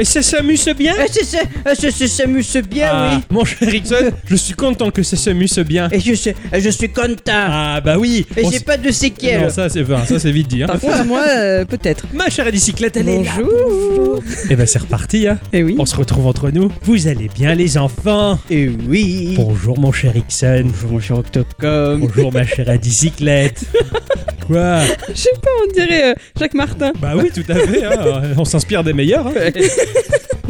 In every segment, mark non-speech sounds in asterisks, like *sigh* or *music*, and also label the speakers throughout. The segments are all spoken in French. Speaker 1: Et ça s'amuse bien
Speaker 2: Euh, c'est ça, euh, ça, ça s'amuse bien,
Speaker 1: Ah,
Speaker 2: oui.
Speaker 1: Mon cher Rickson, je suis content que ça s'amuse bien.
Speaker 2: Et je, sais- et je suis content.
Speaker 1: Ah bah oui
Speaker 2: Eh. et
Speaker 1: on
Speaker 2: j'ai
Speaker 1: s-
Speaker 2: pas de séquelles.
Speaker 1: Non, ça c'est enfin, ça, c'est vite dit. Hein.
Speaker 3: Par
Speaker 2: *laughs*
Speaker 3: contre, moi, euh, peut-être.
Speaker 1: Ma chère bicyclette, elle est là
Speaker 3: Bonjour.
Speaker 1: Et ben c'est reparti, hein.
Speaker 3: Eh oui.
Speaker 1: On se retrouve entre nous. Vous allez bien les enfants
Speaker 2: Et oui.
Speaker 1: Bonjour mon cher Rickson.
Speaker 2: Bonjour, mon cher Octocom.
Speaker 1: Bonjour ma chère bicyclette. Quoi
Speaker 3: Je sais pas, on dirait euh, Jacques Martin.
Speaker 1: Bah oui, tout à fait. hein. On s'inspire des meilleurs. hein. Ah,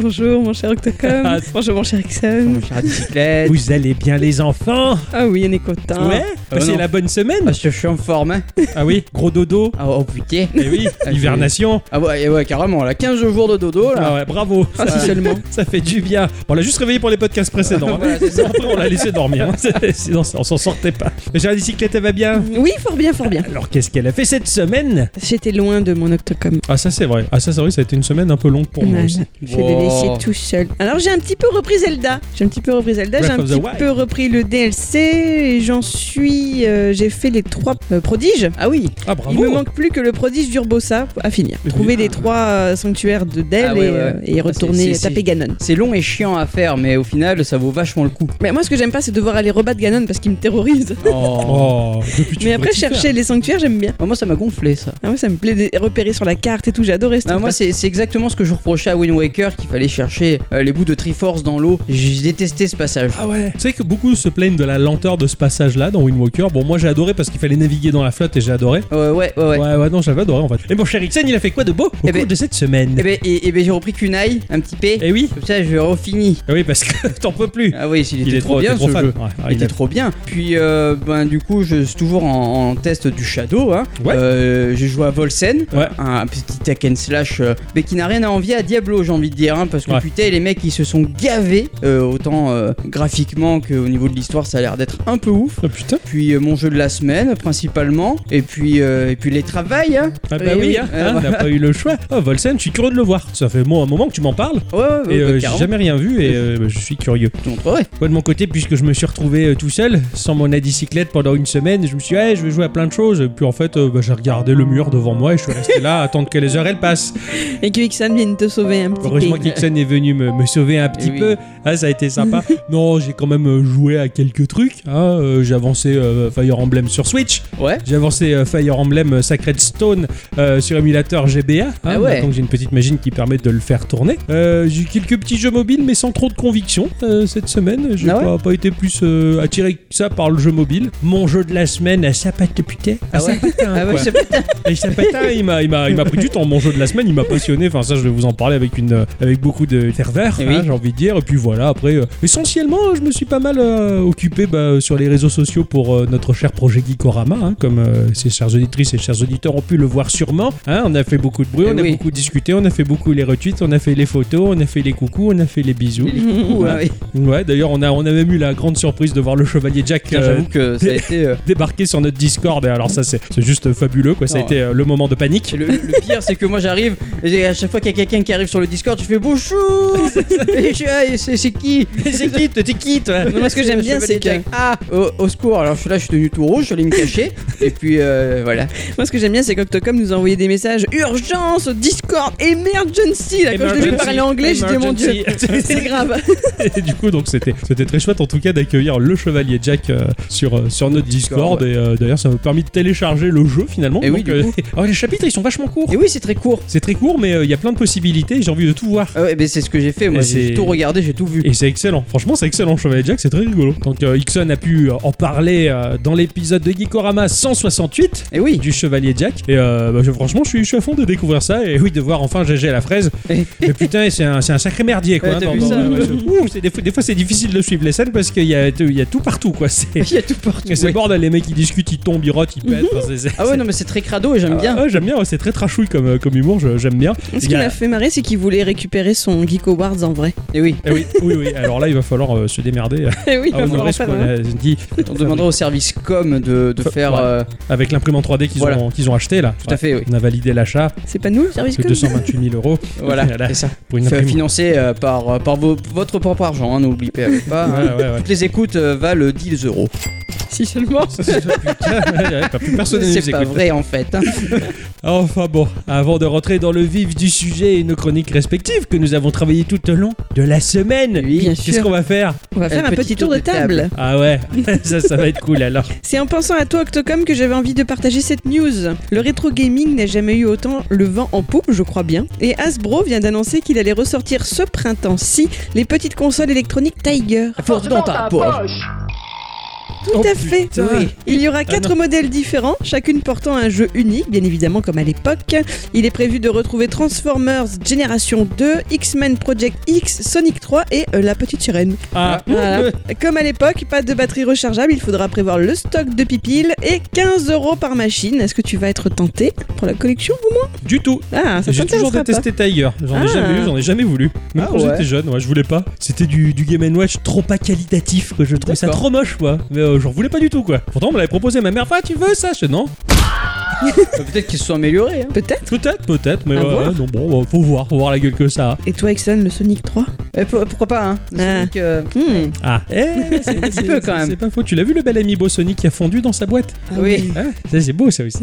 Speaker 3: Bonjour, mon cher
Speaker 1: Euh.
Speaker 3: Octocom. Bonjour, mon cher Ixon.
Speaker 2: *laughs* Mon cher bicyclette.
Speaker 1: Vous allez bien les enfants
Speaker 3: Ah oui, on est content.
Speaker 1: Ouais Passez
Speaker 2: non.
Speaker 1: la bonne semaine
Speaker 2: Ah, je suis en forme, hein.
Speaker 1: Euh, Ah oui, gros dodo.
Speaker 2: Ah, oh putain.
Speaker 1: Eh oui,
Speaker 2: Ah,
Speaker 1: hibernation.
Speaker 2: Ah ouais, ouais, carrément, là, 15 jours de dodo, là.
Speaker 1: Ah ouais, bravo.
Speaker 3: Ah, si seulement.
Speaker 1: Ça fait du bien. On l'a juste réveillé pour les podcasts précédents. hein. *laughs*
Speaker 2: *laughs* Voilà, c'est ça.
Speaker 1: Après, on l'a laissé dormir. hein. C'est- Sinon, on s'en sortait pas. Mais la bicyclette, elle va bien
Speaker 3: Oui, fort bien, fort bien.
Speaker 1: Alors, qu'est-ce qu'elle a fait cette semaine
Speaker 3: J'étais loin de mon Octocom.
Speaker 1: Ah, ça, c'est vrai. Ah, ça, c'est vrai, ça a été une semaine un peu longue pour moi
Speaker 3: Voilà.
Speaker 1: aussi.
Speaker 3: Je l'ai
Speaker 2: Wow.
Speaker 3: laissé tout seul. Alors j'ai un petit peu repris Zelda. J'ai un petit peu repris Zelda. J'ai
Speaker 1: Breath
Speaker 3: un
Speaker 1: of the
Speaker 3: petit
Speaker 1: Wild.
Speaker 3: peu repris le DLC et j'en suis. euh, j'ai fait les trois euh, prodiges.
Speaker 2: Ah oui.
Speaker 1: Ah,
Speaker 3: Il me
Speaker 1: bravo
Speaker 3: manque plus que le prodige d'Urbosa à finir.
Speaker 1: Mais
Speaker 3: Trouver
Speaker 1: oui.
Speaker 3: les trois euh, sanctuaires de Del
Speaker 2: Ah ouais,
Speaker 3: et,
Speaker 2: ouais.
Speaker 3: euh, et
Speaker 2: c'est-
Speaker 3: retourner
Speaker 2: c'est-
Speaker 3: taper Ganon.
Speaker 2: C'est long et chiant à faire, mais au final, ça vaut vachement le coup.
Speaker 3: Mais moi ce que j'aime pas c'est devoir aller rebattre Ganon parce qu'il me terrorise.
Speaker 1: Oh, depuis tu devrais
Speaker 3: Mais après
Speaker 1: t'y faire.
Speaker 3: chercher les sanctuaires j'aime bien.
Speaker 2: Ah, Moi, ça m'a gonflé, ça.
Speaker 3: Ah ouais, ça me plaît de repérer sur la carte et tout, j'adorais ce
Speaker 2: Ah, moi,
Speaker 3: truc-là.
Speaker 2: c'est c'est exactement ce que je reprochais à Wind Waker, qu'il fallait chercher euh, les bouts de Triforce dans l'eau. J'ai détesté ce passage.
Speaker 1: Ah ouais. Tu sais que beaucoup se plaignent de la lenteur de ce passage-là dans Wind Walker. Bon, moi j'ai adoré parce qu'il fallait naviguer dans la flotte et j'ai adoré.
Speaker 2: Ouais, ouais, ouais. ouais.
Speaker 1: Ouais, ouais, non, j'avais adoré en fait. Et mon cher Ixen, il a fait quoi de beau au
Speaker 2: Eh
Speaker 1: cours
Speaker 2: ben-
Speaker 1: de cette semaine
Speaker 2: Et ben, et, et ben, j'ai repris Kunai, un petit P.
Speaker 1: Eh oui
Speaker 2: Comme ça, je refini.
Speaker 1: Ah oui, parce que *laughs* t'en peux plus.
Speaker 2: Ah oui, il,
Speaker 1: il,
Speaker 2: était
Speaker 1: est
Speaker 2: trop
Speaker 1: trop,
Speaker 2: bien
Speaker 1: t'es trop
Speaker 2: ce
Speaker 1: fan.
Speaker 2: jeu.
Speaker 1: Ouais, ah,
Speaker 2: Il était trop bien. Puis, euh, ben, du coup, je suis toujours en, en test du Shadow. Hein.
Speaker 1: Ouais.
Speaker 2: Euh, j'ai joué à Volsen,
Speaker 1: Ouais.
Speaker 2: un petit hack and slash, euh, mais qui n'a rien à envier à Diablo, j'ai envie de dire. hein, parce que
Speaker 1: Ouais.
Speaker 2: putain, les mecs, ils se sont gavés, euh, autant euh, graphiquement qu'au niveau de l'histoire, ça a l'air d'être un peu ouf.
Speaker 1: Ah, putain.
Speaker 2: Puis euh, mon jeu de la semaine, principalement. Et puis, euh, et puis les travails. Hein.
Speaker 1: Ah bah
Speaker 2: Eh
Speaker 1: oui,
Speaker 2: oui,
Speaker 1: hein,
Speaker 2: euh,
Speaker 1: hein, on n'a pas eu le choix. Ah, Volsen, je suis curieux de le voir. Ça fait moi un moment que tu m'en parles.
Speaker 2: Ouais, ouais, ouais,
Speaker 1: Et euh,
Speaker 2: bah,
Speaker 1: j'ai
Speaker 2: carrément.
Speaker 1: jamais rien vu et euh, je suis curieux.
Speaker 2: Je te montrerai.
Speaker 1: Moi de mon côté, puisque je me suis retrouvé euh, tout seul, sans mon adicyclette pendant une semaine, je me suis dit, ouais, je vais jouer à plein de choses. Et puis en fait, euh, bah, j'ai regardé le mur devant moi et je suis resté là à attendre que les heures elles passent.
Speaker 3: Et que Ixon vienne te sauver un petit
Speaker 1: Heureusement
Speaker 3: peu. *laughs*
Speaker 1: qu'Ixon est venu me, me sauver un petit
Speaker 2: Eh oui.
Speaker 1: peu. Ah, ça a été
Speaker 2: *laughs*
Speaker 1: sympa. non, j'ai quand même euh, joué à quelques trucs. hein. Euh, j'ai avancé euh, Fire Emblem sur Switch.
Speaker 2: Ouais.
Speaker 1: J'ai avancé euh, Fire Emblem Sacred Stone euh, sur émulateur GBA. hein.
Speaker 2: Ah ouais.
Speaker 1: Donc j'ai une petite machine qui permet de le faire tourner. Euh, j'ai eu quelques petits jeux mobiles, mais sans trop de conviction euh, cette semaine. J'ai
Speaker 2: Ah ouais
Speaker 1: pas, pas été plus euh, attiré que ça par le jeu mobile. Mon jeu de la semaine, à sapate putain. À
Speaker 2: Ah ouais.
Speaker 1: sapatin,
Speaker 2: *laughs* Ah, bah,
Speaker 1: quoi.
Speaker 2: je sais pas, putain.
Speaker 1: Et ça patin, il m'a, il m'a, il m'a pris du temps. Mon jeu de la semaine, il m'a passionné. Enfin, ça, je vais vous en parler avec une, euh, avec beaucoup de ferveur,
Speaker 2: Eh
Speaker 1: hein,
Speaker 2: oui.
Speaker 1: j'ai envie de dire. Et puis voilà. Après, euh, essentiellement, je me suis pas mal euh, occupé bah, sur les réseaux sociaux pour euh, notre cher projet Geekorama, hein, comme euh, ses chères auditrices et chers auditeurs ont pu le voir sûrement. hein. on a fait beaucoup de bruit,
Speaker 2: Eh
Speaker 1: on a
Speaker 2: oui.
Speaker 1: beaucoup discuté, on a fait beaucoup les retweets, on a fait les photos, on a fait les coucous, on a fait les bisous.
Speaker 2: Ouh,
Speaker 1: *laughs*
Speaker 2: ah oui.
Speaker 1: Ouais. D'ailleurs, on a, on a même eu la grande surprise de voir le chevalier Jack. euh,
Speaker 2: Putain, J'avoue que ça a été. *laughs* euh,
Speaker 1: débarquer sur notre Discord et alors ça c'est c'est juste fabuleux quoi ça a
Speaker 2: Non,
Speaker 1: été euh, le moment de panique
Speaker 2: Et Le, le pire, c'est que moi j'arrive, et à chaque fois qu'il y a quelqu'un qui arrive sur le Discord, je fais *laughs* bonjour Et je- ah, et c'est c'est qui
Speaker 1: C'est
Speaker 2: *laughs*
Speaker 1: qui T'es qui toi
Speaker 2: Non, moi, ce que j'aime bien, c'est que. Ah, au, au secours Alors je suis là, je suis devenu tout rouge, je suis allé me *laughs* cacher, et puis euh, voilà.
Speaker 3: Moi, ce que j'aime bien, c'est qu'Octocom nous a envoyé des messages urgence, Discord, emergency. Là, quand je l'ai vu
Speaker 1: Emergency,
Speaker 3: parler anglais, j'étais mon dieu.
Speaker 1: emergency.
Speaker 3: C'est grave.
Speaker 1: *laughs* Et du coup, donc c'était c'était très chouette en tout cas d'accueillir le chevalier Jack euh, sur euh, sur notre Discord
Speaker 2: Discord,
Speaker 1: et euh, d'ailleurs ça m'a permis de télécharger le jeu finalement.
Speaker 2: Et oui,
Speaker 1: Donc,
Speaker 2: du
Speaker 1: euh, *laughs*
Speaker 2: coup.
Speaker 1: alors, les chapitres ils sont vachement courts.
Speaker 2: Et oui, c'est très court.
Speaker 1: C'est très court mais euh, il y a plein de possibilités. J'ai envie de tout voir.
Speaker 2: Ah ouais, ben c'est ce que j'ai fait, moi
Speaker 1: Et c'est-
Speaker 2: j'ai tout regardé, j'ai tout vu.
Speaker 1: Et c'est excellent, franchement c'est excellent Chevalier Jack, c'est très rigolo. Donc euh, Ixon a pu euh, en parler euh, dans l'épisode de Geekorama 168
Speaker 2: Et oui
Speaker 1: du Chevalier Jack. Et euh, bah, je- franchement, je suis, je suis à fond de découvrir ça. Et oui, de voir enfin GG à la fraise. Mais putain, c'est un, c'est un sacré merdier, quoi.
Speaker 2: Ouais,
Speaker 1: hein,
Speaker 2: t'as
Speaker 1: dans-
Speaker 2: vu
Speaker 1: dans-
Speaker 2: ça
Speaker 1: ouais, ouais, c'est- Ouh, c'est des, fois- des fois, c'est difficile de suivre les scènes parce qu'il y a, il y a tout partout, quoi. C'est
Speaker 2: Il y a tout partout.
Speaker 1: c'est
Speaker 2: ouais.
Speaker 1: bordel, les mecs ils discutent, ils tombent, ils rotent, ils pètent. Enfin, c'est- c'est-
Speaker 2: Ah ouais, non, mais c'est très crado et j'aime
Speaker 1: Ah
Speaker 2: bien.
Speaker 1: ouais, j'aime bien, ouais, c'est très trashouille comme, euh, comme humour, je- j'aime bien.
Speaker 3: Ce
Speaker 1: Il
Speaker 3: qui
Speaker 1: y a-
Speaker 3: m'a fait marrer, c'est qu'il voulait récupérer son Geek Awards en vrai.
Speaker 2: Et oui,
Speaker 1: Eh oui, oui, oui, alors là il va falloir euh, se démerder.
Speaker 3: Eh oui,
Speaker 1: Ah oui, non, ce qu'on a dit
Speaker 2: hein. on demandera au service com de, de
Speaker 1: Fa-
Speaker 2: faire.
Speaker 1: ouais.
Speaker 2: euh,
Speaker 1: avec l'imprimante 3D qu'ils
Speaker 2: Voilà.
Speaker 1: ont, qu'ils ont acheté là.
Speaker 2: tout à *laughs* fait, oui.
Speaker 1: On a validé l'achat
Speaker 3: C'est pas nous le service
Speaker 1: de
Speaker 3: que *laughs*
Speaker 1: 228 000 euros *laughs*
Speaker 2: Voilà,
Speaker 1: Voilà.
Speaker 2: c'est ça.
Speaker 1: pour une
Speaker 2: Fait-
Speaker 1: imprimante.
Speaker 2: Financé euh, par, euh, par vos- votre propre argent, hein, n'oubliez pas. hein.
Speaker 1: Ouais, ouais, ouais.
Speaker 2: Toutes les écoutes euh, valent 10 euros.
Speaker 3: Si seulement.
Speaker 1: Putain, *laughs* ouais, pas plus personne ne nous
Speaker 2: C'est pas
Speaker 1: écoute.
Speaker 2: vrai en fait. *laughs* hein.
Speaker 1: Enfin bon, avant de rentrer dans le vif du sujet et nos chroniques respectives que nous avons travaillé tout au long de la semaine,
Speaker 2: Oui, bien
Speaker 1: qu'est-ce
Speaker 3: sûr.
Speaker 1: qu'on va faire
Speaker 3: On va faire un petit tour de table.
Speaker 1: Ah ouais, *laughs* ça, ça va être cool alors.
Speaker 3: C'est en pensant à toi, Octocom, que j'avais envie de partager cette news. Le rétro gaming n'a jamais eu autant le vent en poupe, je crois bien. Et Hasbro vient d'annoncer qu'il allait ressortir ce printemps-ci les petites consoles électroniques Tiger.
Speaker 2: Force dans ta poche.
Speaker 3: Tout
Speaker 1: Oh,
Speaker 3: à fait.
Speaker 1: putain. Ah,
Speaker 3: Oui. Il y aura
Speaker 1: non.
Speaker 3: quatre modèles différents, chacune portant un jeu unique, bien évidemment comme à l'époque. Il est prévu de retrouver Transformers Génération 2, X-Men Project X, Sonic 3 et euh, La Petite Sirène.
Speaker 1: Ah,
Speaker 3: Voilà. Comme à l'époque, pas de batterie rechargeable, il faudra prévoir le stock de pipiles et 15 euros par machine. Est-ce que tu vas être tenté pour la collection au moins
Speaker 1: *laughs* du tout.
Speaker 3: Ah, ça
Speaker 1: J'ai toujours
Speaker 3: t'intéressera pas.
Speaker 1: détesté Tiger. J'en ai
Speaker 3: Ah.
Speaker 1: jamais eu, j'en ai jamais voulu. Même
Speaker 2: Ah
Speaker 1: quand
Speaker 2: ouais.
Speaker 1: j'étais jeune, ouais, je voulais pas. C'était du, du Game Watch trop pas qualitatif que je trouvais ça
Speaker 2: D'accord.
Speaker 1: trop moche, quoi. Mais euh, j'en voulais pas du tout, quoi. Pourtant, on me l'avait proposé. Ma mère, ah, tu veux ça Je dis, non.
Speaker 2: Peut-être qu'ils se sont améliorés. hein.
Speaker 3: Peut-être.
Speaker 1: Peut-être, peut-être, mais
Speaker 3: À
Speaker 1: ouais,
Speaker 3: voir.
Speaker 1: ouais, non, bon, bah, faut voir, faut voir la gueule que ça a.
Speaker 3: Et toi, Exxon, le Sonic 3
Speaker 2: Eh, pour- pourquoi pas hein Le
Speaker 3: Ah.
Speaker 2: Sonic, euh,
Speaker 3: Hmm.
Speaker 1: Ah, eh, *laughs* c'est-
Speaker 2: petit
Speaker 1: c'est-
Speaker 2: peu, quand
Speaker 1: c'est-
Speaker 2: même.
Speaker 1: C'est pas faux. Tu l'as vu le bel ami Sonic qui a fondu dans sa boîte
Speaker 2: Oui,
Speaker 1: Ah, ça c'est beau ça
Speaker 2: *laughs*
Speaker 1: aussi.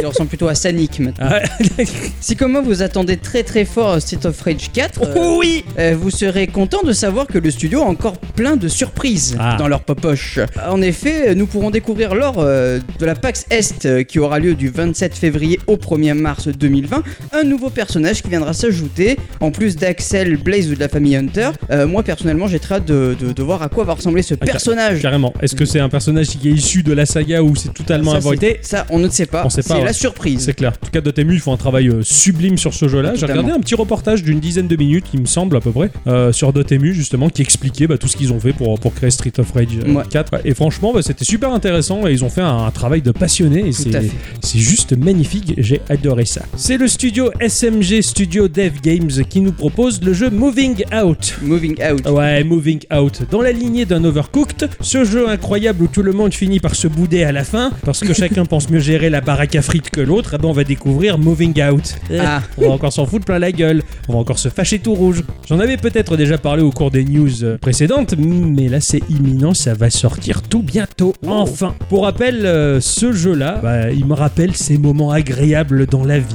Speaker 2: il ressemble plutôt à Sonic maintenant.
Speaker 1: Ah, ouais.
Speaker 2: Si comme moi vous attendez très très fort euh, Street of Rage 4, euh,
Speaker 1: oh, oui
Speaker 2: euh, vous serez content de savoir que le studio a encore plein de surprises
Speaker 1: Ah.
Speaker 2: dans leur popoche. En effet, nous pourrons découvrir l'or euh, de la PAX Est euh, qui aura lieu du 27 février au 1er mars 2020, un nouveau personnage qui viendra s'ajouter en plus d'Axel Blaze ou de la famille Hunter. Euh, moi personnellement j'ai très hâte de, de- de voir à quoi va ressembler ce
Speaker 1: Ah, car-
Speaker 2: personnage.
Speaker 1: Carrément. Est-ce que c'est un personnage qui est issu de la saga ou c'est totalement
Speaker 2: Ça,
Speaker 1: inventé
Speaker 2: c'est- ça, on ne sait pas.
Speaker 1: On sait pas,
Speaker 2: C'est
Speaker 1: ouais.
Speaker 2: la surprise.
Speaker 1: C'est clair. En tout cas, Dotemu, ils font un travail euh, sublime sur ce jeu-là. J'ai
Speaker 2: Totalement.
Speaker 1: regardé un petit reportage d'une dizaine de minutes, il me semble à peu près, euh, sur Dotemu, justement, qui expliquait bah, tout ce qu'ils ont fait pour, pour créer Street of Rage euh,
Speaker 2: Ouais.
Speaker 1: 4. Et franchement, bah, c'était super intéressant et ils ont fait un, un travail de passionné. Et
Speaker 2: Tout à
Speaker 1: c'est-
Speaker 2: fait.
Speaker 1: c'est juste magnifique, j'ai adoré ça. C'est le studio SMG Studio Dev Games qui nous propose le jeu Moving Out.
Speaker 2: Moving out.
Speaker 1: Ouais, Moving Out. Dans la lignée d'un Overcooked, ce jeu incroyable où tout le monde finit par se bouder à la fin, parce que chacun pense mieux gérer la baraque à frites que l'autre, eh ben on va découvrir Moving Out.
Speaker 2: Ah.
Speaker 1: On va encore s'en foutre plein la gueule, on va encore se fâcher tout rouge. J'en avais peut-être déjà parlé au cours des news euh, précédentes, mais là c'est imminent, ça va sortir tout bientôt, enfin. Pour rappel, euh, ce jeu-là, bah, il me rappelle ces moments agréables dans la vie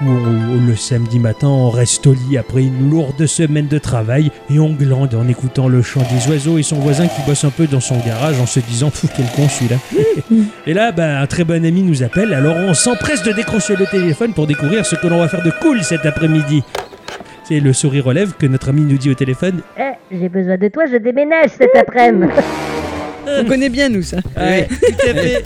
Speaker 1: où on- le samedi matin on reste au lit après une lourde semaine de travail et on glande en écoutant le chant des oiseaux et son voisin qui bosse un peu dans son garage en se disant fou quel con celui-là. et là bah, un très bon ami nous appelle alors on s'empresse de décrocher le téléphone pour découvrir ce que l'on va faire de cool cet après-midi. C'est le sourire relève que notre ami nous dit au téléphone.
Speaker 4: Eh, j'ai besoin de toi, je déménage cet après-midi.
Speaker 3: On connaît bien, nous, ça.
Speaker 1: Ouais, tout à *laughs* fait.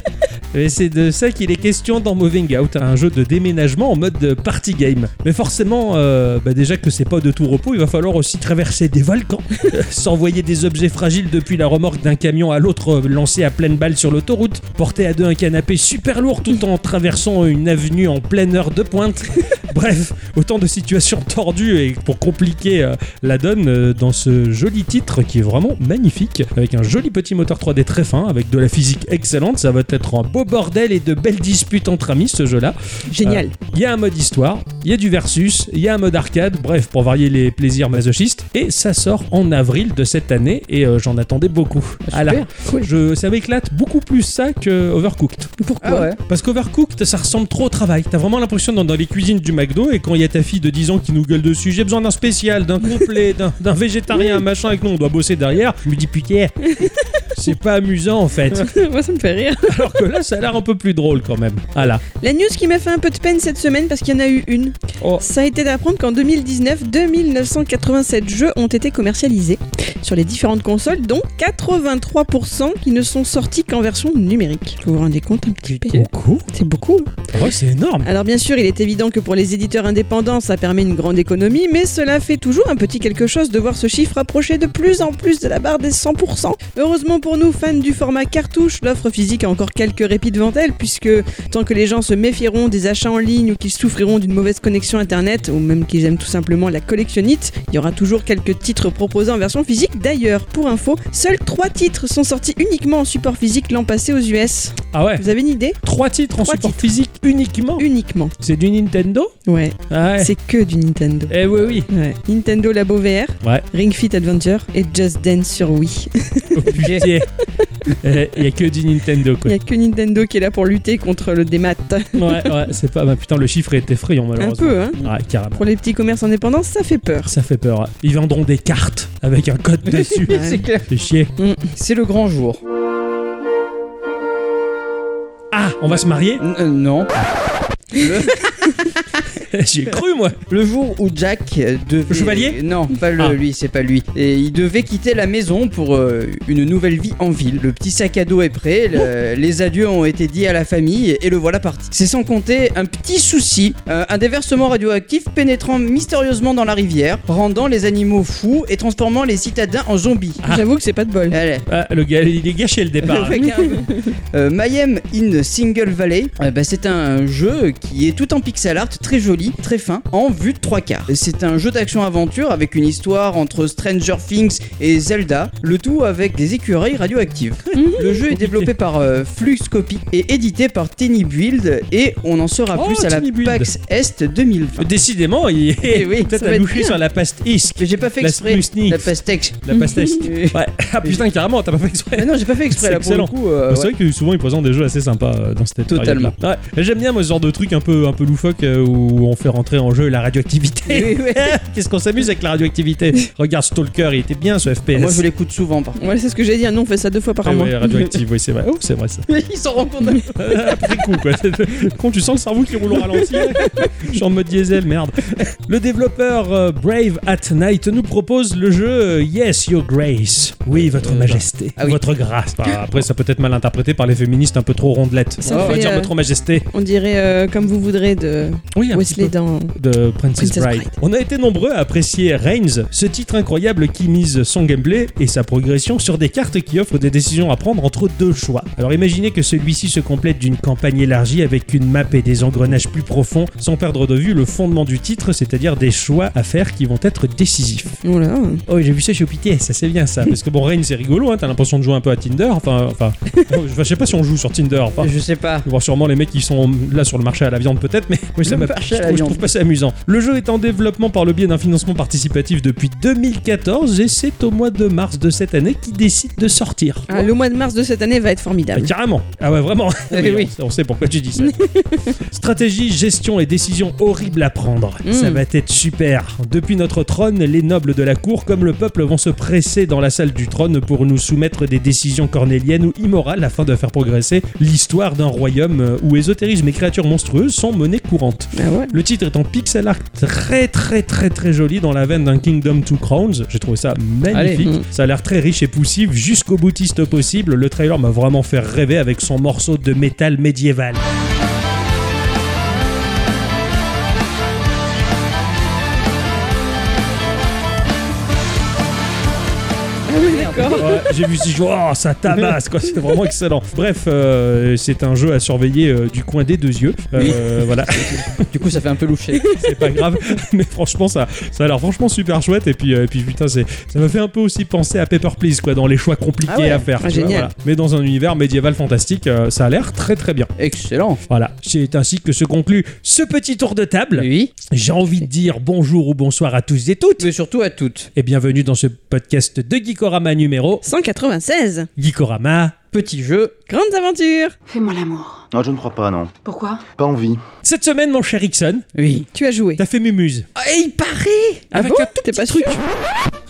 Speaker 1: Et c'est de ça qu'il est question dans Moving Out, un jeu de déménagement en mode de party game. Mais forcément, euh, bah déjà que c'est pas de tout repos, il va falloir aussi traverser des volcans, *laughs* euh, s'envoyer des objets fragiles depuis la remorque d'un camion à l'autre euh, lancé à pleine balle sur l'autoroute, porter à deux un canapé super lourd tout en traversant une avenue en pleine heure de *laughs* pointe. Bref, autant de situations tordues et pour compliquer euh, la donne euh, dans ce joli titre qui est vraiment magnifique, avec un joli petit moteur 3D très fin, avec de la physique excellente. Ça va être un beau bordel et de belles disputes entre amis ce jeu-là.
Speaker 3: Génial.
Speaker 1: Il y a un mode histoire, il y a du versus, il y a un mode arcade, bref, pour varier les plaisirs masochistes. Et ça sort en avril de cette année et euh, j'en attendais beaucoup. Ah là,
Speaker 3: cool.
Speaker 1: je, ça m'éclate beaucoup plus ça que Overcooked.
Speaker 3: Pourquoi
Speaker 2: Ah ouais.
Speaker 1: Parce qu'Overcooked, ça ressemble trop au travail. T'as vraiment l'impression d'être dans les cuisines du McDo et quand il y a ta fille de 10 ans qui nous gueule dessus, j'ai besoin d'un spécial, d'un complet, d'un d'un végétarien, machin, et que nous on doit bosser derrière. Je me dis putain, c'est pas amusant en fait.
Speaker 3: *laughs* Moi, ça me fait rire.
Speaker 1: Alors que là, ça a l'air un peu plus drôle quand même. Ah Voilà.
Speaker 3: La news qui m'a fait un peu de peine cette semaine, parce qu'il y en a eu une,
Speaker 1: Oh.
Speaker 3: ça a été d'apprendre qu'en 2019, 2987 jeux ont été commercialisés sur les différentes consoles, dont 83% qui ne sont sortis qu'en version numérique. Vous vous rendez compte un petit peu
Speaker 1: Beaucoup
Speaker 3: C'est beaucoup. hein
Speaker 1: Ouais, c'est énorme.
Speaker 3: Alors bien sûr, il est évident que pour les éditeurs indépendants, ça permet une grande économie, mais cela fait toujours un petit quelque chose de voir ce chiffre approcher de plus en plus de la barre des 100%. Heureusement pour nous, fans du format cartouche, l'offre physique a encore quelques répits devant elle, puisque tant que les gens se méfieront des achats en ligne ou qu'ils souffriront d'une mauvaise collection internet ou même qu'ils aiment tout simplement la collectionnite, il y aura toujours quelques titres proposés en version physique. D'ailleurs, pour info, seuls 3 titres sont sortis uniquement en support physique l'an passé aux US.
Speaker 1: Ah ouais
Speaker 3: Vous avez une idée
Speaker 1: Trois titres en
Speaker 3: Trois
Speaker 1: support
Speaker 3: titres.
Speaker 1: physique uniquement
Speaker 3: Uniquement.
Speaker 1: C'est du Nintendo
Speaker 3: Ouais,
Speaker 1: Ah ouais.
Speaker 3: c'est que du Nintendo.
Speaker 1: Eh oui, oui.
Speaker 3: Ouais. Nintendo Labo VR,
Speaker 1: Ouais.
Speaker 3: Ring Fit Adventure et Just Dance sur Wii.
Speaker 1: Oh, putain. Eh, Il y a que du Nintendo,
Speaker 3: *laughs* Il
Speaker 1: quoi.
Speaker 3: n'y a que Nintendo qui est là pour lutter contre le démat. *laughs*
Speaker 1: Ouais, ouais, c'est pas. bah, putain, le chiffre est effrayant,
Speaker 3: Un
Speaker 1: malheureusement.
Speaker 3: peu, hein
Speaker 1: Ouais, carrément.
Speaker 3: Pour les petits commerces indépendants, ça fait peur.
Speaker 1: Ça fait peur. hein. Ils vendront des cartes avec un
Speaker 2: *laughs*
Speaker 1: code dessus.
Speaker 3: Ouais.
Speaker 2: C'est clair.
Speaker 1: Fais chier.
Speaker 2: C'est le grand jour.
Speaker 1: Ah, on va se marier
Speaker 2: N- euh, non. Le,
Speaker 1: *laughs* J'ai cru, moi.
Speaker 2: le jour où Jack euh, devait.
Speaker 1: Le chevalier
Speaker 2: Non, pas le-
Speaker 1: Ah.
Speaker 2: lui, c'est pas lui. Et il devait quitter la maison pour euh, une nouvelle vie en ville. Le petit sac à dos est prêt,
Speaker 1: Oh.
Speaker 2: le- les adieux ont été dits à la famille et le voilà parti. C'est sans compter un petit souci euh, un déversement radioactif pénétrant mystérieusement dans la rivière, rendant les animaux fous et transformant les citadins en zombies.
Speaker 1: Ah.
Speaker 3: J'avoue que c'est pas de bol.
Speaker 2: Allez.
Speaker 1: Ah, le gars, il est gâché le départ.
Speaker 2: Ouais, carrément. Euh, Mayhem in Single Valley, euh, bah, c'est un jeu qui est tout en pixel art, très joli, très fin, en vue de trois quarts. C'est un jeu d'action-aventure avec une histoire entre Stranger Things et Zelda, le tout avec des écureuils radioactives.
Speaker 1: Mhm.
Speaker 2: le jeu est développé par euh, Fluxcopy et édité par Tiny Build et on en saura
Speaker 1: Oh,
Speaker 2: plus à la
Speaker 1: Tiny Build.
Speaker 2: PAX Est 2020.
Speaker 1: Décidément, il
Speaker 2: Eh oui,
Speaker 1: *laughs* peut-être
Speaker 2: ça va
Speaker 1: à
Speaker 2: être
Speaker 1: loucher
Speaker 2: bien.
Speaker 1: sur la paste isque.
Speaker 2: Mais j'ai pas fait
Speaker 1: La
Speaker 2: exprès.
Speaker 1: Splusnik. *laughs*
Speaker 2: La pastèque.
Speaker 1: La pastèche.
Speaker 2: *laughs* Mais
Speaker 1: Ouais. Ah putain, carrément, t'as pas fait exprès.
Speaker 2: non, j'ai pas fait exprès
Speaker 1: C'est
Speaker 2: là pour
Speaker 1: excellent.
Speaker 2: le coup. euh,
Speaker 1: Bah, C'est
Speaker 2: ouais.
Speaker 1: vrai que souvent ils présentent des jeux assez sympas euh, dans cette
Speaker 2: Totalement.
Speaker 1: période-là. Ouais. J'aime bien moi ce genre de truc un peu un peu loufoque euh, où on fait rentrer en jeu la radioactivité.
Speaker 2: *laughs* Oui, oui.
Speaker 1: *laughs* Qu'est-ce qu'on s'amuse avec la radioactivité Regarde Stalker, il était bien ce FPS.
Speaker 2: Ah, Moi je l'écoute souvent par contre.
Speaker 3: Ouais, c'est ce que j'ai dit, un nom fait ça deux fois par
Speaker 1: Ah
Speaker 3: mois.
Speaker 1: ouais, radioactive, oui, c'est
Speaker 2: *laughs*
Speaker 1: vrai. Oh, c'est vrai ça. *laughs*
Speaker 2: Ils s'en rendent compte.
Speaker 1: Après coup, quoi. Con, tu sens le cerveau qui roule au ralenti. Je suis en mode diesel, merde. Le développeur euh, Brave at Night nous propose le jeu euh, Yes, Your Grace. Oui, Votre
Speaker 2: Euh,
Speaker 1: Majesté.
Speaker 2: ah oui.
Speaker 1: Votre grâce. Bah, après, ça peut être mal interprété par les féministes un peu trop rondelettes.
Speaker 3: Ça
Speaker 1: on va
Speaker 3: fait,
Speaker 1: dire
Speaker 3: euh,
Speaker 1: Votre Majesté.
Speaker 3: On dirait euh, comme vous voudrez de
Speaker 1: Oui, un petit
Speaker 3: Wesley
Speaker 1: peu.
Speaker 3: dans.
Speaker 1: de Princess,
Speaker 3: Princess
Speaker 1: Bride.
Speaker 3: Bride.
Speaker 1: On a été nombreux à apprécier Reigns, ce titre incroyable qui mise son gameplay et sa progression sur des cartes qui offrent des décisions à prendre entre deux choix. Alors imaginez que celui-ci se complète d'une campagne élargie avec une map et des engrenages plus profonds, sans perdre de vue le fondement du titre, c'est-à-dire des choix à faire qui vont être décisifs.
Speaker 3: Oh là.
Speaker 1: Oh, j'ai vu ça chez OPTS, ça c'est bien ça. *laughs* Parce que bon, Reigns c'est rigolo, hein, t'as l'impression de jouer un peu à Tinder, enfin, *laughs* enfin, je sais pas si on joue sur Tinder, enfin,
Speaker 2: Je sais pas.
Speaker 1: Bon, sûrement les mecs qui sont là sur le marché à la viande peut-être, mais oui, ça
Speaker 2: Le
Speaker 1: m'a
Speaker 2: marché à
Speaker 1: je
Speaker 2: la
Speaker 1: trouve- je
Speaker 2: viande.
Speaker 1: trouve pas ça amusant. Le jeu est en développement par le biais d'un financement participatif depuis 2014 et c'est au mois de mars de cette année qui décide de sortir.
Speaker 3: Ah, le mois de mars de cette année va être formidable.
Speaker 1: Ah, carrément. Ah ouais, vraiment.
Speaker 2: Eh
Speaker 1: Oui,
Speaker 2: oui.
Speaker 1: On, on sait pourquoi tu dis ça. Stratégie, gestion et décision horribles à prendre.
Speaker 3: Mm.
Speaker 1: Ça va être super. Depuis notre trône, les nobles de la cour comme le peuple vont se presser dans la salle du trône pour nous soumettre des décisions cornéliennes ou immorales afin de faire progresser l'histoire d'un royaume euh, où ésotérisme et créatures monstrueuses sont monnaie courante.
Speaker 3: Ah ouais.
Speaker 1: Le titre est en pixel art très très très très joli dans la veine d'un Kingdom to Crowns. J'ai trouvé ça magnifique.
Speaker 3: Allez.
Speaker 1: Ça a l'air très riche et poussif jusqu'au boutiste possible. Le trailer m'a vraiment fait rêver avec son morceau de métal médiéval.
Speaker 3: Ah D'accord.
Speaker 1: Ouais, J'ai vu ce jeu, oh, ça tabasse quoi, c'est vraiment excellent. Bref, euh, c'est un jeu à surveiller euh, du coin des deux yeux. Euh, voilà,
Speaker 2: Du coup, ça fait un peu louché.
Speaker 1: c'est pas grave, *laughs* mais franchement ça, ça a l'air franchement super chouette et puis euh, et puis putain c'est, ça m'a fait un peu aussi penser à Paper Please quoi dans les choix compliqués
Speaker 2: Ah ouais,
Speaker 1: à faire.
Speaker 3: ah,
Speaker 1: tu vois,
Speaker 3: génial.
Speaker 1: voilà. Mais dans un univers médiéval fantastique, euh, ça a l'air très très bien.
Speaker 2: *laughs* Excellent.
Speaker 1: Voilà, c'est ainsi que se conclut ce petit tour de table.
Speaker 2: Oui.
Speaker 1: J'ai envie de dire bonjour ou bonsoir à tous et toutes
Speaker 2: Mais surtout à toutes.
Speaker 1: et bienvenue dans ce podcast de Geekorama numéro
Speaker 3: 196.
Speaker 1: Geekorama.
Speaker 2: Petit jeu.
Speaker 3: Grandes aventures.
Speaker 5: Fais-moi l'amour.
Speaker 6: Non, Ah, je ne crois pas, non.
Speaker 5: Pourquoi
Speaker 6: Pas envie.
Speaker 1: Cette semaine mon cher Ixon,
Speaker 2: Oui.
Speaker 3: Tu as joué.
Speaker 1: t'as fait mumuse.
Speaker 2: Ah, et il paraît
Speaker 3: Ah
Speaker 1: Avec
Speaker 3: bon
Speaker 1: un
Speaker 3: T'es pas truc.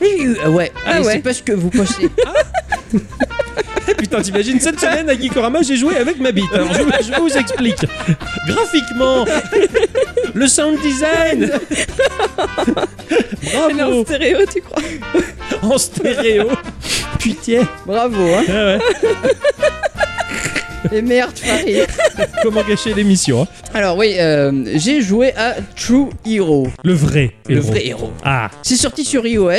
Speaker 2: Oui, oui, ah ouais.
Speaker 3: Ah
Speaker 2: Mais
Speaker 3: ouais.
Speaker 2: C'est parce que vous *laughs* pensez.
Speaker 1: Putain, t'imagines, cette semaine à Geekorama, j'ai joué avec ma bite. Alors, je, je vous explique. Graphiquement, le sound design.
Speaker 3: Elle est en
Speaker 1: Bravo,
Speaker 3: stéréo, tu crois
Speaker 1: en stéréo. Putain, ah
Speaker 2: Bravo, hein.
Speaker 1: ouais, ouais.
Speaker 2: Et merde, Farid.
Speaker 1: Comment gâcher l'émission hein
Speaker 2: Alors oui, euh, j'ai joué à True Hero,
Speaker 1: Le vrai
Speaker 2: le
Speaker 1: héros.
Speaker 2: vrai héros.
Speaker 1: Ah,
Speaker 2: C'est sorti sur iOS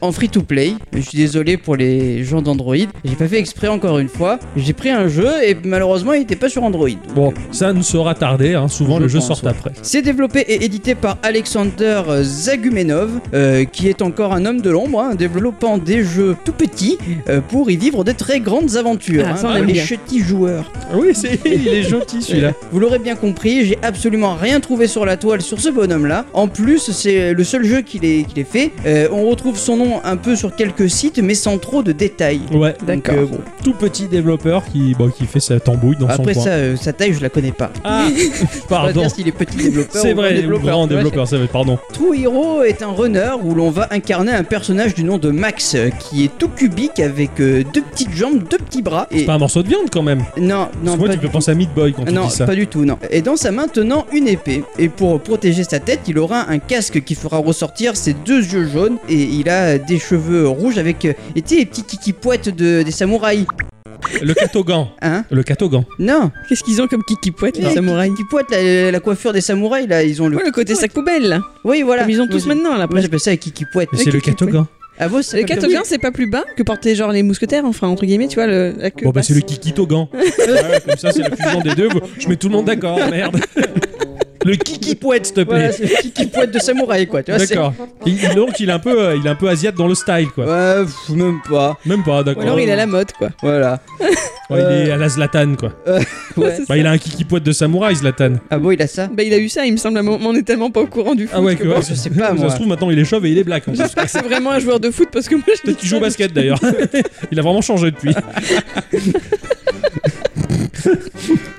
Speaker 2: en free to play. Je suis désolé pour les gens d'Android. J'ai pas fait exprès encore une fois. J'ai pris un jeu et malheureusement il était pas sur Android. Donc,
Speaker 1: bon,
Speaker 2: euh,
Speaker 1: ça ne sera tardé. hein. Souvent,
Speaker 2: Je
Speaker 1: le jeu
Speaker 2: pense,
Speaker 1: sort
Speaker 2: ouais.
Speaker 1: après.
Speaker 2: C'est développé et édité par Alexander Zagumenov, euh, qui est encore un homme de l'ombre, hein, développant des jeux tout petits euh, pour y vivre de très grandes aventures.
Speaker 3: Ah,
Speaker 2: hein,
Speaker 3: ça, on
Speaker 2: pour
Speaker 3: aime
Speaker 2: les
Speaker 3: bien.
Speaker 2: petits joueurs. Euh,
Speaker 1: Oui, c'est... il est gentil celui-là.
Speaker 2: Vous l'aurez bien compris, j'ai absolument rien trouvé sur la toile sur ce bonhomme-là. En plus, c'est le seul jeu qu'il ait, qu'il ait fait. Euh, on retrouve son nom un peu sur quelques sites, mais sans trop de détails.
Speaker 1: Ouais,
Speaker 2: Donc,
Speaker 3: D'accord.
Speaker 2: euh, bon.
Speaker 1: tout petit développeur qui, bon, qui fait sa tambouille dans
Speaker 2: Après
Speaker 1: son coin.
Speaker 2: ça, euh, sa taille, je la connais pas. *laughs*
Speaker 1: Ah,
Speaker 2: Je sais
Speaker 1: pardon.
Speaker 2: pas s'il est petit développeur.
Speaker 1: C'est
Speaker 2: ou grand
Speaker 1: vrai,
Speaker 2: développeur,
Speaker 1: grand
Speaker 2: tu vois,
Speaker 1: développeur, ça veut pardon.
Speaker 2: True Hero est un runner où l'on va incarner un personnage du nom de Max euh, qui est tout cubique avec euh, deux petites jambes, deux petits bras et
Speaker 1: Pas un morceau de viande quand même.
Speaker 2: non
Speaker 1: Parce
Speaker 2: non
Speaker 1: que moi,
Speaker 2: pas
Speaker 1: tu
Speaker 2: du
Speaker 1: peux
Speaker 2: tout.
Speaker 1: penser à Meat Boy quand
Speaker 2: non,
Speaker 1: tu dis ça.
Speaker 2: pas du tout, non. Et dans sa main tenant une épée. Et pour protéger sa tête, il aura un casque qui fera ressortir ses deux yeux jaunes. Et il a des cheveux rouges avec, euh, et tu sais, les petits kiki-poètes de, des samouraïs.
Speaker 1: Le catogan.
Speaker 2: Hein
Speaker 1: Le catogan.
Speaker 2: Non
Speaker 3: Qu'est-ce qu'ils ont comme kiki poète les
Speaker 2: Les
Speaker 3: samouraïs
Speaker 2: kiki-poètes, la, la coiffure des samouraïs, là, ils ont le.
Speaker 3: Ouais, le côté sac poubelle.
Speaker 1: Ah,
Speaker 2: Oui, voilà.
Speaker 3: Comme ils ont tous
Speaker 2: Moi,
Speaker 3: maintenant là.
Speaker 2: Moi, j'appelle ça les kiki-poètes.
Speaker 1: Mais c'est le catogan.
Speaker 2: Ah, vous, c'est
Speaker 3: Le
Speaker 2: pas comme
Speaker 3: catogan, c'est pas plus bas que porter genre les mousquetaires, enfin entre guillemets, tu vois le. La queue
Speaker 1: Bon, bah, c'est le
Speaker 3: basse.
Speaker 1: kikitogan. Ouais, comme ça, c'est la fusion des deux. Je mets tout le monde d'accord,
Speaker 2: *laughs*
Speaker 1: merde. Le kikipouette, s'il te plaît.
Speaker 2: Voilà, c'est le kiki poète de samouraï, quoi. Tu vois, c'est-
Speaker 1: d'accord. Et Donc, il est un peu, euh, il est un peu asiate dans le style, quoi.
Speaker 2: Ouais, pff, même pas.
Speaker 1: Même pas,
Speaker 3: Ou
Speaker 1: d'accord.
Speaker 3: alors il a la mode quoi.
Speaker 2: Voilà.
Speaker 1: Ouais, il est
Speaker 2: euh,
Speaker 1: à la Zlatan, quoi.
Speaker 2: Ouais.
Speaker 3: *laughs* C'est ça.
Speaker 1: Bah, il a un kikipouette de samouraï, Zlatan.
Speaker 2: Ah bon, il a ça
Speaker 3: Bah, il a eu ça, il me semble, à un moment, on est tellement pas au courant du foot.
Speaker 1: Ah ouais,
Speaker 3: que
Speaker 1: que
Speaker 3: bon,
Speaker 1: ouais,
Speaker 2: je sais pas,
Speaker 1: Ça
Speaker 2: moi.
Speaker 1: se trouve, maintenant, il est chauve et il est black. hein. en plus.
Speaker 3: J'espère que c'est vraiment un joueur de foot parce que moi je.
Speaker 1: Peut-être
Speaker 3: dis
Speaker 1: qu'il joue au
Speaker 3: ça,
Speaker 1: basket, d'ailleurs. *laughs* il a vraiment changé depuis.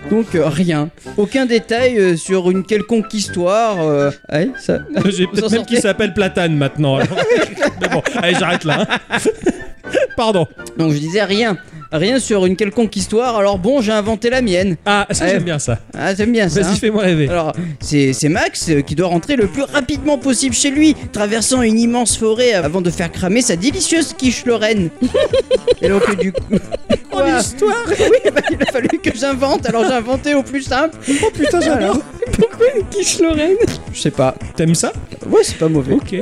Speaker 2: Donc euh, rien. Aucun détail euh, sur une quelconque histoire. euh, ouais, ça.
Speaker 1: J'ai peut-être même
Speaker 2: sortez.
Speaker 1: qu'il s'appelle Platane, maintenant. alors. *laughs* Mais bon, allez, j'arrête là. hein. *laughs* Pardon.
Speaker 2: Donc je disais rien. Rien sur une quelconque histoire. Alors bon, j'ai inventé la mienne.
Speaker 1: Ah, ça,
Speaker 2: Ouais.
Speaker 1: j'aime bien ça.
Speaker 2: Ah, j'aime bien ça.
Speaker 1: Vas-y,
Speaker 2: hein.
Speaker 1: fais-moi rêver.
Speaker 2: Alors, c'est c'est Max euh, qui doit rentrer le plus rapidement possible chez lui, traversant une immense forêt euh, avant de faire cramer sa délicieuse quiche *laughs* Lorraine. Et donc, euh, du coup. Quoi
Speaker 1: histoire
Speaker 2: Oui, bah, il a fallu que j'invente, alors j'ai inventé au plus simple.
Speaker 1: Oh putain, j'adore
Speaker 2: *laughs*
Speaker 3: Pourquoi une quiche Lorraine
Speaker 2: Je sais pas.
Speaker 1: T'aimes ça
Speaker 2: Ouais, c'est pas mauvais.
Speaker 1: Ok.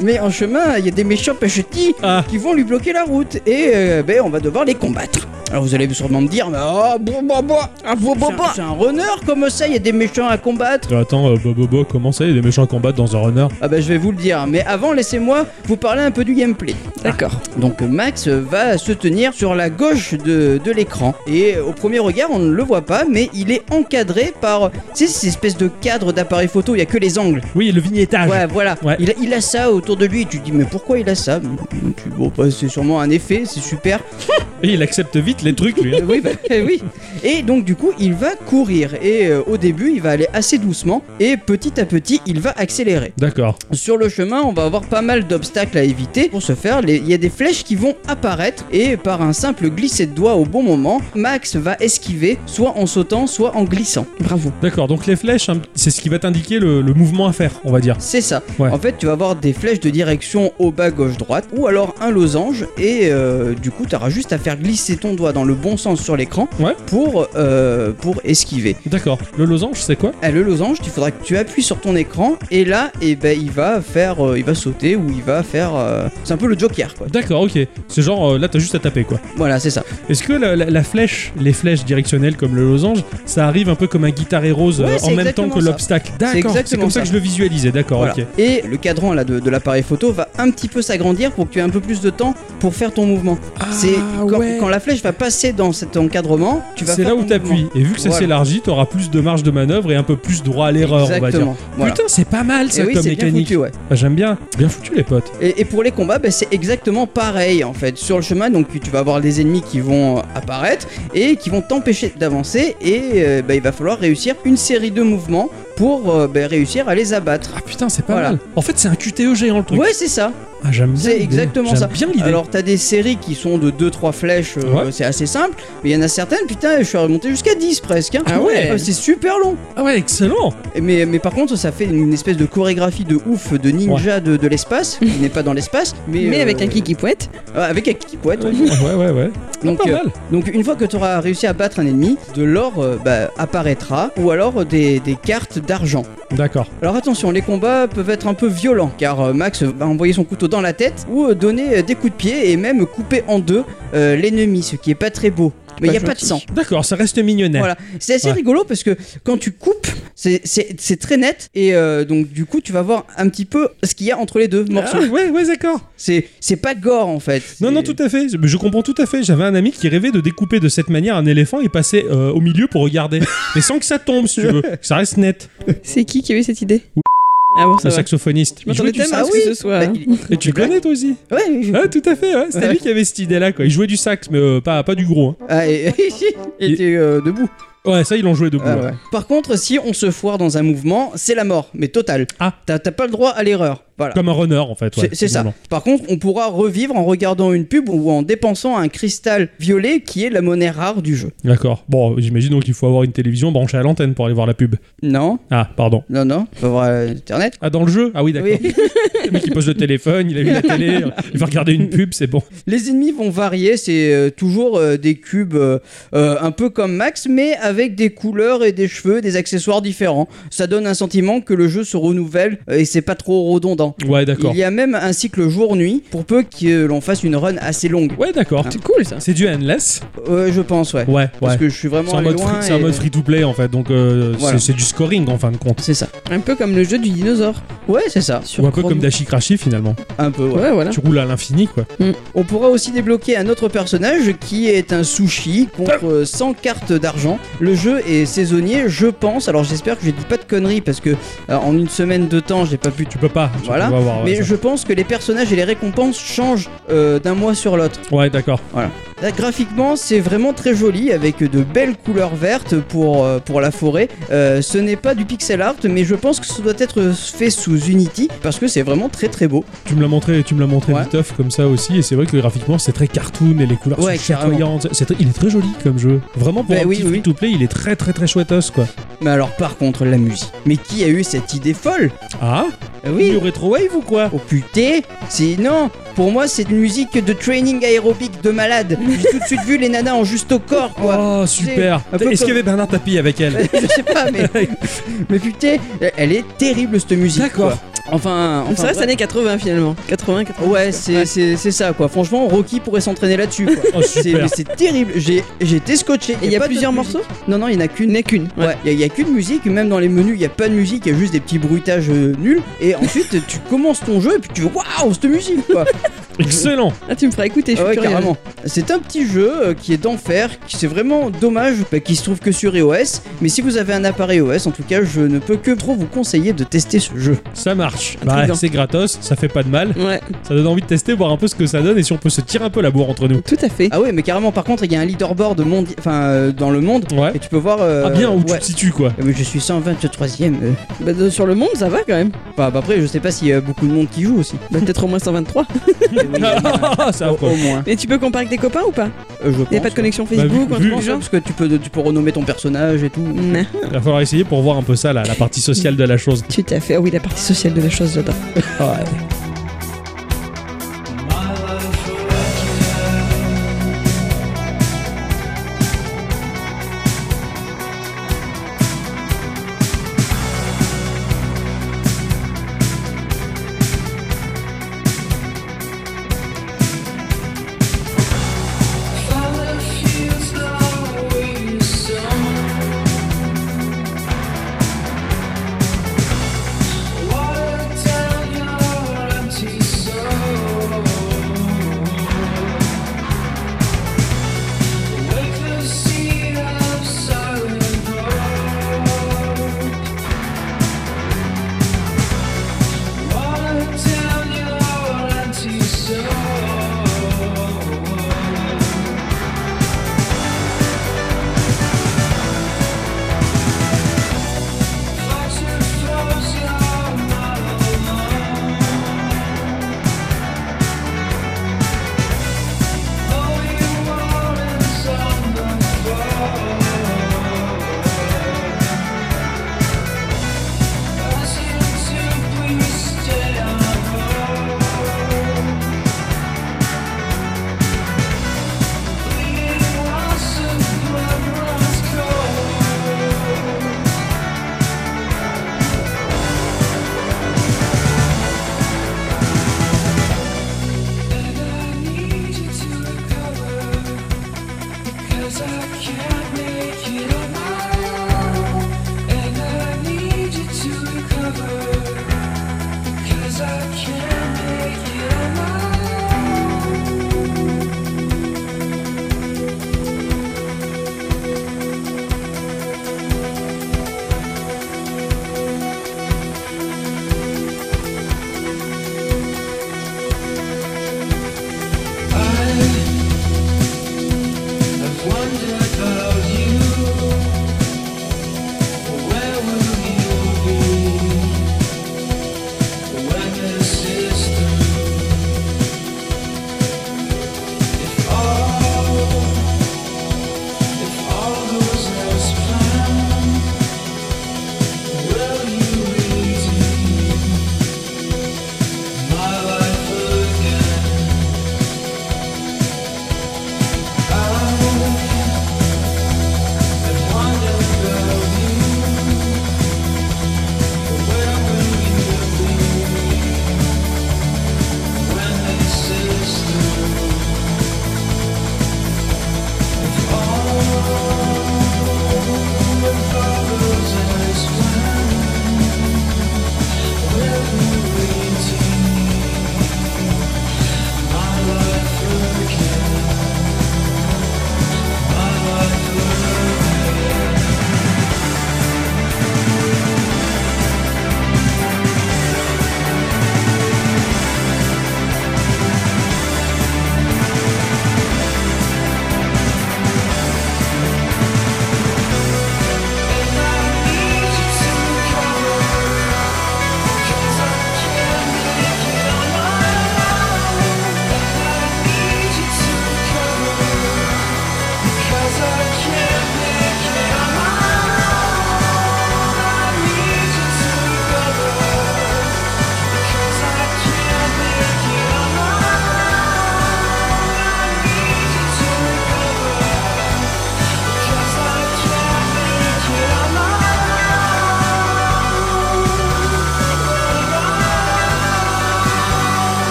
Speaker 2: Mais en chemin, il y a des méchants pachetis
Speaker 1: Ah.
Speaker 2: qui vont lui bloquer la route et euh, ben, on va devoir les combattre. Alors vous allez sûrement me dire, mais oh, bon, bon, bon, ah, bon, bon, bon, c'est un runner comme ça, il y a des méchants à combattre.
Speaker 1: Attends, euh, Bobobo, comment ça Il y a des méchants à combattre dans un runner
Speaker 2: Ah bah je vais vous le dire, mais avant laissez-moi vous parler un peu du gameplay.
Speaker 3: D'accord.
Speaker 2: Donc euh, Max euh, va se tenir sur la gauche de, de l'écran et euh, au premier regard on ne le voit pas, mais il est encadré par, tu sais, ces espèces de cadres d'appareil photo, il y a que les angles.
Speaker 1: Oui, le vignettage.
Speaker 2: Ouais, voilà.
Speaker 1: Ah, Ouais.
Speaker 2: Il, a, il a ça autour de lui. Tu te dis, mais pourquoi il a ça Tu- Bon, bah, c'est sûrement un effet, c'est super.
Speaker 1: Et il accepte vite les trucs, lui. hein.
Speaker 2: Euh, oui, bah, *laughs* eh oui. Et donc, du coup, il va courir. Et euh, au début, il va aller assez doucement. Et petit à petit, il va accélérer.
Speaker 1: D'accord.
Speaker 2: Sur le chemin, on va avoir pas mal d'obstacles à éviter. Pour ce faire, les- il y a des flèches qui vont apparaître. Et par un simple glisser de doigt au bon moment, Max va esquiver, soit en sautant, soit en glissant.
Speaker 3: Bravo.
Speaker 1: D'accord, donc les flèches, hein, c'est ce qui va t'indiquer le, le mouvement à faire, on va dire.
Speaker 2: C'est ça.
Speaker 1: Ouais.
Speaker 2: En fait, tu vas avoir des flèches de direction au bas, gauche, droite, ou alors un losange, et euh, du coup, tu auras juste à faire glisser ton doigt dans le bon sens sur l'écran
Speaker 1: Ouais.
Speaker 2: pour, euh, pour esquiver.
Speaker 1: D'accord. Le losange, c'est quoi
Speaker 2: Ah, le losange, il faudra que tu appuies sur ton écran, et là, eh ben, il va faire, euh, il va sauter ou il va faire. euh, C'est un peu le Joker, quoi.
Speaker 1: D'accord, ok. C'est genre, euh, là, t'as juste à taper, quoi.
Speaker 2: Voilà, c'est ça.
Speaker 1: Est-ce que la, la- la flèche, les flèches directionnelles comme le losange, ça arrive un peu comme un guitare rose euh,
Speaker 2: Ouais, c'est
Speaker 1: en même temps
Speaker 2: exactement
Speaker 1: que
Speaker 2: ça.
Speaker 1: l'obstacle D'accord, c'est
Speaker 2: exactement
Speaker 1: comme ça que
Speaker 2: ça.
Speaker 1: je le visualisais, d'accord,
Speaker 2: Voilà.
Speaker 1: ok.
Speaker 2: Et le cadran là de, de l'appareil photo va un petit peu s'agrandir pour que tu aies un peu plus de temps pour faire ton mouvement. Ah, c'est quand,
Speaker 1: Ah, ouais.
Speaker 2: quand la flèche va passer dans cet encadrement, tu vas
Speaker 1: C'est là
Speaker 2: faire
Speaker 1: où
Speaker 2: ton mouvement.
Speaker 1: t'appuies. Et vu que ça
Speaker 2: Voilà.
Speaker 1: s'élargit, t'auras plus de marge de manœuvre et un peu plus droit à l'erreur, on va dire.
Speaker 2: Exactement. Voilà.
Speaker 1: Putain, c'est pas mal ça
Speaker 2: Et oui,
Speaker 1: comme
Speaker 2: c'est bien
Speaker 1: mécanique.
Speaker 2: foutu, ouais.
Speaker 1: Bah, J'aime bien. Bien foutu, les potes.
Speaker 2: Et, et pour les combats, bah, c'est exactement pareil en fait. Sur le chemin, donc tu vas avoir des ennemis qui vont euh, apparaître et qui vont t'empêcher d'avancer. Et euh, bah, il va falloir réussir une série de mouvements pour euh, ben, réussir à les abattre.
Speaker 1: Ah putain, c'est pas
Speaker 2: Voilà.
Speaker 1: mal. En fait, c'est un QTE géant le truc.
Speaker 2: Ouais, c'est ça.
Speaker 1: Ah, j'aime bien.
Speaker 2: C'est
Speaker 1: l'idée.
Speaker 2: exactement
Speaker 1: J'aime
Speaker 2: ça.
Speaker 1: bien l'idée.
Speaker 2: Alors t'as des séries qui sont de 2-3 flèches, euh,
Speaker 1: Ouais.
Speaker 2: c'est assez simple, mais il y en a certaines, putain, je suis remonté jusqu'à 10 presque. hein.
Speaker 1: Ah ouais.
Speaker 2: C'est super long
Speaker 1: Ah ouais, excellent.
Speaker 2: mais, mais par contre, ça fait une espèce de chorégraphie de ouf de ninja de, de
Speaker 1: *laughs*
Speaker 2: l'espace, qui n'est pas dans l'espace, mais.
Speaker 3: Mais
Speaker 2: euh,
Speaker 3: avec un kiki pouette.
Speaker 2: ah, Avec un kick poète, *laughs* ouais.
Speaker 1: ouais, ouais, ouais. *laughs*
Speaker 2: Donc,
Speaker 1: pas
Speaker 2: euh,
Speaker 1: mal.
Speaker 2: donc une fois que tu auras réussi à battre un ennemi, de l'or euh, bah, apparaîtra, ou alors des, des cartes d'argent.
Speaker 1: D'accord.
Speaker 2: Alors attention, les combats peuvent être un peu violents, car euh, Max va envoyer son couteau dans la tête, ou euh, donner euh, des coups de pied, et même couper en deux euh, l'ennemi, ce qui est pas très beau. Mais il n'y a pas de sang.
Speaker 1: D'accord, ça reste mignonnet.
Speaker 2: Voilà, c'est assez
Speaker 1: Ouais.
Speaker 2: rigolo parce que quand tu coupes, c'est- c'est c'est très net et euh, donc du coup tu vas voir un petit peu ce qu'il y a entre les deux morceaux.
Speaker 1: Ah, ouais, ouais, d'accord.
Speaker 2: C'est c'est pas gore en fait.
Speaker 1: Non, non, tout à fait. Je je comprends tout à fait. J'avais un ami qui rêvait de découper de cette manière un éléphant et passer euh, au milieu pour
Speaker 2: *laughs*
Speaker 1: regarder. Mais sans que ça tombe, si tu veux. Que Ça reste net.
Speaker 3: C'est qui qui a eu cette idée Ah bon, ça
Speaker 1: Le
Speaker 3: va.
Speaker 1: saxophoniste.
Speaker 3: Je m'attendais
Speaker 1: Il jouait du
Speaker 3: tellement à
Speaker 1: sax.
Speaker 3: ce que ce soit.
Speaker 1: Et tu le connais toi
Speaker 2: *laughs*
Speaker 1: aussi
Speaker 2: Bah, Ouais, je-
Speaker 1: Ah, tout à fait, ouais. C'était
Speaker 2: Ouais.
Speaker 1: lui qui avait cette idée-là, quoi. Il jouait du sax, mais euh, pas, pas du gros. hein.
Speaker 2: Ah, et et t'es euh, debout.
Speaker 1: Ouais, ça, ils l'ont joué debout.
Speaker 2: Ah,
Speaker 1: ouais.
Speaker 2: ouais. Par contre, si on se foire dans un mouvement, c'est la mort, mais totale.
Speaker 1: Ah.
Speaker 2: T'as t'as pas le droit à l'erreur. Voilà.
Speaker 1: Comme un runner, en fait. ouais,
Speaker 2: C'est- c'est ça.
Speaker 1: finalement.
Speaker 2: Par contre, on pourra revivre en regardant une pub ou en dépensant un cristal violet qui est la monnaie rare du jeu.
Speaker 1: D'accord. Bon, j'imagine donc qu'il faut avoir une télévision branchée à l'antenne pour aller voir la pub.
Speaker 2: Non,
Speaker 1: Ah, pardon.
Speaker 2: non, non, faut voir euh, internet.
Speaker 1: Ah, dans le jeu Ah oui, d'accord.
Speaker 2: Oui. *laughs*
Speaker 1: Le mec, il pose le téléphone, il a vu la télé, il va regarder une pub, c'est bon.
Speaker 2: Les ennemis vont varier, c'est euh, toujours euh, des cubes euh, euh, un peu comme Max, mais avec des couleurs et des cheveux, des accessoires différents. Ça donne un sentiment que le jeu se renouvelle euh, et c'est pas trop redondant.
Speaker 1: Ouais, d'accord.
Speaker 2: Il y a même un cycle jour-nuit pour peu que l'on fasse une run assez longue.
Speaker 1: Ouais, d'accord.
Speaker 3: C'est cool ça.
Speaker 1: C'est du endless
Speaker 2: Euh, je pense, ouais.
Speaker 1: Ouais,
Speaker 2: Ah. Parce
Speaker 1: ouais.
Speaker 2: que je suis vraiment
Speaker 1: C'est un
Speaker 2: allé
Speaker 1: mode,
Speaker 2: loin.
Speaker 1: free, c'est un
Speaker 2: et-
Speaker 1: mode free to play en fait, donc euh, c'est-
Speaker 2: Voilà.
Speaker 1: c'est du scoring en fin de compte.
Speaker 2: C'est ça.
Speaker 3: Un peu comme le jeu du dinosaure.
Speaker 2: Ouais, c'est ça.
Speaker 3: Sur
Speaker 1: Ou un peu
Speaker 3: Chrome.
Speaker 1: comme Dashi Crashi finalement.
Speaker 2: Un peu, ouais.
Speaker 3: Ouais, voilà.
Speaker 1: Tu roules à l'infini quoi.
Speaker 2: On pourra aussi débloquer un autre personnage qui est un sushi contre euh, 100 cartes d'argent. Le jeu est saisonnier, je pense. Alors j'espère que je dis pas de conneries parce que euh, en une semaine de temps, j'ai pas pu.
Speaker 1: Tu peux pas. tu
Speaker 2: Voilà.
Speaker 1: peux pas avoir, ouais,
Speaker 2: Mais
Speaker 1: ça.
Speaker 2: je pense que les personnages et les récompenses changent euh, d'un mois sur l'autre.
Speaker 1: Ouais, d'accord.
Speaker 2: Là, graphiquement, c'est vraiment très joli avec de belles couleurs vertes pour, euh, pour la forêt. Euh, ce n'est pas du pixel art, mais je pense que ça doit être fait sous Unity parce que c'est vraiment très très beau.
Speaker 1: Tu me l'as montré, tu me l'as montré
Speaker 2: Ouais.
Speaker 1: vite off comme ça aussi, et c'est vrai que graphiquement c'est très cartoon et les couleurs
Speaker 2: Ouais,
Speaker 1: sont
Speaker 2: carrément.
Speaker 1: chatoyantes. C'est très- il est très joli comme jeu. Vraiment pour
Speaker 2: Ben
Speaker 1: un
Speaker 2: oui,
Speaker 1: petit
Speaker 2: oui.
Speaker 1: free to play, il est très très très chouettos quoi.
Speaker 2: Mais alors, par contre, la musique. Mais qui a eu cette idée folle
Speaker 1: Ah
Speaker 2: Ah Oui,
Speaker 1: Du retrowave ou quoi
Speaker 2: Oh putain, c'est non Pour moi, c'est une musique de training aérobic de malade. J'ai tout de suite vu les nanas en juste au corps, quoi.
Speaker 1: Oh super
Speaker 2: un
Speaker 1: Est-ce
Speaker 2: peu
Speaker 1: qu'il y
Speaker 2: comme-
Speaker 1: avait Bernard Tapie avec elle
Speaker 2: *laughs* Je sais pas, mais, mais putain, elle est terrible cette musique.
Speaker 1: D'accord.
Speaker 2: quoi. Enfin,
Speaker 3: Donc ça
Speaker 2: enfin
Speaker 3: reste années 80 finalement. 80, 80.
Speaker 2: Ouais, c'est c'est- c'est ça quoi. Franchement, Rocky pourrait s'entraîner là-dessus.
Speaker 3: *laughs*
Speaker 2: quoi.
Speaker 1: Oh
Speaker 2: *laughs* C'est
Speaker 1: super
Speaker 2: mais c'est terrible. J'ai j'ai été scotché.
Speaker 3: Et il y a
Speaker 2: pas de
Speaker 3: plusieurs
Speaker 2: musique.
Speaker 3: morceaux
Speaker 2: Non, non, il y en a qu'une.
Speaker 3: Il n'y en a qu'une.
Speaker 2: Ouais, il n'y a, qu'une musique, même dans les menus, il n'y a pas de musique, il y a juste des petits bruitages euh, nuls. Et ensuite, tu commences ton jeu et puis tu waouh, cette musique quoi.
Speaker 1: Excellent
Speaker 3: Ah, tu me feras écouter, je suis
Speaker 2: Ouais,
Speaker 3: curieuse.
Speaker 2: carrément. C'est un petit jeu euh, qui est d'enfer, qui c'est vraiment dommage bah, qu'il se trouve que sur iOS, mais si vous avez un appareil iOS, en tout cas, je ne peux que trop vous conseiller de tester ce
Speaker 1: *laughs*
Speaker 2: jeu.
Speaker 1: Ça marche
Speaker 3: Intriguant.
Speaker 1: Bah, C'est gratos, ça fait pas de mal,
Speaker 3: Ouais,
Speaker 1: ça donne envie de tester, voir un peu ce que ça donne et si on peut se tirer un peu la bourre entre nous.
Speaker 3: tout à fait.
Speaker 2: Ah ouais, mais carrément, par contre, il y a un leaderboard mondi- enfin, euh, dans le monde,
Speaker 1: Ouais.
Speaker 2: et tu peux voir... euh,
Speaker 1: Ah bien, où tu
Speaker 2: ouais.
Speaker 1: te situes quoi *laughs*
Speaker 2: Euh, mais je suis 123ème. euh.
Speaker 3: Bah, de- sur le monde, ça va quand même.
Speaker 2: Enfin, bah, après, je sais pas s'il y a beaucoup de monde qui joue
Speaker 1: *laughs*
Speaker 2: aussi.
Speaker 3: Bah, peut-être au moins 123.
Speaker 2: Mais oui,
Speaker 1: Ah, ça
Speaker 2: Au,
Speaker 1: approche.
Speaker 2: au moins,
Speaker 3: Mais tu peux comparer avec tes copains ou pas
Speaker 2: euh, je
Speaker 3: Il n'y a
Speaker 2: pense,
Speaker 3: pas de
Speaker 2: quoi.
Speaker 3: connexion
Speaker 1: Bah, vu-
Speaker 3: Facebook ou un
Speaker 1: Ah, vu-
Speaker 3: truc du genre
Speaker 2: Parce que tu peux, tu peux renommer ton personnage et tout.
Speaker 3: Non,
Speaker 1: Il
Speaker 2: oh.
Speaker 1: va falloir essayer pour voir un peu ça, là, la partie sociale de la chose.
Speaker 3: tout à fait. Ah oui, la partie sociale de la chose, j'adore.
Speaker 5: Water down your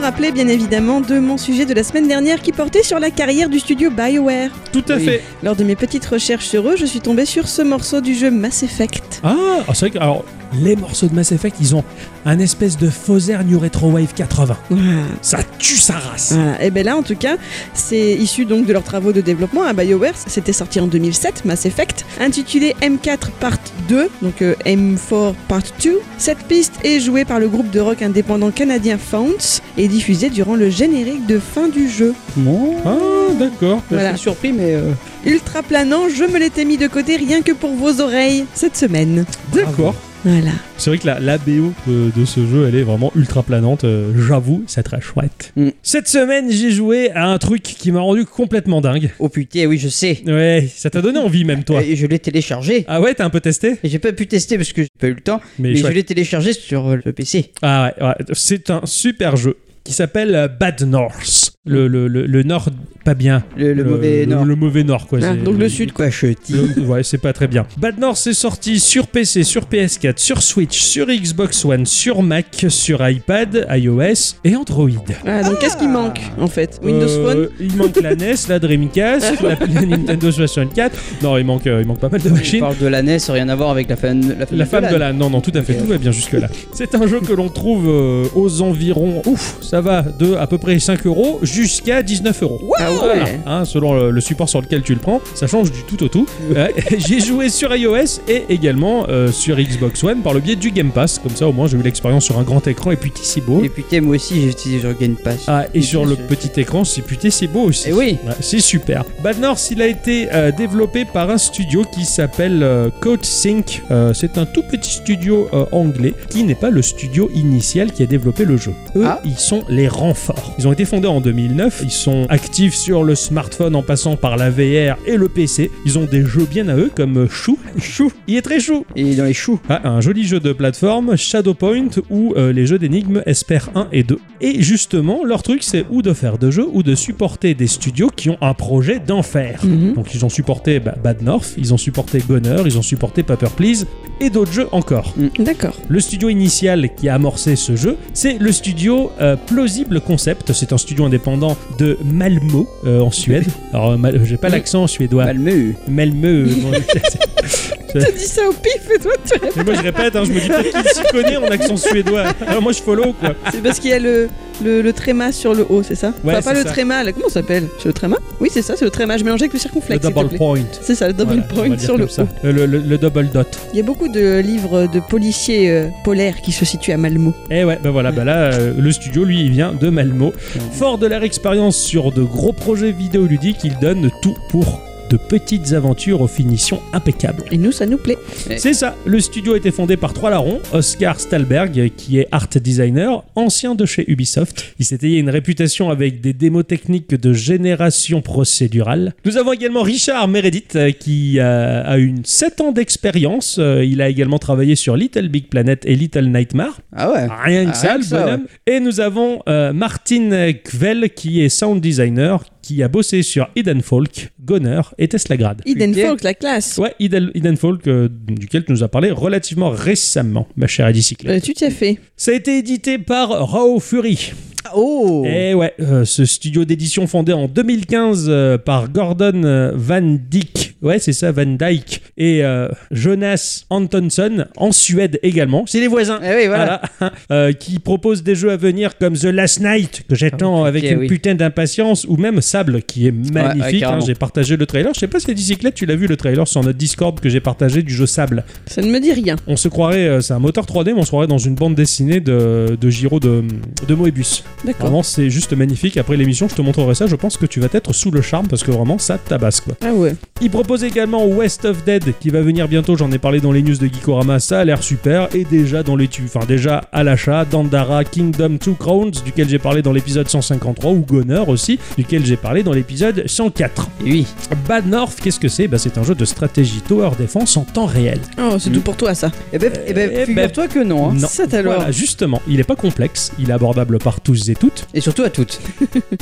Speaker 3: rappeler bien évidemment de mon sujet de la semaine dernière qui portait sur la carrière du studio BioWare.
Speaker 1: Tout à
Speaker 2: Oui.
Speaker 1: fait.
Speaker 3: Lors de mes petites recherches sur eux, je suis tombée sur ce morceau du jeu Mass Effect.
Speaker 1: Ah, ah, c'est vrai que alors, les morceaux de Mass Effect, ils ont un espèce de faux air New Retrowave 80.
Speaker 3: Voilà.
Speaker 1: Ça tue sa race.
Speaker 2: Mm.
Speaker 3: Voilà. Et bien là, en tout cas, c'est issu donc de leurs travaux de développement à BioWare. C'était sorti en 2007, Mass Effect, intitulé M4 Part 2, donc euh, M4 Part 2. Cette piste est jouée par le groupe de rock indépendant canadien Founce et diffusée durant le générique de fin du jeu.
Speaker 2: Bon,
Speaker 1: Ah, d'accord.
Speaker 2: je
Speaker 3: Voilà.
Speaker 2: suis surpris, mais. euh,
Speaker 3: Ultra planant, je me l'étais mis de côté rien que pour vos oreilles cette semaine.
Speaker 1: D'accord.
Speaker 3: Voilà.
Speaker 1: C'est vrai que la, la BO de, de ce jeu, elle est vraiment ultra planante. euh, J'avoue, c'est très chouette.
Speaker 2: Mm.
Speaker 1: Cette semaine, j'ai joué à un truc qui m'a rendu complètement dingue.
Speaker 2: Oh putain, oui, je sais.
Speaker 1: Ouais, ça t'a donné envie même, toi.
Speaker 2: Et je l'ai téléchargé.
Speaker 1: Ah ouais, t'as un peu testé
Speaker 2: Et j'ai pas pu tester parce que j'ai pas eu le temps,
Speaker 1: Mais
Speaker 2: mais je
Speaker 1: chouette.
Speaker 2: l'ai téléchargé sur euh, le PC.
Speaker 1: Ah ouais, ouais. c'est un super jeu qui s'appelle euh, Bad North. Le, le, le, le Nord, pas bien.
Speaker 2: Le, le mauvais.
Speaker 1: le,
Speaker 2: non.
Speaker 1: le mauvais Nord, quoi.
Speaker 2: Hein,
Speaker 1: c'est-
Speaker 2: donc le sud, quoi, chutty.
Speaker 1: Le- ouais, c'est pas très bien. Bad North c'est sorti sur PC, sur PS4, sur Switch, sur Xbox One, sur Mac, sur iPad, iOS et Android.
Speaker 3: Voilà, Ah, donc qu'est-ce qui manque en fait Windows Phone
Speaker 1: Ah. Euh, Il manque
Speaker 3: *laughs*
Speaker 1: la NES, la Dreamcast, la, E la Nintendo 64. Non, il manque, euh, il manque pas mal de
Speaker 2: On
Speaker 1: machines.
Speaker 2: parle de la NES, rien à voir avec la femme, la
Speaker 1: La femme de
Speaker 2: la.
Speaker 1: la... Non, non, tout à fait,
Speaker 2: Ok.
Speaker 1: tout va bien jusque-là. C'est un jeu que l'on trouve euh, aux environs, ouf, ça va, de à peu près 5 euros jusqu'à 19 euros.
Speaker 3: Ah ouais.
Speaker 1: Voilà, hein, selon le, le support sur lequel tu le prends, ça change du tout au tout. Euh, *laughs* J'ai joué sur iOS et également euh, sur Xbox One par le biais du Game Pass. Comme ça, au moins, j'ai eu l'expérience sur un grand écran et putain, c'est beau.
Speaker 2: Et putain, moi aussi, j'ai utilisé sur Game Pass.
Speaker 1: Ah, et sur le
Speaker 2: c'est-
Speaker 1: petit écran, c'est putain, c'est beau aussi.
Speaker 2: Et oui,
Speaker 1: Ouais, c'est super. Bad North, il a été euh, développé par un studio qui s'appelle euh, Code Sync. Euh, c'est un tout petit studio euh, anglais qui n'est pas le studio initial qui a développé le jeu. Eux,
Speaker 2: Ah.
Speaker 1: ils sont les renforts. Ils ont été fondés en 2009. Ils sont actifs sur le smartphone en passant par la VR et le PC. Ils ont des jeux bien à eux comme euh, Chou. Chou, il est très chou.
Speaker 2: et dans les choux.
Speaker 1: Ah, un joli jeu de plateforme, Shadowpoint, ou euh, les jeux d'énigmes Esper 1 et 2. Et justement, leur truc, c'est ou de faire de jeux ou de supporter des studios qui ont un projet d'en faire.
Speaker 3: Mhm.
Speaker 1: Donc ils ont supporté bah, Bad North, ils ont supporté Gunner, ils ont supporté Paper Please et d'autres jeux encore.
Speaker 3: D'accord. *laughs*
Speaker 1: Le studio initial qui a amorcé ce jeu, c'est le studio euh, Plausible Concept. C'est un studio indépendant de Malmo euh, en Suède. Alors euh, Mal- j'ai pas
Speaker 2: Oui.
Speaker 1: l'accent suédois.
Speaker 2: Malmeux.
Speaker 1: Malmö. euh, bon, c'est-
Speaker 3: T'as dit ça au pif et toi tu
Speaker 1: mais moi je répète, hein, je me dis peut-être qu'il s'y connaît en accent suédois. Alors moi je follow quoi.
Speaker 3: C'est parce qu'il y a le, le, le tréma sur le haut, c'est ça
Speaker 1: Ouais,
Speaker 3: Enfin, pas
Speaker 1: c'est
Speaker 3: le
Speaker 1: ça.
Speaker 3: tréma, là, comment ça s'appelle C'est le tréma Oui, c'est ça, c'est le tréma. Je mélangeais avec le
Speaker 1: Le
Speaker 3: circonflexe. s'il te
Speaker 1: double
Speaker 3: plaît.
Speaker 1: point.
Speaker 3: C'est ça, le double
Speaker 1: Voilà, on va
Speaker 3: point
Speaker 1: dire
Speaker 3: sur le
Speaker 1: comme ça.
Speaker 3: haut.
Speaker 1: Euh, Le, le- le double dot.
Speaker 3: Il y a beaucoup de livres de policiers euh, polaires qui se situent à Malmo.
Speaker 1: Et ouais, bah voilà, bah là, euh, le studio, lui, il vient de Malmo. Fort de leur expérience sur de gros projets vidéoludiques, ils donnent tout pour de petites aventures aux finitions impeccables.
Speaker 3: Et nous, ça nous plaît.
Speaker 1: C'est ça, le studio a été fondé par trois larrons, Oscar Stalberg, qui est art designer, ancien de chez Ubisoft. Il s'est taillé une réputation avec des démos techniques de génération procédurale. Nous avons également Richard Meredith, euh, qui euh, a une 7 ans d'expérience. Euh, Il a également travaillé sur Little Big Planet et Little Nightmare.
Speaker 2: Ah ouais.
Speaker 1: Rien que
Speaker 2: Ah,
Speaker 1: ça,
Speaker 2: rien
Speaker 1: le
Speaker 2: que ça,
Speaker 1: bonhomme. Et nous avons euh, Martin Kvel, qui est sound designer, qui a bossé sur Hidden Folk, Goner et Tesla Grad.
Speaker 3: Hidden
Speaker 2: Putain.
Speaker 3: Folk, la classe.
Speaker 1: Ouais, Hidden, Hidden Folk, euh, duquel tu nous as parlé relativement récemment, ma chère Adicyclette.
Speaker 3: Euh, tu t'y as fait.
Speaker 1: Ça a été édité par Raw Fury.
Speaker 2: Oh
Speaker 1: Et ouais, euh, ce studio d'édition fondé en 2015 euh, par Gordon euh, Van Dyck. Ouais, c'est ça, Van Dyck. Et euh, Jonas Antonsen, en Suède également. C'est les voisins.
Speaker 2: Eh oui, voilà.
Speaker 1: Voilà. *laughs* Euh, qui propose des jeux à venir comme The Last Night, que j'attends
Speaker 2: Ah oui,
Speaker 1: avec
Speaker 2: ok,
Speaker 1: une
Speaker 2: oui.
Speaker 1: putain d'impatience, ou même Sable, qui est magnifique.
Speaker 2: ouais, carrément.
Speaker 1: hein, j'ai partagé le trailer. Je sais pas si Dicyclette, tu l'as vu le trailer sur notre Discord que j'ai partagé du jeu Sable.
Speaker 3: Ça ne me dit rien.
Speaker 1: On se croirait, euh, c'est un moteur 3D, mais on se croirait dans une bande dessinée de, de Giro de, de Moebius.
Speaker 2: Ah.
Speaker 3: D'accord.
Speaker 1: Vraiment, c'est juste magnifique. Après l'émission, je te montrerai ça. Je pense que tu vas être sous le charme parce que vraiment, ça tabasse quoi.
Speaker 3: Ah ouais.
Speaker 1: Il propose également West of Dead qui va venir bientôt, j'en ai parlé dans les news de Geekorama, ça a l'air super, et déjà dans les tu- enfin déjà à l'achat, Dandara, Kingdom Two Crowns, duquel j'ai parlé dans l'épisode 153, ou Goner aussi, duquel j'ai parlé dans l'épisode 104.
Speaker 2: Et oui.
Speaker 1: Bad North, qu'est-ce que c'est Bah, C'est un jeu de stratégie tower défense en temps réel.
Speaker 3: Oh, c'est
Speaker 2: Mm.
Speaker 3: tout pour toi, ça.
Speaker 2: Eh ben, eh ben,
Speaker 1: Eh ben.
Speaker 2: figure-toi que non. hein.
Speaker 1: Non.
Speaker 3: ça, alors.
Speaker 1: Voilà, justement, il est pas complexe, il est abordable par tous et toutes,
Speaker 2: Et surtout à toutes.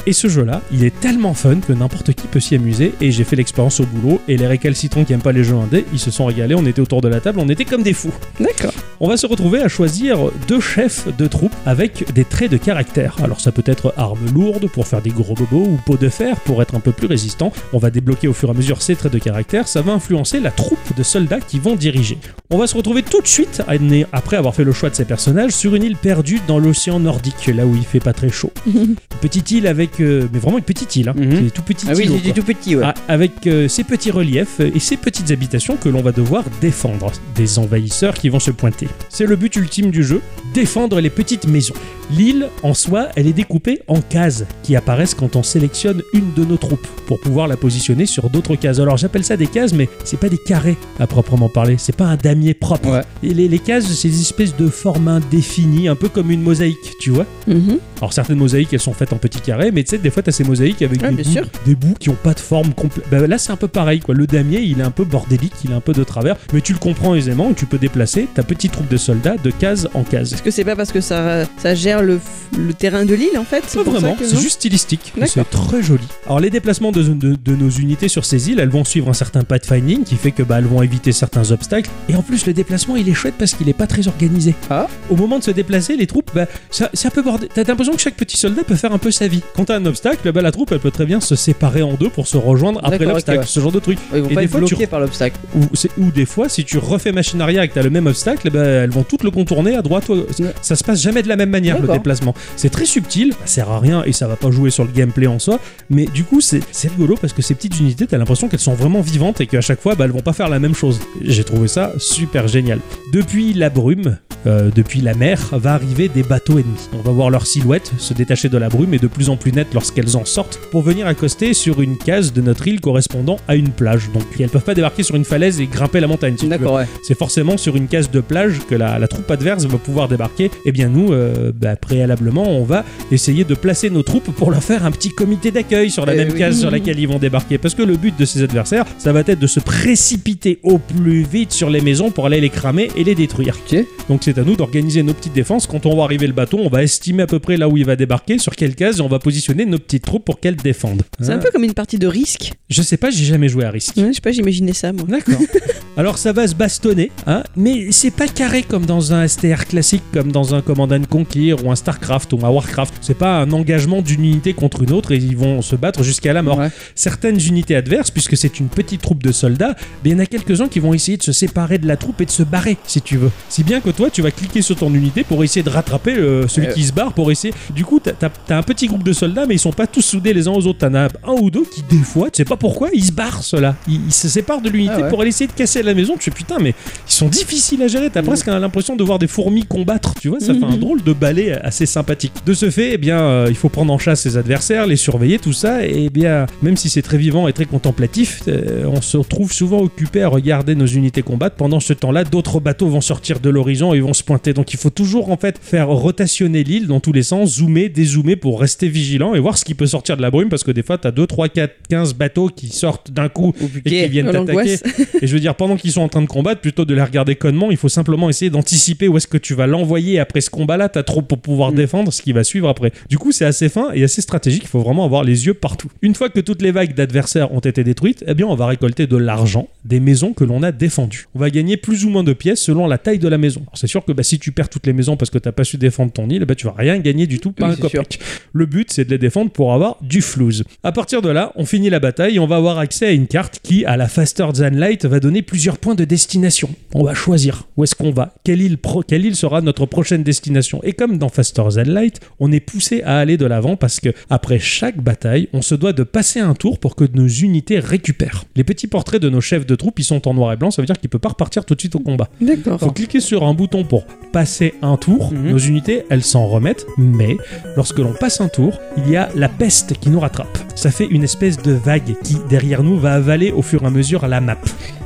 Speaker 1: et ce jeu-là, il est tellement fun que n'importe qui peut s'y amuser, et j'ai fait l'expérience au boulot, et les récalcitrants qui aiment pas les jeux indés, ils se sont régalés, on était autour de la table, on était comme des fous.
Speaker 3: D'accord.
Speaker 1: On va se retrouver à choisir deux chefs de troupe avec des traits de caractère. Alors ça peut être arme lourde pour faire des gros bobos ou peau de fer pour être un peu plus résistant. On va débloquer au fur et à mesure ces traits de caractère, ça va influencer la troupe de soldats qui vont diriger. On va se retrouver tout de suite, année après avoir fait le choix de ces personnages, sur une île perdue dans l'océan nordique, là où il fait pas très
Speaker 2: *laughs*
Speaker 1: chaud. Une petite île avec... euh, mais vraiment une petite île, hein.
Speaker 2: Mhm.
Speaker 1: C'est des tout petit
Speaker 2: Ah oui,
Speaker 1: îlots,
Speaker 2: j'ai dit
Speaker 1: quoi.
Speaker 2: tout petit, ouais.
Speaker 1: Ah, avec euh, ces petits reliefs et ces petites habitations que l'on va devoir défendre des envahisseurs qui vont se pointer. C'est le but ultime du jeu, défendre les petites maisons. L'île, en soi, elle est découpée en cases qui apparaissent quand on sélectionne une de nos troupes pour pouvoir la positionner sur d'autres cases. Alors j'appelle ça des cases, mais c'est pas des carrés à proprement parler, c'est pas un damier propre.
Speaker 2: Ouais.
Speaker 1: Et les, les cases, c'est des espèces de formes indéfinies, un peu comme une mosaïque, tu vois.
Speaker 3: Mhm.
Speaker 1: Alors certaines mosaïques elles sont faites en petits carrés, mais tu sais des fois t'as ces mosaïques avec
Speaker 3: Ouais,
Speaker 1: des,
Speaker 3: bien
Speaker 1: bouts,
Speaker 3: sûr.
Speaker 1: des bouts qui ont pas de forme complète. Bah, là c'est un peu pareil quoi. Le damier il est un peu bordélique, il est un peu de travers, mais tu le comprends aisément et tu peux déplacer ta petite troupe de soldats de case en case.
Speaker 3: Parce que c'est pas parce que ça, ça gère le, f- le terrain de l'île en fait
Speaker 1: Pas
Speaker 3: pour ça
Speaker 1: vraiment,
Speaker 3: que-
Speaker 1: c'est
Speaker 3: non
Speaker 1: juste stylistique.
Speaker 3: D'accord.
Speaker 1: C'est très joli. Alors les déplacements de, de- de nos unités sur ces îles, elles vont suivre un certain pathfinding qui fait que bah, elles vont éviter certains obstacles. Et en plus le déplacement il est chouette parce qu'il est pas très organisé.
Speaker 2: Ah.
Speaker 1: Au moment de se déplacer, les troupes, bah, ça- c'est un peu bordé. T'as l'impression que chaque petit soldat peut faire un peu sa vie. Quand t'as un obstacle, bah, la troupe elle peut très bien se séparer en deux pour se rejoindre après
Speaker 2: D'accord, ok,
Speaker 1: l'obstacle.
Speaker 2: ouais.
Speaker 1: Ce genre de truc.
Speaker 2: Ils vont
Speaker 1: Et
Speaker 2: pas
Speaker 1: des
Speaker 2: être
Speaker 1: fois, tu-
Speaker 2: bloqués par l'obstacle.
Speaker 1: Ou, c'est- ou des fois, si tu refais machine arrière et que t'as le même obstacle, bah, elles vont toutes le contourner à droite. ou à-
Speaker 2: Ouais.
Speaker 1: Ça se passe jamais de la même manière le
Speaker 2: D'accord.
Speaker 1: déplacement. C'est très subtil, ça sert à rien et ça va pas jouer sur le gameplay en soi. Mais du coup, c'est c'est rigolo parce que ces petites unités, t'as l'impression qu'elles sont vraiment vivantes et qu'à chaque fois, bah, elles vont pas faire la même chose. J'ai trouvé ça super génial. Depuis la brume, euh, depuis la mer, va arriver des bateaux ennemis. On va voir leur silhouette se détacher de la brume et de plus en plus nette lorsqu'elles en sortent pour venir accoster sur une case de notre île correspondant à une plage. Donc elles peuvent pas débarquer sur une falaise et grimper la montagne. si tu veux.
Speaker 2: D'accord, ouais.
Speaker 1: C'est forcément sur une case de plage que la, la troupe adverse va pouvoir débarquer. Et bien nous, euh, bah, préalablement, on va essayer de placer nos troupes pour leur faire un petit comité d'accueil sur la
Speaker 2: Eh
Speaker 1: même
Speaker 2: oui.
Speaker 1: case sur laquelle ils vont débarquer. Parce que le but de ces adversaires, ça va être de se précipiter au plus vite sur les maisons pour aller les cramer et les détruire.
Speaker 2: Ok.
Speaker 1: Donc c'est à nous d'organiser nos petites défenses. Quand on va arriver le bâton, on va estimer à peu près là où il va débarquer, sur quelle case, et on va positionner nos petites troupes pour qu'elles défendent.
Speaker 3: C'est un
Speaker 1: Hein
Speaker 3: peu comme une partie de risque.
Speaker 1: Je sais pas, j'ai jamais joué à risque.
Speaker 3: Ouais, je sais pas, j'imaginais ça moi.
Speaker 1: D'accord. *laughs* Alors ça va se bastonner, hein, mais c'est pas carré comme dans un STR classique, comme dans un Command and Conquer ou un StarCraft ou un Warcraft. C'est pas un engagement d'une unité contre une autre et ils vont se battre jusqu'à la mort.
Speaker 2: Ouais.
Speaker 1: Certaines unités adverses, puisque c'est une petite troupe de soldats, ben, il y en a quelques-uns qui vont essayer de se séparer de la troupe et de se barrer, si tu veux. Si bien que toi, tu vas cliquer sur ton unité pour essayer de rattraper euh, celui
Speaker 2: Euh.
Speaker 1: qui se barre, pour essayer. Du coup, t'as- t'as t'as un petit groupe de soldats, mais ils sont pas tous soudés les uns aux autres. T'en as un ou deux qui, des fois, tu sais pas pourquoi, ils se barrent, ceux-là. Ils, ils se séparent de l'unité
Speaker 2: Ah ouais.
Speaker 1: pour aller essayer de casser la maison. Tu fais putain, mais ils sont difficiles à gérer. T'as presque l'impression de voir des fourmis combattre, tu vois. Ça fait un
Speaker 3: Mhm.
Speaker 1: drôle de balai assez sympathique. De ce fait, eh bien, euh, il faut prendre en chasse ses adversaires, les surveiller, tout ça. Et eh bien, même si c'est très vivant et très contemplatif, euh, on se retrouve souvent occupé à regarder nos unités combattre. Pendant ce temps-là, d'autres bateaux vont sortir de l'horizon et vont se pointer. Donc, il faut toujours en fait faire rotationner l'île dans tous les sens, zoomer, dézoomer pour rester vigilant et voir ce qui peut sortir de la brume, parce que des fois, t'as 2, 3, 4, 15 bateaux qui sortent d'un coup
Speaker 2: Ou
Speaker 1: et qui
Speaker 2: buquet.
Speaker 1: viennent
Speaker 3: Oh,
Speaker 1: t'attaquer.
Speaker 3: l'angoisse.
Speaker 1: Et je veux dire, pendant qu'ils sont en train de combattre, plutôt de les regarder connement, il faut simplement essayer d'anticiper où est-ce que tu vas l'envoyer après ce combat-là. T'as trop pour pouvoir
Speaker 2: Mm.
Speaker 1: défendre ce qui va suivre après. Du coup, c'est assez fin et assez stratégique. Il faut vraiment avoir les yeux partout. Une fois que toutes les vagues d'adversaires ont été détruites, eh bien, on va récolter de l'argent des maisons que l'on a défendues. On va gagner plus ou moins de pièces selon la taille de la maison. Alors, c'est sûr que bah, si tu perds toutes les maisons parce que t'as pas su défendre ton île, bah, tu vas rien gagner du tout, pas
Speaker 2: Oui,
Speaker 1: un
Speaker 2: c'est
Speaker 1: copic.
Speaker 2: sûr.
Speaker 1: Le but, c'est de les défendre pour avoir du flouze. À partir de là, on finit la bataille et on va avoir accès à une carte qui, à la Faster Than Light, va donner plusieurs points de destination. On va choisir où est-ce qu'on va, quelle île, pro- quelle île sera notre prochaine destination. Et comme dans Faster Than Light, on est poussé à aller de l'avant parce que après chaque bataille, on se doit de passer un tour pour que nos unités récupèrent. Les petits portraits de nos chefs de troupe, ils sont en noir et blanc, ça veut dire qu'ils ne peuvent pas repartir tout de suite au combat.
Speaker 3: D'accord.
Speaker 1: Faut cliquer sur un bouton pour passer un tour.
Speaker 2: Mhm.
Speaker 1: Nos unités, elles s'en remettent, mais lorsque l'on passe un tour, il y a la peste qui nous rattrape. Ça fait une espèce de vague qui, derrière nous, va avaler au fur et à mesure la map.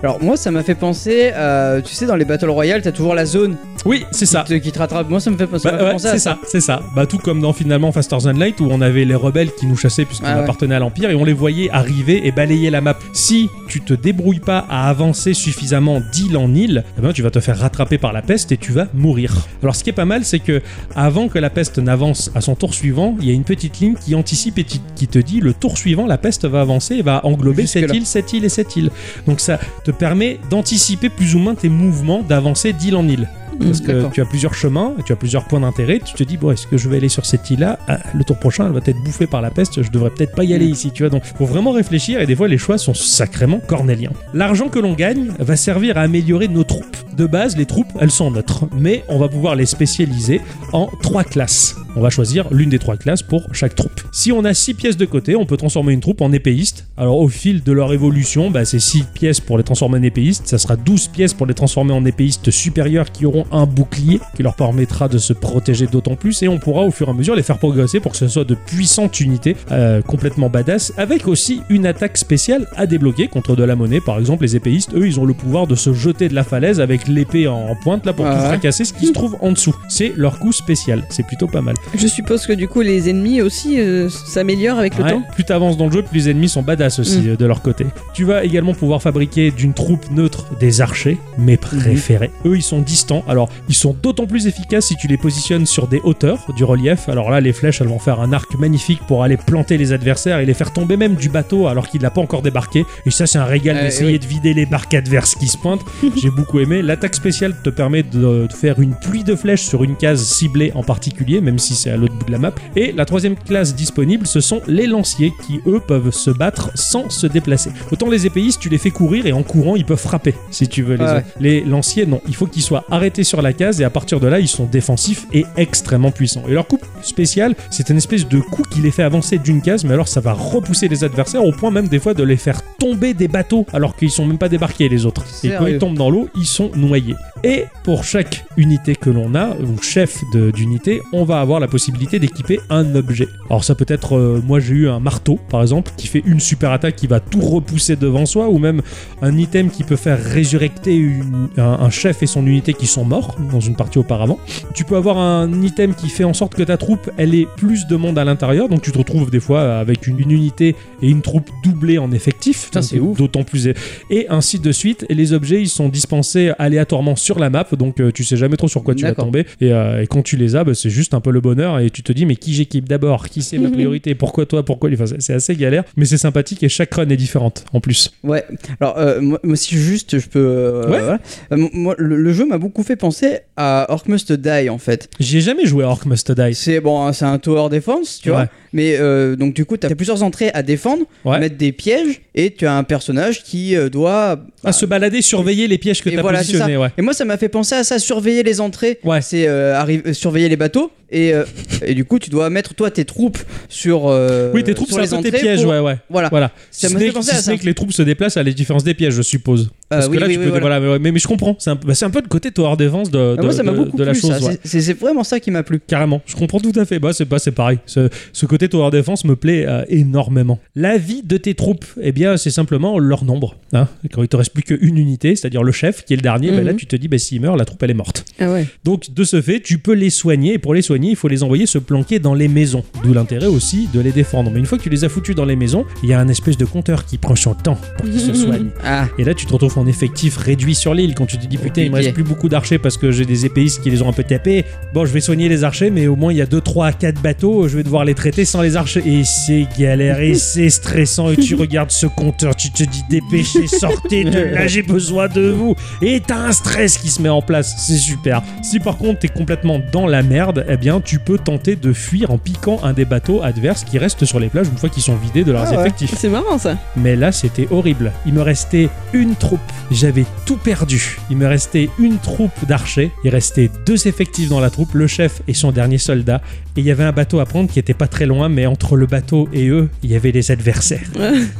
Speaker 2: Alors, moi, ça m'a fait penser, euh, tu sais, dans les Battle Royale, t'as toujours la zone
Speaker 1: Oui, c'est ça.
Speaker 2: qui te, qui te rattrape. Moi, ça me fait, ça
Speaker 1: Bah
Speaker 2: m'a fait
Speaker 1: ouais,
Speaker 2: penser à
Speaker 1: c'est ça, c'est ça. Bah tout comme dans finalement Faster Than Light où on avait les rebelles qui nous chassaient puisqu'on
Speaker 2: Ah ouais.
Speaker 1: appartenait à l'Empire et on les voyait arriver et balayer la map. Si tu te débrouilles pas à avancer suffisamment d'île en île, eh ben, tu vas te faire rattraper par la peste et tu vas mourir. Alors ce qui est pas mal, c'est que avant que la peste n'avance à son tour suivant, il y a une petite ligne qui anticipe et qui- qui te dit le tour suivant, la peste va avancer et va englober
Speaker 2: Jusque-là.
Speaker 1: cette île, cette île et cette île. Donc ça te permet d'anticiper plus ou moins tes mouvements, d'avancer d'île en île. Parce que
Speaker 2: D'accord.
Speaker 1: tu as plusieurs chemins, tu as plusieurs points d'intérêt. Tu te dis, bon, est-ce que je vais aller sur cette île-là Ah, Le tour prochain, elle va être bouffée par la peste. Je devrais peut-être pas y aller ici, tu vois. Donc, faut vraiment réfléchir et des fois, les choix sont sacrément cornéliens. L'argent que l'on gagne va servir à améliorer nos troupes. De base, les troupes, elles sont neutres, mais on va pouvoir les spécialiser en trois classes. On va choisir l'une des trois classes pour chaque troupe. Si on a six pièces de côté, on peut transformer une troupe en épéiste. Alors au fil de leur évolution, bah, c'est 6 pièces pour les transformer en épéistes, ça sera 12 pièces pour les transformer en épéistes supérieurs qui auront un bouclier qui leur permettra de se protéger d'autant plus et on pourra au fur et à mesure les faire progresser pour que ce soit de puissantes unités euh, complètement badass avec aussi une attaque spéciale à débloquer contre de la monnaie. Par exemple, les épéistes, eux, ils ont le pouvoir de se jeter de la falaise avec l'épée en pointe là pour
Speaker 2: Ah
Speaker 1: tout
Speaker 2: ouais.
Speaker 1: fracasser ce qui se trouve en dessous. C'est leur coup spécial, c'est plutôt pas mal.
Speaker 3: Je suppose que du coup, les ennemis aussi euh, s'améliorent avec le
Speaker 1: Ouais,
Speaker 3: temps.
Speaker 1: Plus t'avances dans le jeu, plus les ennemis sont badass aussi
Speaker 3: Mm.
Speaker 1: euh, de leur côté. Tu vas également pouvoir fabriquer d'une troupe neutre des archers, mes préférés. Eux, ils sont distants. Alors, ils sont d'autant plus efficaces si tu les positionnes sur des hauteurs, du relief. Alors là, les flèches, elles vont faire un arc magnifique pour aller planter les adversaires et les faire tomber même du bateau alors qu'il n'a pas encore débarqué. Et ça, c'est un régal
Speaker 2: Euh,
Speaker 1: d'essayer
Speaker 2: oui.
Speaker 1: de vider les barques adverses qui se pointent. J'ai beaucoup aimé. L'attaque spéciale te permet de, de faire une pluie de flèches sur une case ciblée en particulier, même si c'est à l'autre bout de la map. Et la troisième classe disponible, ce sont les lanciers qui, eux, peuvent se battre sans se déplacer. Autant les épéistes, tu les fais courir et en courant, ils peuvent frapper, si tu veux. Les,
Speaker 2: Ah ouais.
Speaker 1: les lanciers, non. Il faut qu'ils soient arrêtés sur la case et à partir de là, ils sont défensifs et extrêmement puissants. Et leur coup spécial, c'est une espèce de coup qui les fait avancer d'une case, mais alors ça va repousser les adversaires au point même des fois de les faire tomber des bateaux alors qu'ils sont même pas débarqués les autres. Et quand
Speaker 2: Sérieux
Speaker 1: ils tombent dans l'eau, ils sont noyés. Et pour chaque unité que l'on a, ou chef de- d'unité, on va avoir la possibilité d'équiper un objet. Alors ça peut être, euh, moi j'ai eu un marteau par exemple, qui fait une super attaque qui va tout repousser devant soi, ou même un item qui peut faire résurrecter une- un, un chef et son unité qui sont morts dans une partie auparavant. Tu peux avoir un item qui fait en sorte que ta troupe, elle ait plus de monde à l'intérieur, donc tu te retrouves des fois avec une, une unité et une troupe doublée en effectif.
Speaker 2: Putain,
Speaker 1: Donc,
Speaker 2: c'est ouf.
Speaker 1: D'autant plus et ainsi de suite. Et les objets, ils sont dispensés aléatoirement sur la map, donc euh, tu sais jamais trop sur quoi tu vas
Speaker 2: D'accord.
Speaker 1: tomber. Et, euh, et quand tu les as, bah, c'est juste un peu le bonheur. Et tu te dis, mais qui j'équipe d'abord Qui c'est ma
Speaker 2: Mhm.
Speaker 1: priorité Pourquoi toi Pourquoi lui Enfin, c'est- C'est assez galère, mais c'est sympathique et chaque run est différente en plus.
Speaker 2: Ouais. Alors, euh, moi, moi, si juste, je peux. euh,
Speaker 1: Ouais.
Speaker 2: voilà. Euh, m- moi, le, le jeu m'a beaucoup fait penser à Orc Must Die en fait.
Speaker 1: J'y ai jamais joué à Orc Must Die.
Speaker 2: C'est bon, hein, c'est un tower defense, tu
Speaker 1: Ouais.
Speaker 2: vois. Mais euh, donc du coup, t'as plusieurs entrées à défendre,
Speaker 1: Ouais.
Speaker 2: mettre des pièges, et tu as un personnage qui euh, doit.
Speaker 1: À se balader, surveiller les pièges que
Speaker 2: Et
Speaker 1: t'as
Speaker 2: voilà, c'est
Speaker 1: positionnés, ouais.
Speaker 2: Et moi, ça m'a fait penser à ça, surveiller les entrées.
Speaker 1: Ouais.
Speaker 2: C'est euh, arri- euh, surveiller les bateaux et, euh, *laughs* et du coup, tu dois mettre toi tes troupes sur. euh,
Speaker 1: Oui, tes troupes,
Speaker 2: sur
Speaker 1: c'est un
Speaker 2: les
Speaker 1: peu
Speaker 2: entrées.
Speaker 1: tes pièges,
Speaker 2: pour-
Speaker 1: ouais, ouais.
Speaker 2: Voilà.
Speaker 1: Voilà.
Speaker 2: Ça
Speaker 1: si ce
Speaker 2: m'a fait
Speaker 1: n'est- si
Speaker 2: penser à
Speaker 1: ce n'est
Speaker 2: ça. Bah
Speaker 1: que les troupes se déplacent à la différence des pièges, je suppose. Parce que
Speaker 2: Euh, oui,
Speaker 1: là,
Speaker 2: oui,
Speaker 1: tu
Speaker 2: oui,
Speaker 1: peux.
Speaker 2: voilà.
Speaker 1: voilà, mais, ouais, mais je comprends. C'est un, peu- c'est un peu le côté tower défense de, de,
Speaker 2: Ah, moi, ça m'a
Speaker 1: de-
Speaker 2: beaucoup
Speaker 1: de la
Speaker 2: plu,
Speaker 1: chose.
Speaker 2: ça.
Speaker 1: ouais.
Speaker 2: C'est- C'est c'est vraiment ça qui m'a plu.
Speaker 1: Carrément, je comprends tout à fait. Bah, c'est bah, c'est pareil. Ce, ce côté tower defense me plaît euh, énormément. La vie de tes troupes, eh bien, c'est simplement leur nombre. hein. Quand il te reste plus qu'une unité, c'est-à-dire le chef qui est le dernier, bah,
Speaker 3: Mhm.
Speaker 1: là, tu te dis, bah, s'il meurt, la troupe, elle est morte.
Speaker 3: Ah ouais.
Speaker 1: Donc, de ce fait, tu peux les soigner. Et pour les soigner, il faut les envoyer se planquer dans les maisons. D'où l'intérêt aussi de les défendre. Mais une fois que tu les as foutus dans les maisons, il y a un espèce de compteur qui prend son temps pour qu'ils se soignent.
Speaker 2: Ah.
Speaker 1: Et là, tu te retrouves en effectif réduit sur l'île quand tu te dis putain, il me reste
Speaker 2: Ok.
Speaker 1: plus beaucoup d'archers parce que j'ai des épéistes qui les ont un peu tapés. Bon, je vais soigner les archers, mais au moins il y a 2, 3, 4 bateaux, je vais devoir les traiter sans les archers. Et c'est galère,
Speaker 2: *laughs*
Speaker 1: et c'est stressant. Et tu regardes ce compteur, tu te dis dépêchez, sortez
Speaker 2: *laughs*
Speaker 1: de là, j'ai besoin de vous. Et t'as un stress qui se met en place, c'est super. Si par contre t'es complètement dans la merde, eh bien tu peux tenter de fuir en piquant un des bateaux adverses qui restent sur les plages une fois qu'ils sont vidés de leurs
Speaker 2: Ah ouais.
Speaker 1: effectifs.
Speaker 3: C'est marrant ça. *laughs*
Speaker 1: Mais là, c'était horrible. Il me restait une troupe. J'avais tout perdu. Il me restait une troupe d'archers. Il restait deux effectifs dans la troupe, le chef et son dernier soldat. Et il y avait un bateau à prendre qui était pas très loin, mais entre le bateau et eux, il y avait les adversaires.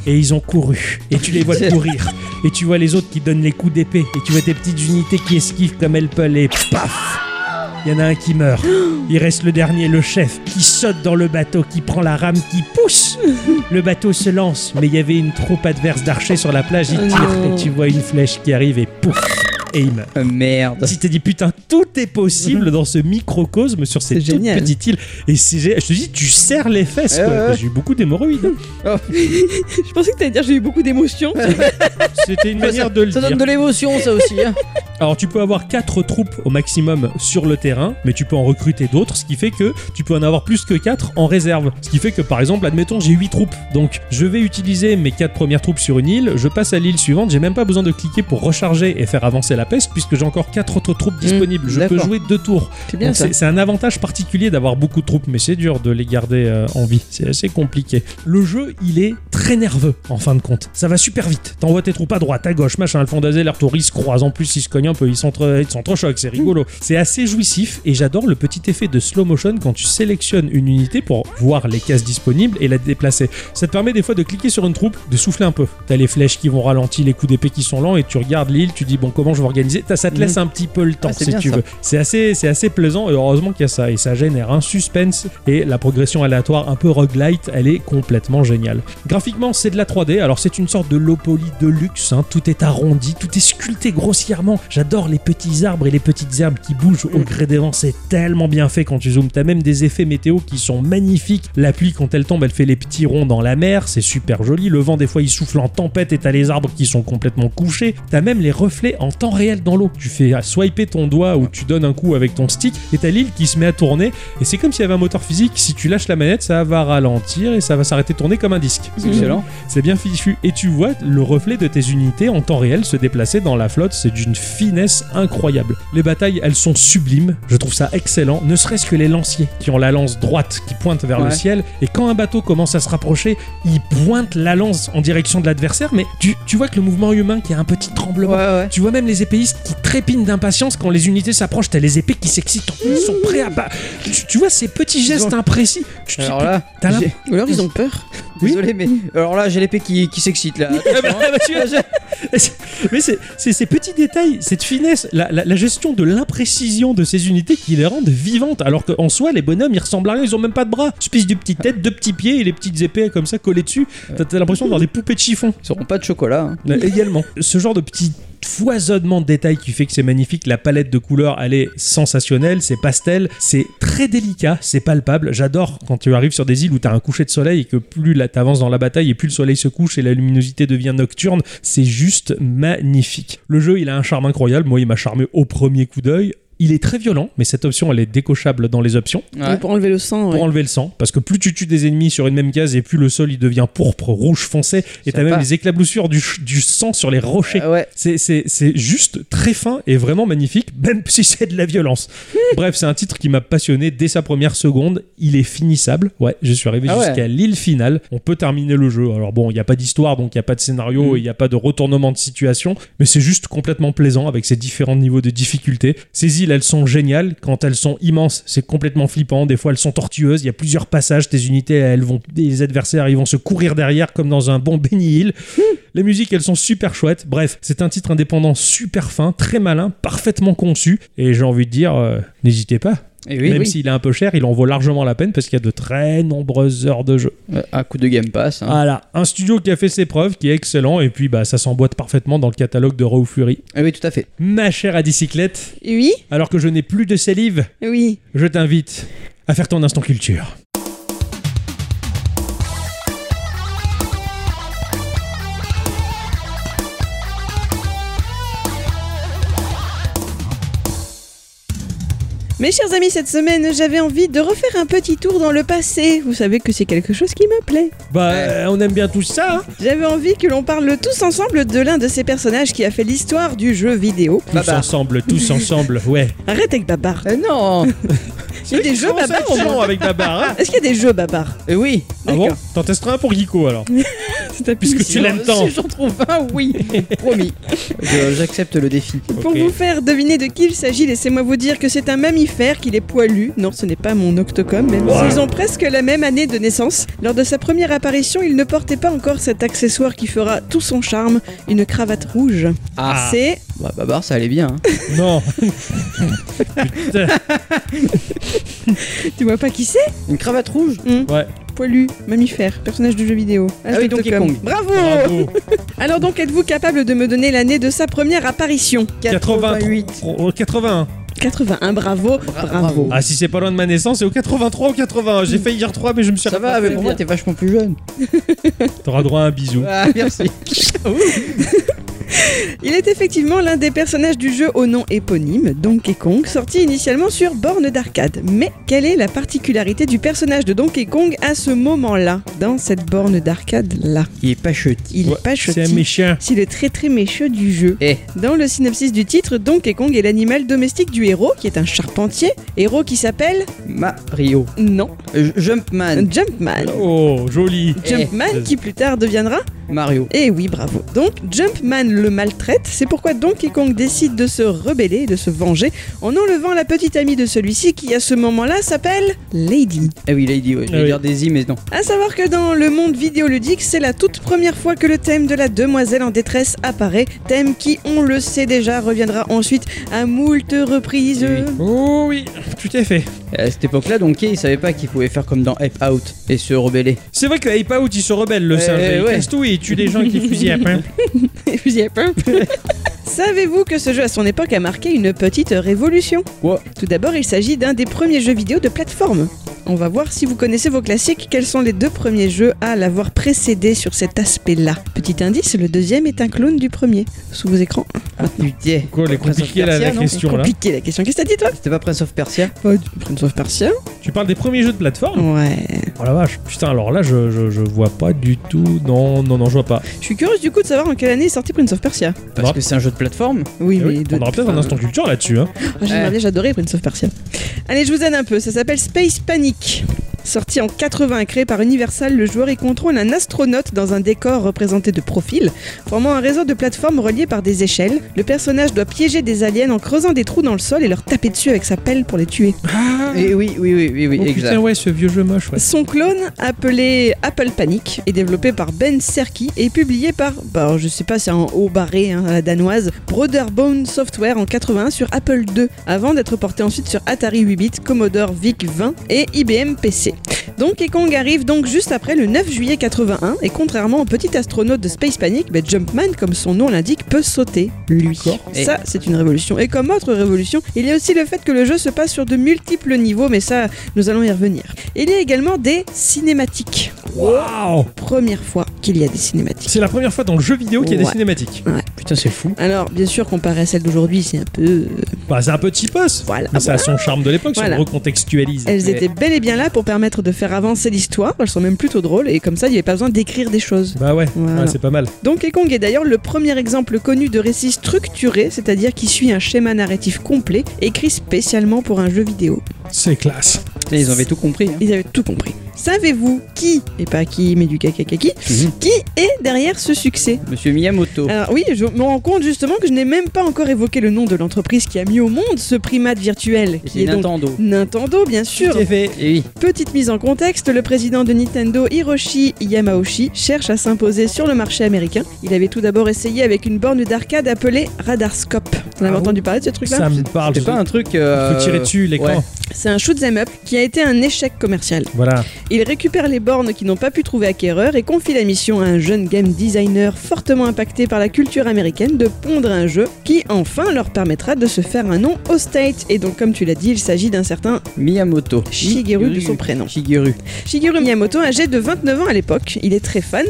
Speaker 1: et ils ont couru. Et tu les vois courir. Et tu vois les autres qui donnent les coups d'épée. Et tu vois tes petites unités qui esquivent comme elles peuvent. Et paf Il y en a un qui meurt. Il reste le dernier, le chef, qui saute dans le bateau, qui prend la rame, qui pousse. Le bateau se lance, mais il y avait une troupe adverse d'archers sur la plage. Il
Speaker 3: Oh
Speaker 1: tire
Speaker 3: non.
Speaker 1: et tu vois une flèche qui arrive et pouf Et il meurt.
Speaker 2: Euh, *laughs* merde.
Speaker 1: Si t'es dit putain, tout est possible dans ce microcosme sur
Speaker 3: C'est
Speaker 1: cette toute
Speaker 3: génial.
Speaker 1: petite île. Et c'est gé- je te dis, tu serres les fesses.
Speaker 2: Eh Ouais,
Speaker 1: quoi.
Speaker 2: ouais.
Speaker 1: J'ai eu beaucoup d'hémorroïdes.
Speaker 3: Je pensais que t'allais dire j'ai eu beaucoup d'émotions.
Speaker 1: C'était une
Speaker 2: Ça-
Speaker 1: manière
Speaker 3: *laughs*
Speaker 2: ça,
Speaker 1: de le
Speaker 2: ça
Speaker 1: dire.
Speaker 2: donne de l'émotion, ça aussi. hein.
Speaker 1: Alors tu peux avoir 4 troupes au maximum sur le terrain, mais tu peux en recruter d'autres, ce qui fait que tu peux en avoir plus que 4 en réserve. Ce qui fait que par exemple, admettons, j'ai 8 troupes. Donc je vais utiliser mes 4 premières troupes sur une île, je passe à l'île suivante, j'ai même pas besoin de cliquer pour recharger et faire avancer la peste puisque j'ai encore 4 autres troupes disponibles. je peux
Speaker 2: d'accord.
Speaker 1: jouer 2 tours.
Speaker 3: C'est bien
Speaker 1: Donc,
Speaker 3: ça.
Speaker 1: c'est- C'est un avantage particulier d'avoir beaucoup de troupes, mais c'est dur de les garder euh, en vie. C'est assez compliqué. Le jeu, il est très nerveux en fin de compte. Ça va super vite. T'envoies tes troupes à droite, à gauche, machin, elles font d'azer, leurs tours, ils se croisent. En plus, ils se cognent un peu, ils s'entre- ils s'entrechoquent, c'est rigolo. C'est assez jouissif et j'adore le petit effet de slow motion quand tu sélectionnes une unité pour voir les cases disponibles et la déplacer. Ça te permet des fois de cliquer sur une troupe, de souffler un peu. T'as les flèches qui vont ralentir, les coups d'épée qui sont lents et tu regardes l'île, tu dis bon, comment je vais organiser T'as- Ça te
Speaker 2: Mhm.
Speaker 1: laisse un petit peu le temps
Speaker 2: Ah, c'est
Speaker 1: si
Speaker 2: bien
Speaker 1: tu
Speaker 2: ça.
Speaker 1: veux. C'est assez, c'est assez plaisant et heureusement qu'il y a ça. Et ça génère un suspense et la progression aléatoire un peu roguelite, elle est complètement géniale. Graphiquement, c'est de la 3D. Alors, c'est une sorte de low poly de luxe. hein. Tout est arrondi, tout est sculpté grossièrement. J'adore les petits arbres et les petites herbes qui bougent au gré des vents. C'est tellement bien fait quand tu zoomes. T'as même des effets météo qui sont magnifiques. La pluie, quand elle tombe, elle fait les petits ronds dans la mer. C'est super joli. Le vent, des fois, il souffle en tempête et t'as les arbres qui sont complètement couchés. T'as même les reflets en temps réel dans l'eau. Tu fais swiper ton doigt ou tu donnes un coup avec ton stick et t'as l'île qui se met à tourner. Et c'est comme s'il y avait un moteur physique. Si tu lâches la manette, ça va ralentir et ça va s'arrêter de tourner comme un disque.
Speaker 2: C'est excellent.
Speaker 1: C'est bien fichu. Et tu vois le reflet de tes unités en temps réel se déplacer dans la flotte. C'est d'une finesse incroyable. Les batailles, elles sont sublimes. Je trouve ça excellent. Ne serait-ce que les lanciers qui ont la lance droite qui pointe vers le
Speaker 2: Ouais.
Speaker 1: ciel. Et quand un bateau commence à se rapprocher, il pointe la lance en direction de l'adversaire. Mais tu, tu vois que le mouvement humain qui a un petit tremblement.
Speaker 2: ouais.
Speaker 1: Tu vois même les épéistes qui trépignent d'impatience quand les unités s'approchent. T'as les épées qui s'excitent. Ils sont prêts à battre. Tu, tu vois ces petits
Speaker 2: Ils ont-
Speaker 1: gestes imprécis. Tu te dis,
Speaker 2: Alors là,
Speaker 1: T'as la-
Speaker 2: j'ai-
Speaker 3: Ou alors ils ont peur.
Speaker 1: Oui.
Speaker 2: désolé, mais alors là, j'ai l'épée qui, qui s'excite là.
Speaker 1: Ah bah, ah bah, tu vois, je- Mais c'est c'est ces petits détails, cette finesse, la, la- la gestion de l'imprécision de ces unités qui les rendent vivantes. Alors qu'en soi, les bonhommes, ils ressemblent à rien, ils ont même pas de bras. Spice du petite tête, deux petits pieds et les petites épées comme ça collées dessus. T'as- T'as l'impression d'avoir des poupées de chiffon.
Speaker 2: Ils auront pas de chocolat. hein.
Speaker 1: Euh, également. Ce genre de petit foisonnement de détails qui fait que c'est magnifique. La palette de couleurs, elle est sensationnelle. C'est pastel, c'est très délicat, c'est palpable. J'adore quand tu arrives sur des îles où t'as un coucher de soleil et que plus la- t'avances dans la bataille et plus le soleil se couche et la luminosité devient nocturne. C'est juste magnifique. Le jeu, il a un charme incroyable. Moi, il m'a charmé au premier coup d'œil. Il est très violent, mais cette option, elle est décochable dans les options
Speaker 2: Ouais.
Speaker 3: Pour enlever le sang.
Speaker 1: pour
Speaker 3: ouais.
Speaker 1: enlever le sang, parce que plus tu tues des ennemis sur une même case et plus le sol il devient pourpre, rouge foncé, et t'as
Speaker 2: Sympa.
Speaker 1: même les éclaboussures du, ch- du sang sur les rochers.
Speaker 2: Ah ouais.
Speaker 1: C'est- C'est c'est juste très fin et vraiment magnifique, même *laughs* si c'est de la
Speaker 2: *laughs*
Speaker 1: violence. Bref, c'est un titre qui m'a passionné dès sa première seconde. Il est finissable. Ouais, je suis arrivé
Speaker 2: Ah ouais.
Speaker 1: jusqu'à l'île finale. On peut terminer le jeu. Alors bon, il n'y a pas d'histoire, donc il n'y a pas de scénario,
Speaker 2: Mm.
Speaker 1: et il n'y a pas de retournement de situation, mais c'est juste complètement plaisant avec ses différents niveaux de difficulté. Ces îles, elles sont géniales. Quand elles sont immenses, c'est complètement flippant. Des fois, elles sont tortueuses. Il y a plusieurs passages. Tes unités, elles vont, les adversaires, ils vont se courir derrière comme dans un bon Benny Hill. Les musiques, elles sont super chouettes. Bref, c'est un titre indépendant super fin, très malin, parfaitement conçu. Et j'ai envie de dire, euh, n'hésitez pas.
Speaker 2: Et oui,
Speaker 1: Même
Speaker 2: oui.
Speaker 1: s'il est un peu cher, il en vaut largement la peine parce qu'il y a de très nombreuses heures de jeu.
Speaker 2: Euh, Un coup de Game Pass.
Speaker 3: Ah.
Speaker 2: hein.
Speaker 1: Voilà, un studio qui a fait ses preuves, qui est excellent, et puis bah, ça s'emboîte parfaitement dans le catalogue de Raw Fury.
Speaker 2: Eh Oui, tout à fait.
Speaker 1: Ma chère à bicyclette,
Speaker 3: Oui,
Speaker 1: alors que je n'ai plus de salive,
Speaker 3: oui.
Speaker 1: je t'invite à faire ton instant culture.
Speaker 3: Mes chers amis, cette semaine, j'avais envie de refaire un petit tour dans le passé. Vous savez que c'est quelque chose qui me plaît.
Speaker 1: Bah,
Speaker 2: Ouais.
Speaker 1: euh, on aime bien tout ça. hein.
Speaker 3: J'avais envie que l'on parle tous ensemble de l'un de ces personnages qui a fait l'histoire du jeu vidéo.
Speaker 1: tous
Speaker 2: Babar.
Speaker 1: ensemble, tous ensemble, ouais.
Speaker 3: Arrête avec Babar.
Speaker 2: Bah, Eh
Speaker 1: *laughs*
Speaker 2: non
Speaker 3: Il y a des jeux
Speaker 1: Comment ça,
Speaker 3: Babar au
Speaker 1: chiant
Speaker 3: moins.
Speaker 1: avec Babar. hein
Speaker 3: Est-ce qu'il y a des jeux Babar
Speaker 2: Eh Oui
Speaker 1: ah bon T'en testeras un pour Guico alors.
Speaker 3: C'est
Speaker 1: Puisque tu l'aimes tant.
Speaker 2: *laughs* Si j'en trouve un, oui Promis Je- J'accepte le défi.
Speaker 3: Pour
Speaker 1: Ok.
Speaker 3: vous faire deviner de qui il s'agit, laissez-moi vous dire que c'est un mammifère, qu'il est poilu. Non, ce n'est pas mon octocom, même
Speaker 1: Ouais.
Speaker 3: s'ils ont presque la même année de naissance. Lors de sa première apparition, il ne portait pas encore cet accessoire qui fera tout son charme, une cravate rouge.
Speaker 1: Ah.
Speaker 3: C'est
Speaker 2: Bah, Babar, ça allait bien. hein.
Speaker 1: Non.
Speaker 3: Tu vois pas qui c'est
Speaker 2: Une cravate rouge
Speaker 1: Ouais.
Speaker 3: Poilu, mammifère, personnage du jeu vidéo.
Speaker 2: Ah oui, Donkey
Speaker 3: Octocom.
Speaker 2: Kong.
Speaker 3: Bravo,
Speaker 1: Bravo.
Speaker 3: Alors donc, êtes-vous capable de me donner l'année de sa première apparition
Speaker 1: 88. 81.
Speaker 3: 81,
Speaker 2: Bra-
Speaker 3: bravo, bravo.
Speaker 2: bravo.
Speaker 1: oh, Ah si c'est pas loin de ma naissance, c'est au 83 ou 81. J'ai failli dire 3 mais je me suis
Speaker 2: Ça
Speaker 1: arrêté.
Speaker 2: va, mais pour
Speaker 3: bien.
Speaker 1: *laughs*
Speaker 2: moi, t'es vachement plus jeune.
Speaker 1: T'auras droit à un bisou.
Speaker 2: Ah, merci.
Speaker 3: Il est effectivement l'un des personnages du jeu au nom éponyme, Donkey Kong, sorti initialement sur borne d'arcade. Mais quelle est la particularité du personnage de Donkey Kong à ce moment-là, dans cette borne d'arcade-là
Speaker 2: Il est pas chouti.
Speaker 3: Il
Speaker 1: Ouais,
Speaker 3: pas
Speaker 1: C'est un
Speaker 3: chouti.
Speaker 1: méchant.
Speaker 3: C'est le très très mécheux du jeu.
Speaker 2: Eh.
Speaker 3: Dans le synopsis du titre, Donkey Kong est l'animal domestique du héros, qui est un charpentier, héros qui s'appelle...
Speaker 2: Mario.
Speaker 3: Non,
Speaker 2: Euh, Jumpman.
Speaker 3: un Jumpman.
Speaker 1: Oh, joli.
Speaker 2: Eh.
Speaker 3: Jumpman qui plus tard deviendra
Speaker 1: Euh,
Speaker 2: Mario.
Speaker 3: Et Eh oui, bravo. Donc, Jumpman le maltraite, c'est pourquoi Donkey Kong décide de se rebeller et de se venger en enlevant la petite amie de celui-ci qui, à ce moment-là, s'appelle Lady.
Speaker 2: Ah oui, Lady, ouais. je
Speaker 1: Ah
Speaker 2: vais
Speaker 1: oui.
Speaker 2: dire Daisy, mais non.
Speaker 3: À savoir que dans le monde vidéoludique, c'est la toute première fois que le thème de la demoiselle en détresse apparaît, thème qui, on le sait déjà, reviendra ensuite à moult reprises.
Speaker 2: Oui, oui.
Speaker 1: Oh oui, tout à fait.
Speaker 2: Et À cette époque-là, Donkey, il savait pas qu'il pouvait faire comme dans Ape Out et se rebeller.
Speaker 1: C'est vrai que Ape Out, il se rebelle, le
Speaker 2: Eh,
Speaker 1: singe. Il
Speaker 2: ouais.
Speaker 1: casse tout, il tue les gens Hein. avec les fusils à pain.
Speaker 3: Et *laughs* vous y êtes pas Savez-vous que ce jeu à son époque a marqué une petite révolution
Speaker 2: Quoi
Speaker 3: Tout d'abord, il s'agit d'un des premiers jeux vidéo de plateforme. On va voir si vous connaissez vos classiques, quels sont les deux premiers jeux à l'avoir précédé sur cet aspect-là. Petit indice, le deuxième est un clone du premier, sous vos écrans.
Speaker 2: Ah
Speaker 3: Ah
Speaker 2: putain.
Speaker 1: Quoi, elle est
Speaker 2: Prince of
Speaker 1: compliquée, la, la
Speaker 2: Persia, non
Speaker 1: question, là.
Speaker 3: Compliqué la question, qu'est-ce que t'as dit toi
Speaker 2: C'était pas Prince of Persia
Speaker 3: Oh, du Prince of Persia
Speaker 1: Tu parles des premiers jeux de plateforme
Speaker 3: Ouais.
Speaker 1: Oh la vache. Putain, alors là, je, je, je vois pas du tout. Non, non, non, je vois pas.
Speaker 3: Je suis curieuse du coup de savoir en quelle année est sorti Prince of Persia.
Speaker 2: Parce
Speaker 1: Non.
Speaker 2: que c'est un jeu de plateforme.
Speaker 3: Oui,
Speaker 1: Eh
Speaker 3: mais...
Speaker 1: oui,
Speaker 3: de-
Speaker 1: on aura peut-être un
Speaker 3: enfin,
Speaker 1: instant culture là-dessus. Hein.
Speaker 3: Ah, J'aimerais
Speaker 2: Ouais.
Speaker 3: bien, j'adorais Prince of Persia. Allez, je vous aide un peu, ça s'appelle Space Panic. Sorti en 80 et créé par Universal, le joueur y contrôle un astronaute dans un décor représenté de profil, formant un réseau de plateformes reliées par des échelles. Le personnage doit piéger des aliens en creusant des trous dans le sol et leur taper dessus avec sa pelle pour les tuer.
Speaker 2: Et Eh oui, oui, oui, oui, oui,
Speaker 1: Ah. Oh,
Speaker 2: exact.
Speaker 1: putain, ouais, ce vieux jeu moche, ouais.
Speaker 3: Son clone, appelé Apple Panic, est développé par Ben Serki et publié par, bah, alors, je sais pas, c'est en haut barré hein, à la danoise, Broderbone Software en 81 sur Apple II, avant d'être porté ensuite sur Atari 8 bits, Commodore VIC 20 et IBM PC. Donkey Kong arrive donc juste après le 9 juillet 81 et contrairement au petit astronaute de Space Panic, bah, Jumpman, comme son nom l'indique, peut sauter, lui.
Speaker 2: Et-
Speaker 3: Ça, c'est une révolution. Et comme autre révolution, il y a aussi le fait que le jeu se passe sur de multiples niveaux, mais ça, nous allons y revenir. Il y a également des cinématiques.
Speaker 1: Waouh
Speaker 3: Première fois qu'il y a des cinématiques.
Speaker 1: C'est la première fois dans le jeu vidéo qu'il y a des
Speaker 3: Ouais.
Speaker 1: cinématiques.
Speaker 2: Putain, c'est fou.
Speaker 3: Alors, bien sûr, comparé à celle d'aujourd'hui, c'est un peu. euh,
Speaker 1: Bah, c'est un petit poste.
Speaker 3: Voilà.
Speaker 1: Mais ça a son charme de l'époque, si
Speaker 3: Voilà.
Speaker 1: on le recontextualise.
Speaker 3: Elles
Speaker 2: Mais-
Speaker 3: étaient bel et bien là pour permettre de faire avancer l'histoire. Elles sont même plutôt drôles et comme ça, il n'y avait pas besoin d'écrire des choses.
Speaker 1: Bah ouais,
Speaker 3: Voilà.
Speaker 1: ouais, c'est pas mal.
Speaker 3: Donkey Kong est d'ailleurs le premier exemple connu de récit structuré, c'est-à-dire qui suit un schéma narratif complet, écrit spécialement pour un jeu vidéo.
Speaker 1: C'est classe.
Speaker 2: Putain, ils avaient tout compris. hein.
Speaker 3: Ils avaient tout compris. Savez-vous qui, et pas qui, mais du kakakaki,
Speaker 2: Mhm.
Speaker 3: qui est derrière ce succès
Speaker 2: Monsieur Miyamoto.
Speaker 3: alors Euh, oui, je me rends compte justement que je n'ai même pas encore évoqué le nom de l'entreprise qui a mis au monde ce primat virtuel,
Speaker 1: Eh
Speaker 2: Et
Speaker 3: qui
Speaker 2: c'est
Speaker 3: est donc
Speaker 2: Nintendo.
Speaker 3: Nintendo, bien sûr.
Speaker 1: Tout à fait.
Speaker 2: Et oui.
Speaker 3: Petite mise en contexte, le président de Nintendo, Hiroshi Yamauchi, cherche à s'imposer sur le marché américain. Il avait tout d'abord essayé avec une borne d'arcade appelée Radarscope. Vous en avez
Speaker 1: Ah
Speaker 3: entendu parler de ce
Speaker 1: Ça
Speaker 3: truc-là
Speaker 1: me parle.
Speaker 2: C'est pas un truc. Euh...
Speaker 1: Faut tirer dessus l'écran.
Speaker 2: ouais.
Speaker 3: C'est un shoot'em up qui a été un échec commercial.
Speaker 1: Voilà.
Speaker 3: Il récupère les bornes qui n'ont pas pu trouver acquéreur et confie la mission à un jeune game designer fortement impacté par la culture américaine de pondre un jeu qui enfin leur permettra de se faire un nom au State. Et donc comme tu l'as dit, il s'agit d'un certain
Speaker 2: Miyamoto.
Speaker 3: Shigeru de son prénom.
Speaker 2: Shigeru.
Speaker 3: Shigeru Miyamoto, âgé de 29 ans à l'époque, il est très fan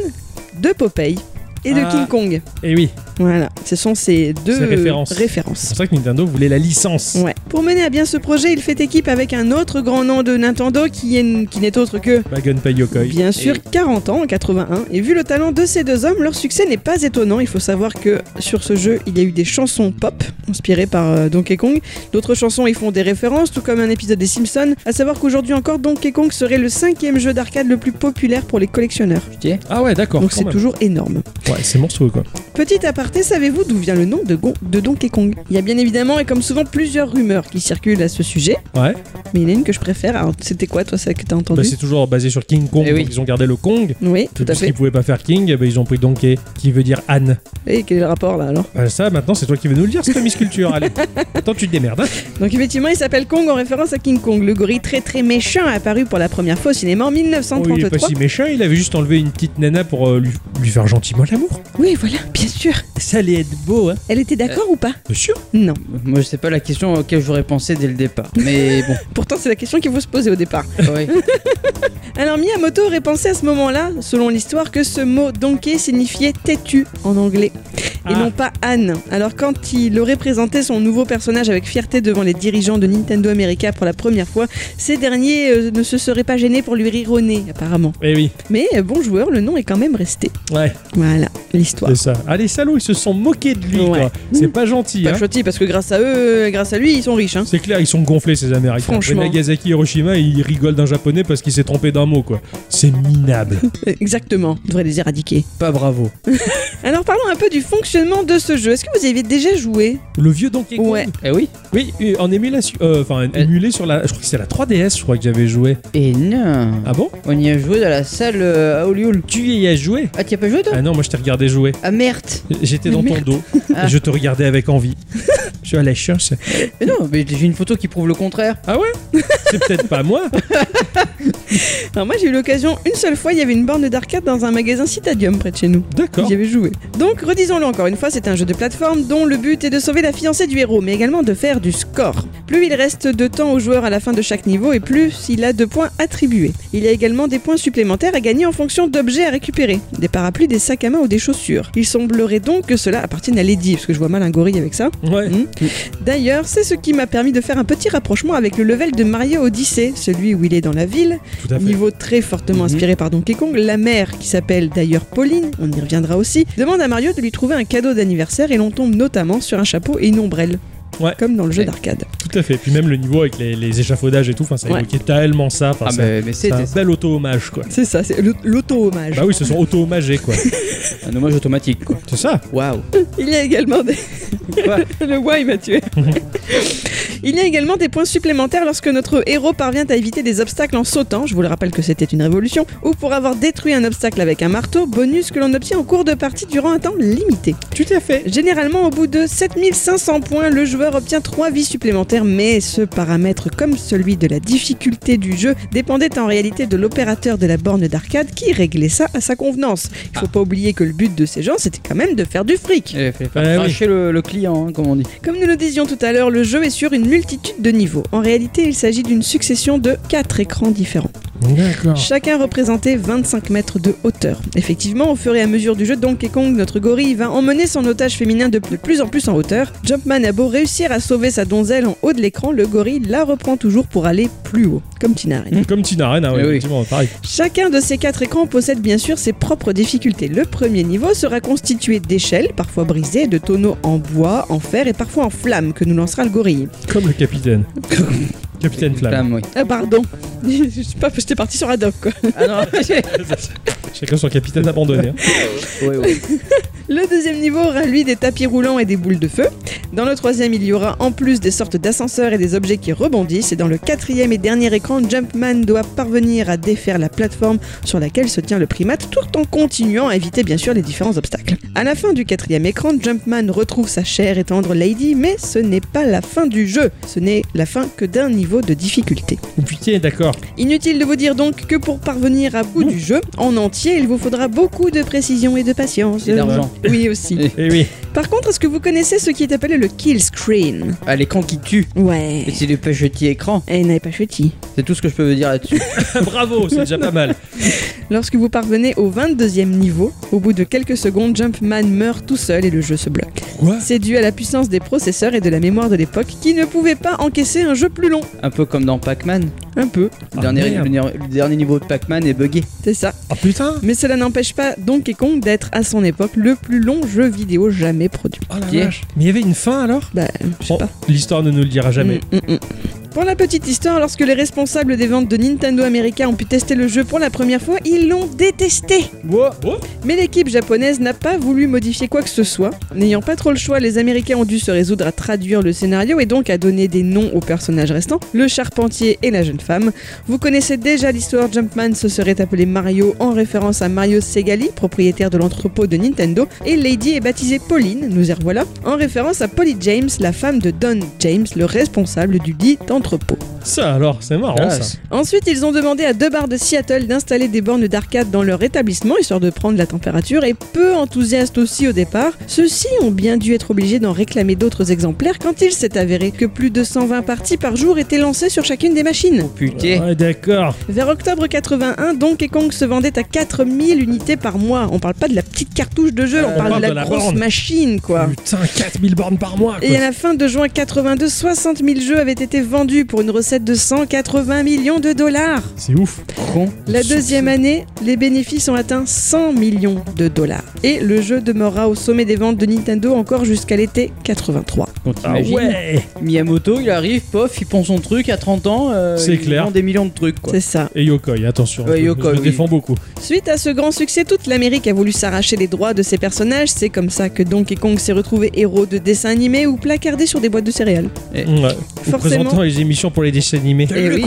Speaker 3: de Popeye et de
Speaker 1: Ah.
Speaker 3: King Kong.
Speaker 1: Et oui,
Speaker 3: Voilà, ce sont ces deux
Speaker 1: Ces références.
Speaker 3: références.
Speaker 1: c'est pour ça que Nintendo voulait la licence.
Speaker 3: Ouais. Pour mener à bien ce projet, il fait équipe avec un autre grand nom de Nintendo qui est- qui n'est autre que
Speaker 1: Pas Gunpei Yokoi.
Speaker 3: Bien sûr, 40 ans en 81. Et vu le talent de ces deux hommes, leur succès n'est pas étonnant. Il faut savoir que sur ce jeu, il y a eu des chansons pop inspirées par euh, Donkey Kong. D'autres chansons y font des références, tout comme un épisode des Simpsons. À savoir qu'aujourd'hui encore, Donkey Kong serait le cinquième jeu d'arcade le plus populaire pour les collectionneurs.
Speaker 2: Putain.
Speaker 1: Ah ouais, d'accord.
Speaker 3: Donc
Speaker 1: quand
Speaker 3: c'est
Speaker 1: même.
Speaker 3: toujours énorme.
Speaker 1: Ouais, c'est monstrueux quoi.
Speaker 3: Petit aparté, savez-vous d'où vient le nom de, Gon- de Donkey Kong Il y a bien évidemment, et comme souvent, plusieurs rumeurs qui circulent à ce sujet.
Speaker 1: Ouais.
Speaker 3: Mais il y en a une que je préfère. Alors, c'était quoi toi, celle que t'as
Speaker 1: Bah,
Speaker 3: entendue
Speaker 1: c'est toujours basé sur King Kong.
Speaker 2: Eh oui.
Speaker 1: donc Ils ont gardé le Kong.
Speaker 3: Oui, tout
Speaker 1: Et
Speaker 3: à
Speaker 1: puisqu'ils
Speaker 3: fait.
Speaker 1: pouvaient pas faire King, eh ben, ils ont pris Donkey, qui veut dire Anne.
Speaker 3: Et quel est le rapport là alors
Speaker 1: Bah, ça, maintenant, c'est toi qui veux nous le dire, cette Miss Culture.
Speaker 3: *laughs*
Speaker 1: Allez, attends, tu te démerdes. hein.
Speaker 3: Donc effectivement, il s'appelle Kong en référence à King Kong, le gorille très très méchant apparu pour la première fois au cinéma en
Speaker 1: Oh, il est pas
Speaker 3: 1933.
Speaker 1: si méchant, il avait juste enlevé une petite nana pour euh, lui, lui faire gentiment l'amour.
Speaker 3: Oui, voilà, bien sûr.
Speaker 1: Ça allait être beau, hein
Speaker 3: Elle était d'accord ou pas
Speaker 1: Bien sûr.
Speaker 3: Non.
Speaker 2: Moi, je sais pas la question auquel j'aurais pensé dès le départ.
Speaker 3: *laughs*
Speaker 2: Mais bon,
Speaker 3: Pourtant, c'est la question qu'il faut se poser au départ.
Speaker 2: ouais.
Speaker 3: Alors Miyamoto aurait pensé à ce moment-là, selon l'histoire, que ce mot donkey signifiait têtu en anglais et
Speaker 1: Ah.
Speaker 3: non pas âne. Alors quand il aurait présenté son nouveau personnage avec fierté devant les dirigeants de Nintendo America pour la première fois, ces derniers euh, ne se seraient pas gênés pour lui rire au nez, apparemment.
Speaker 1: Eh oui,
Speaker 3: Mais euh, bon joueur, le nom est quand même resté.
Speaker 1: ouais,
Speaker 3: Voilà l'histoire.
Speaker 1: c'est ça. Ah, les salauds, ils se sont moqués de lui,
Speaker 3: Bah. Ouais.
Speaker 1: quoi. C'est pas gentil,
Speaker 3: Pas
Speaker 1: hein
Speaker 3: chouetti parce que grâce à eux, grâce à lui, ils sont riches. Hein.
Speaker 1: C'est clair, ils sont gonflés ces Américains.
Speaker 3: Franchement.
Speaker 1: Après Nagasaki, Hiroshima, ils rigolent d'un japonais parce qu'il s'est trompé d'un mot, quoi. C'est
Speaker 3: *laughs*
Speaker 1: minable.
Speaker 3: Euh, Exactement. On devrait les éradiquer.
Speaker 2: pas bravo.
Speaker 3: Alors parlons un peu du fonctionnement de ce jeu. Est-ce que vous y avez déjà joué
Speaker 1: Le vieux Donkey Kong.
Speaker 3: Ouais.
Speaker 2: Eh oui.
Speaker 1: Oui, euh, en émulation. euh, Enfin,
Speaker 2: Euh.
Speaker 1: émulé sur la. Je crois que c'est la 3DS, je crois que j'avais joué.
Speaker 2: Et Eh non.
Speaker 1: Ah bon
Speaker 2: On y a joué dans la salle euh, à Olioul.
Speaker 1: Tu y as joué
Speaker 2: Ah, t'y as pas joué toi
Speaker 1: Ah non, moi je t'ai regardé jouer.
Speaker 2: Ah merde.
Speaker 1: J'étais dans ton dos.
Speaker 2: Ah.
Speaker 1: Et je te regardais avec
Speaker 3: *laughs*
Speaker 1: envie. je suis à la chasse.
Speaker 2: Mais non, mais j'ai une photo qui prouve le contraire.
Speaker 1: Ah ouais C'est peut-être pas moi.
Speaker 3: Alors moi j'ai eu l'occasion une seule fois, il y avait une borne d'arcade dans un magasin Citadium près de chez nous.
Speaker 1: D'accord.
Speaker 3: J'y avais joué. Donc redisons-le encore une fois, c'est un jeu de plateforme dont le but est de sauver la fiancée du héros, mais également de faire du score. Plus il reste de temps au joueur à la fin de chaque niveau et plus il a de points attribués. Il y a également des points supplémentaires à gagner en fonction d'objets à récupérer, des parapluies, des sacs à main ou des chaussures. Il semblerait donc que cela appartienne à Lady, parce que je vois mal un gorille avec ça.
Speaker 1: Ouais.
Speaker 3: D'ailleurs, c'est ce qui m'a permis de faire un petit rapprochement avec le level de Mario Odyssey, celui où il est dans la ville
Speaker 1: Tout à fait.
Speaker 3: Niveau très fortement
Speaker 2: Mhm.
Speaker 3: inspiré par Donkey Kong, la mère, qui s'appelle d'ailleurs Pauline, on y reviendra aussi, demande à Mario de lui trouver un cadeau d'anniversaire et l'on tombe notamment sur un chapeau et une ombrelle.
Speaker 1: Ouais.
Speaker 3: Comme dans le jeu
Speaker 2: Ouais.
Speaker 3: d'arcade.
Speaker 1: Tout à fait. Puis même le niveau avec les, les échafaudages et tout, enfin, ça
Speaker 3: Ouais.
Speaker 1: évoquait tellement ça. Enfin,
Speaker 2: Ah,
Speaker 1: ça-
Speaker 2: mais, mais
Speaker 1: c'est un
Speaker 2: c'était
Speaker 1: bel auto-hommage, quoi.
Speaker 3: C'est ça, c'est le- l'auto-hommage.
Speaker 1: Bah oui, ce sont auto-hommagés, quoi.
Speaker 2: un hommage automatique quoi.
Speaker 1: C'est ça.
Speaker 2: Waouh.
Speaker 3: Il y a également
Speaker 1: *laughs*
Speaker 3: des...
Speaker 2: Quoi
Speaker 3: *laughs* le why m'a tué. Il y a également des points supplémentaires lorsque notre héros parvient à éviter des obstacles en sautant, je vous le rappelle que c'était une révolution, ou pour avoir détruit un obstacle avec un marteau, bonus que l'on obtient en cours de partie durant un temps limité.
Speaker 1: Tout à fait.
Speaker 3: Généralement, au bout de 7500 points, le joueur obtient 3 vies supplémentaires, mais ce paramètre, comme celui de la difficulté du jeu, dépendait en réalité de l'opérateur de la borne d'arcade qui réglait ça à sa convenance. Il
Speaker 1: Ah.
Speaker 3: faut pas oublier que le but de ces gens, c'était quand même de faire du fric.
Speaker 2: Il fallait faire
Speaker 1: Ah, oui.
Speaker 2: cracher le, le client, hein, comme on dit.
Speaker 3: Comme nous le disions tout à l'heure, le jeu est sur une multitude de niveaux. En réalité, il s'agit d'une succession de 4 écrans différents.
Speaker 1: D'accord.
Speaker 3: Chacun représentait 25 mètres de hauteur. Effectivement, au fur et à mesure du jeu, Donkey Kong, notre gorille, va emmener son otage féminin de plus- de plus en plus en hauteur. Jumpman a beau réussir à sauver sa donzelle en haut de l'écran, le gorille la reprend toujours pour aller plus haut, comme Tinarine.
Speaker 1: Comme Tina Arena, ouais,
Speaker 2: Eh oui.
Speaker 1: effectivement, pareil.
Speaker 3: Chacun de ces quatre écrans possède bien sûr ses propres difficultés. Le premier niveau sera constitué d'échelles, parfois brisées, de tonneaux en bois, en fer et parfois en flammes que nous lancera le gorille.
Speaker 1: Comme le capitaine. capitaine Flamme.
Speaker 2: oui.
Speaker 3: Ah pardon, *laughs* je suis pas, j'étais parti sur Haddock quoi.
Speaker 2: Ah *laughs* non, oui,
Speaker 1: *laughs* Chacun son capitaine abandonné. hein.
Speaker 2: oui.
Speaker 3: Le deuxième niveau aura lui des tapis roulants et des boules de feu. Dans le troisième, il y aura en plus des sortes d'ascenseurs et des objets qui rebondissent. Et dans le quatrième et dernier écran, Jumpman doit parvenir à défaire la plateforme sur laquelle se tient le primate tout en continuant à éviter bien sûr les différents obstacles. À la fin du quatrième écran, Jumpman retrouve sa chère et tendre Lady, mais ce n'est pas la fin du jeu. Ce n'est la fin que d'un niveau de difficulté.
Speaker 1: Putain, d'accord.
Speaker 3: Inutile de vous dire donc que pour parvenir à bout du jeu en entier, il vous faudra beaucoup de précision et de patience.
Speaker 2: Et d'argent.
Speaker 3: Oui aussi.
Speaker 1: Eh oui. *laughs*
Speaker 3: Par contre, est-ce que vous connaissez ce qui est appelé le kill screen
Speaker 2: Ah, l'écran qui tue.
Speaker 3: Ouais.
Speaker 2: Et c'est du petit écran.
Speaker 3: Et n'avez pas chuti.
Speaker 2: C'est tout ce que je peux vous dire là-dessus.
Speaker 1: Bravo, c'est déjà pas mal.
Speaker 3: Lorsque vous parvenez au 22e niveau, au bout de quelques secondes, Jumpman meurt tout seul et le jeu se bloque.
Speaker 1: Quoi
Speaker 3: C'est dû à la puissance des processeurs et de la mémoire de l'époque qui ne pouvaient pas encaisser un jeu plus long.
Speaker 2: *laughs* Un peu comme dans Pac-Man.
Speaker 3: Un peu,
Speaker 1: Ah,
Speaker 2: Le dernier,
Speaker 1: merde.
Speaker 2: le dernier- le dernier niveau de Pac-Man est buggé.
Speaker 3: c'est ça.
Speaker 1: Ah putain.
Speaker 3: Mais cela n'empêche pas Donkey Kong d'être à son époque le plus long jeu vidéo jamais produit.
Speaker 1: Oh la
Speaker 2: Qui est-
Speaker 1: vache. Mais il y avait une fin alors
Speaker 3: Bah, je sais
Speaker 1: Bon,
Speaker 3: pas.
Speaker 1: L'histoire ne nous le dira jamais.
Speaker 3: Mm, mm, mm. Pour la petite histoire, lorsque les responsables des ventes de Nintendo America ont pu tester le jeu pour la première fois, ils l'ont détesté.
Speaker 1: Wow. Oh.
Speaker 3: Mais l'équipe japonaise n'a pas voulu modifier quoi que ce soit. N'ayant pas trop le choix, les Américains ont dû se résoudre à traduire le scénario et donc à donner des noms aux personnages restants, le charpentier et la jeune femme. Vous connaissez déjà l'histoire, Jumpman se serait appelé Mario en référence à Mario Segali, propriétaire de l'entrepôt de Nintendo, et Lady est baptisée Pauline, nous y revoilà, en référence à Polly James, la femme de Don James, le responsable du dit entrepôt.
Speaker 1: Ça alors, c'est marrant
Speaker 2: Ah,
Speaker 1: ça.
Speaker 2: c'est-
Speaker 3: Ensuite, ils ont demandé à deux bars de Seattle d'installer des bornes d'arcade dans leur établissement, histoire de prendre la température, et peu enthousiastes aussi au départ, ceux-ci ont bien dû être obligés d'en réclamer d'autres exemplaires quand il s'est avéré que plus de 120 parties par jour étaient lancées sur chacune des machines.
Speaker 2: Putain.
Speaker 1: Ouais, d'accord.
Speaker 3: Vers octobre 81, Donkey Kong se vendait à 4000 unités par mois. On parle pas de la petite cartouche de jeu,
Speaker 1: Euh,
Speaker 3: on parle de la, grosse
Speaker 1: borne.
Speaker 3: machine, quoi.
Speaker 1: Putain, 4000 bornes par mois. Quoi.
Speaker 3: Ah. Et à la fin de juin 82, 60 000 jeux avaient été vendus pour une recette de 180 millions de dollars.
Speaker 1: C'est ouf.
Speaker 2: Con.
Speaker 3: La deuxième année, les bénéfices ont atteint 100 millions de dollars. Et le jeu demeurera au sommet des ventes de Nintendo encore jusqu'à l'été 83.
Speaker 2: Quand
Speaker 1: Ah
Speaker 2: t'imagines,
Speaker 1: ouais.
Speaker 2: Miyamoto, il arrive, pof, il pond son truc à 30 ans. euh,
Speaker 1: C'est
Speaker 2: il
Speaker 1: clair.
Speaker 2: vend des millions de trucs, quoi.
Speaker 3: C'est ça.
Speaker 1: Et Yokoi, attention.
Speaker 2: Ouais,
Speaker 1: je-
Speaker 2: Yokoi,
Speaker 1: je le
Speaker 2: oui.
Speaker 1: défends beaucoup.
Speaker 3: Suite à ce grand succès, toute l'Amérique a voulu s'arracher les droits de ses personnages. C'est comme ça que Donkey Kong s'est retrouvé héros de dessins animés ou placardé sur des boîtes de céréales.
Speaker 1: Ouais. Vous
Speaker 3: Forcément.
Speaker 1: présentant les émissions pour les dessins animés.
Speaker 3: Eh oui.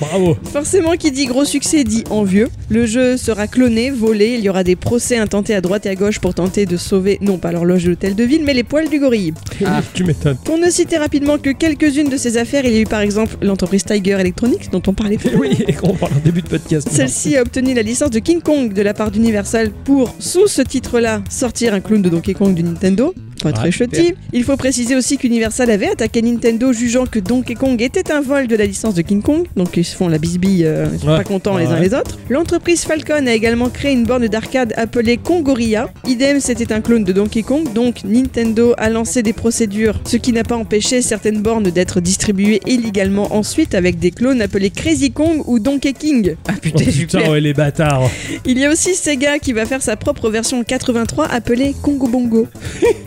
Speaker 1: Bravo.
Speaker 3: Forcément, qui dit gros succès dit envieux. Le jeu sera cloné, volé, il y aura des procès intentés à droite et à gauche pour tenter de sauver non pas l'horloge de l'hôtel de ville, mais les poils du gorille.
Speaker 2: Ah.
Speaker 1: *laughs* tu
Speaker 3: *laughs*
Speaker 1: m'étonnes.
Speaker 3: Pour ne citer rapidement que quelques-unes de ces affaires, il y a eu par exemple l'entreprise Tiger Electronics dont on parlait tout à
Speaker 1: Eh
Speaker 3: l'heure.
Speaker 1: oui, et qu'on parle en début de podcast.
Speaker 3: Celle-ci a obtenu la licence de King Kong de la part d'Universal pour, sous ce titre-là, sortir un clown de Donkey Kong du Nintendo. Pas très
Speaker 1: Ouais.
Speaker 3: chouetti. Il faut préciser aussi qu'Universal avait attaqué Nintendo jugeant que Donkey Kong était un vol de la licence de King Kong, donc ils se font la bisbille, euh, ils sont
Speaker 1: Ouais.
Speaker 3: pas contents les uns
Speaker 1: Ouais.
Speaker 3: les autres. L'entreprise Falcon a également créé une borne d'arcade appelée Kongoria. Idem, c'était un clone de Donkey Kong, donc Nintendo a lancé des procédures, ce qui n'a pas empêché certaines bornes d'être distribuées illégalement ensuite avec des clones appelés Crazy Kong ou Donkey King.
Speaker 2: Ah
Speaker 1: Oh,
Speaker 2: putain,
Speaker 1: putain,
Speaker 2: super.
Speaker 1: ouais, les bâtards.
Speaker 3: Il y a aussi Sega qui va faire sa propre version 83 appelée Congo Bongo.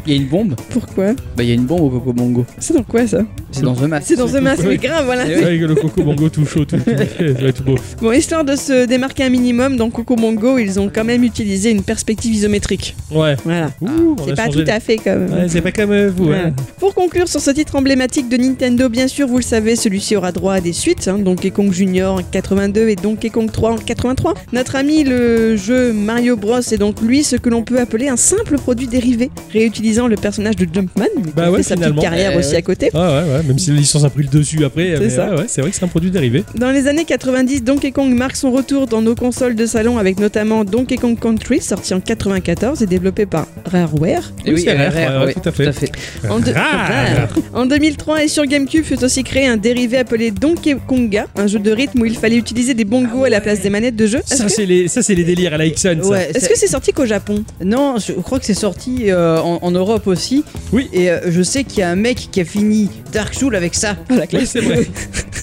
Speaker 2: Il y a une bombe.
Speaker 3: Pourquoi
Speaker 2: Bah, il y a une bombe au Coco Bongo.
Speaker 3: C'est dans quoi ça
Speaker 2: C'est dans The Mask.
Speaker 3: C'est dans un masque,
Speaker 1: Ah, Oui.
Speaker 3: mais grave, voilà.
Speaker 2: Eh oui.
Speaker 1: Avec le coco bongo tout chaud, tout, tout,
Speaker 3: *laughs*
Speaker 1: tout, tout beau.
Speaker 3: Bon, histoire de se démarquer un minimum, dans Coco Bongo, ils ont quand même utilisé une perspective isométrique.
Speaker 1: Ouais.
Speaker 3: Voilà.
Speaker 1: Ouh, on a
Speaker 3: Ah. C'est pas
Speaker 1: changé
Speaker 3: tout à fait comme.
Speaker 1: les- Ouais, c'est pas comme euh, vous. hein.
Speaker 3: Voilà. Pour conclure sur ce titre emblématique de Nintendo, bien sûr, vous le savez, celui-ci aura droit à des suites, hein, Donkey Kong Junior en 82 et Donkey Kong 3 en 83. Notre ami, le jeu Mario Bros, est donc lui ce que l'on peut appeler un simple produit dérivé, réutilisant le personnage de Jumpman, mais
Speaker 1: Bah
Speaker 3: qui a
Speaker 1: ouais,
Speaker 3: fait sa petite
Speaker 1: finalement.
Speaker 3: carrière
Speaker 2: Eh
Speaker 3: aussi
Speaker 2: ouais.
Speaker 3: à côté.
Speaker 1: Ah ouais, ouais, même si la licence a pris le dessus après.
Speaker 3: C'est
Speaker 1: mais
Speaker 3: ça.
Speaker 1: ouais, ouais, c'est vrai que c'est un produit dérivé.
Speaker 3: Dans les années 90, Donkey Kong marque son retour dans nos consoles de salon avec notamment Donkey Kong Country, sorti en 94 et développé par Rareware.
Speaker 2: Eh oui,
Speaker 1: c'est
Speaker 2: rare,
Speaker 1: rare,
Speaker 2: rare,
Speaker 1: ouais,
Speaker 2: ouais,
Speaker 1: tout à fait.
Speaker 3: En, deux-
Speaker 1: Ah, Rare.
Speaker 3: En 2003 et sur GameCube fut aussi créé un dérivé appelé Donkey Konga, un jeu de rythme où il fallait utiliser des bongos à la place des manettes de jeu. Est-ce
Speaker 1: Ah Ça,
Speaker 3: que-
Speaker 1: c'est les, ça, c'est les délires à la Ixon, ça.
Speaker 2: Ouais,
Speaker 3: est-ce
Speaker 2: c'est-
Speaker 3: que c'est sorti qu'au Japon
Speaker 2: Non, je crois que c'est sorti euh, en, en Europe aussi.
Speaker 1: Oui.
Speaker 2: Et euh, je sais qu'il y a un mec qui a fini Dark Soul avec ça.
Speaker 1: Oui, c'est
Speaker 3: *laughs*
Speaker 1: vrai.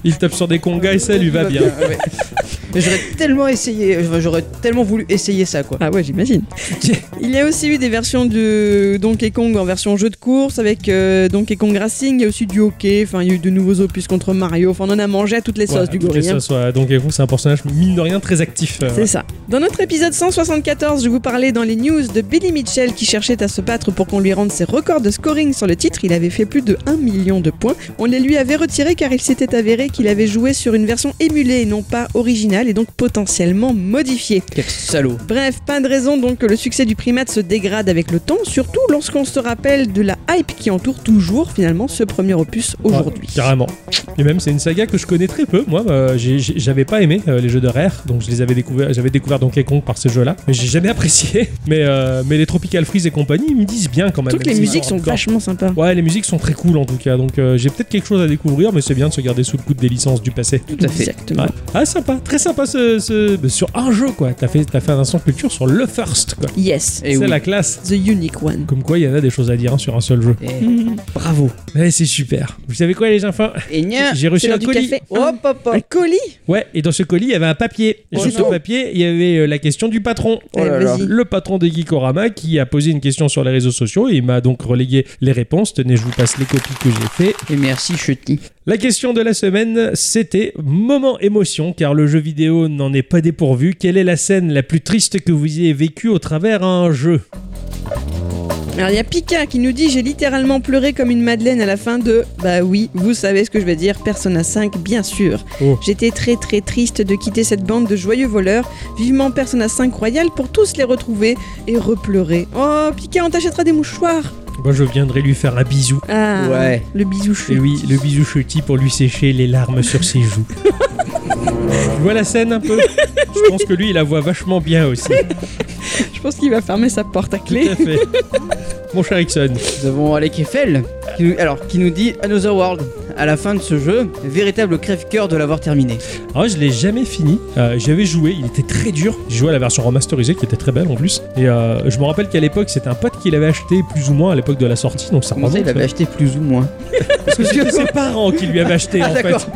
Speaker 1: Il tape sur des congas et Ah, ça lui va bien.
Speaker 2: *laughs* Ouais. J'aurais tellement essayé, j'aurais tellement voulu essayer ça quoi.
Speaker 3: Ah ouais, j'imagine. Il y a aussi eu des versions de Donkey Kong en version jeu de course avec euh, Donkey Kong Racing, il y a aussi du hockey, enfin il y a eu de nouveaux opus contre Mario, enfin on en a mangé à toutes les sauces
Speaker 1: Ouais,
Speaker 3: du
Speaker 1: toutes les
Speaker 3: gorille. hein.
Speaker 1: sauces, ouais. Donc, Kong, c'est un personnage, mine de rien, très actif. euh,
Speaker 3: C'est ça. Dans notre épisode 174, je vous parlais dans les news de Billy Mitchell qui cherchait à se battre pour qu'on lui rende ses records de scoring sur le titre. Il avait fait plus de 1 million de points. On les lui avait retirés car il s'était avéré qu'il avait joué sur une version émulée et non pas originale et donc potentiellement modifiée.
Speaker 2: Quel salaud.
Speaker 3: Bref, pas de raison donc que le succès du primate se dégrade avec le temps, surtout lorsqu'on se rappelle de la hype qui entoure toujours finalement ce premier opus
Speaker 1: ouais,
Speaker 3: aujourd'hui.
Speaker 1: carrément. Et même, c'est une saga que je connais très peu. Moi, bah, j'ai- j'ai- j'avais pas aimé euh, les jeux de Rare, donc je les avais découvert. J'avais découvert Donkey Kong par ces jeux-là, mais j'ai jamais *laughs* apprécié. Mais, euh, mais les Tropical Freeze et compagnie, ils me disent bien quand même.
Speaker 3: Toutes
Speaker 1: même
Speaker 3: les
Speaker 1: si
Speaker 3: musiques
Speaker 1: c'est
Speaker 3: sont
Speaker 1: hardcore.
Speaker 3: vachement sympas.
Speaker 1: Ouais, les musiques sont très cool en tout cas, donc euh, j'ai peut-être quelque chose à découvrir, mais c'est bien de se garder sous le coude des licences du passé.
Speaker 2: Tout à fait.
Speaker 3: Exactement.
Speaker 1: Ouais. Ah, sympa, très sympa ce. ce- bah, sur un jeu quoi, t'as fait, t'as fait un instant culture sur le first quoi.
Speaker 3: Yes.
Speaker 2: Et
Speaker 1: c'est
Speaker 2: oui.
Speaker 1: la classe.
Speaker 3: The unique one.
Speaker 1: Comme quoi, il y en a des choses à dire hein, sur un seul jeu.
Speaker 2: Eh, bravo.
Speaker 1: Ouais, c'est super. Vous savez quoi, les enfants
Speaker 2: Et gna.
Speaker 1: *laughs* J'ai reçu
Speaker 3: c'est
Speaker 1: un
Speaker 3: l'heure du
Speaker 1: colis.
Speaker 3: café.
Speaker 2: Hop hop
Speaker 3: Un
Speaker 2: hop.
Speaker 3: colis
Speaker 1: Ouais, et dans ce colis, il y avait un papier. Et
Speaker 2: Oh
Speaker 1: sur ce
Speaker 2: non.
Speaker 1: papier, il y avait euh, la question du patron.
Speaker 2: Oh là
Speaker 3: Allez,
Speaker 2: là.
Speaker 3: Eh, vas-y.
Speaker 1: Le patron des Geekorama qui a posé une question sur les réseaux sociaux et il m'a donc relayé les réponses. Tenez, je vous passe les copies que j'ai fait.
Speaker 2: Et merci Chuty.
Speaker 1: La question de la semaine, c'était moment émotion, car le jeu vidéo n'en est pas dépourvu. Quelle est la scène la plus triste que vous ayez vécue au travers d'un jeu
Speaker 3: Alors il y a Pika qui nous dit j'ai littéralement pleuré comme une madeleine à la fin de bah oui vous savez ce que je veux dire Persona 5 bien sûr.
Speaker 1: Oh.
Speaker 3: J'étais très très triste de quitter cette bande de joyeux voleurs. Vivement Persona 5 Royal pour tous les retrouver et repleurer. Oh Pika on t'achètera des mouchoirs.
Speaker 1: Moi, je viendrai lui faire un bisou.
Speaker 3: Ah,
Speaker 2: Ouais.
Speaker 3: le bisouchou.
Speaker 1: Et Eh oui, le bisou chuti pour lui sécher les larmes sur ses joues. Tu vois la scène un peu Je pense que lui, il la voit vachement bien aussi.
Speaker 3: Je pense qu'il va fermer sa porte à
Speaker 1: Tout *laughs*
Speaker 3: clé.
Speaker 1: à fait. Mon cher Ixon.
Speaker 2: Nous avons Alec Eiffel, qui nous, alors, qui nous dit Another World. À la fin de ce jeu, véritable crève-cœur de l'avoir terminé.
Speaker 1: Alors, je l'ai jamais fini. Euh, J'avais joué, il était très dur. J'ai joué à la version remasterisée qui était très belle en plus. Et euh, je me rappelle qu'à l'époque, c'était un pote qui l'avait acheté plus ou moins à l'époque de la sortie. Donc ça
Speaker 2: Comment ça,
Speaker 1: remonte.
Speaker 2: il avait acheté plus ou moins
Speaker 1: Parce que c'était ses parents qui lui avaient acheté
Speaker 2: Ah,
Speaker 1: en fait.
Speaker 2: d'accord.
Speaker 1: *laughs*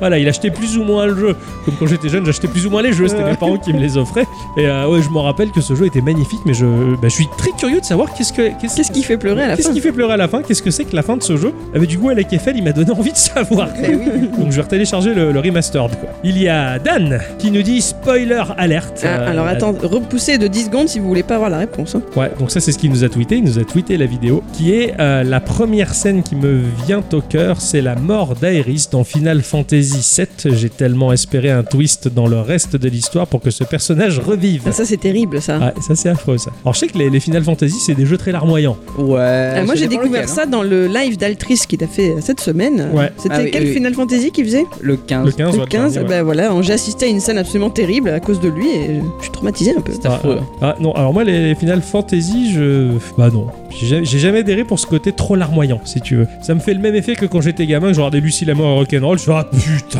Speaker 1: Voilà, il achetait plus ou moins le jeu. Comme quand j'étais jeune, j'achetais plus ou moins les jeux. C'était
Speaker 2: Ouais.
Speaker 1: mes parents qui me les offraient. Et euh, ouais, je me rappelle que ce jeu était magnifique, mais je, bah, je suis très curieux de savoir qu'est-ce que qu'est-ce
Speaker 3: Qu'est-ce qui fait pleurer à la
Speaker 1: Qu'est-ce
Speaker 3: fin
Speaker 1: qui fait pleurer à la fin Qu'est-ce que c'est que la fin de ce jeu Avec du goût à la KFL, il m'a donné envie de savoir.
Speaker 2: Eh oui.
Speaker 1: *laughs* Donc je vais télécharger le, le remastered. quoi. Il y a Dan qui nous dit spoiler alerte.
Speaker 3: Ah,
Speaker 1: Euh,
Speaker 3: alors attends, repoussez de 10 secondes si vous voulez pas avoir la réponse. hein.
Speaker 1: Ouais, donc ça c'est ce qu'il nous a tweeté. Il nous a tweeté la vidéo qui est euh, la première scène qui me vient au cœur, c'est la mort d'Aeris dans Final Fantasy VII. J'ai tellement espéré un twist dans le reste de l'histoire pour que ce personnage revive.
Speaker 3: Ah, ça c'est terrible ça.
Speaker 1: Ouais, ça c'est affreux ça. Alors je sais que les, les Final Fantasy c'est des jeux très larmoyants.
Speaker 2: Ouais.
Speaker 3: Ah,
Speaker 2: ça
Speaker 3: moi j'ai
Speaker 2: dépend
Speaker 3: découvert
Speaker 2: lequel, hein.
Speaker 3: ça dans le live d'Altrice qu'il a fait euh, cette semaine.
Speaker 1: Ouais.
Speaker 3: C'était
Speaker 2: Ah oui,
Speaker 3: quel
Speaker 2: oui, oui.
Speaker 3: Final Fantasy qu'il faisait
Speaker 2: Le 15.
Speaker 1: Le 15,
Speaker 3: Le 15
Speaker 1: ouais.
Speaker 3: Bah voilà, j'ai assisté à une scène absolument terrible à cause de lui et je suis traumatisé un peu.
Speaker 2: C'est affreux. hein.
Speaker 1: Ah non, alors moi les, les Final Fantasy, je. Bah non. J'ai ja- j'ai jamais adhéré pour ce côté trop larmoyant, si tu veux. Ça me fait le même effet que quand j'étais gamin, que je regardais Lucie la mort à rock'n'roll, je fais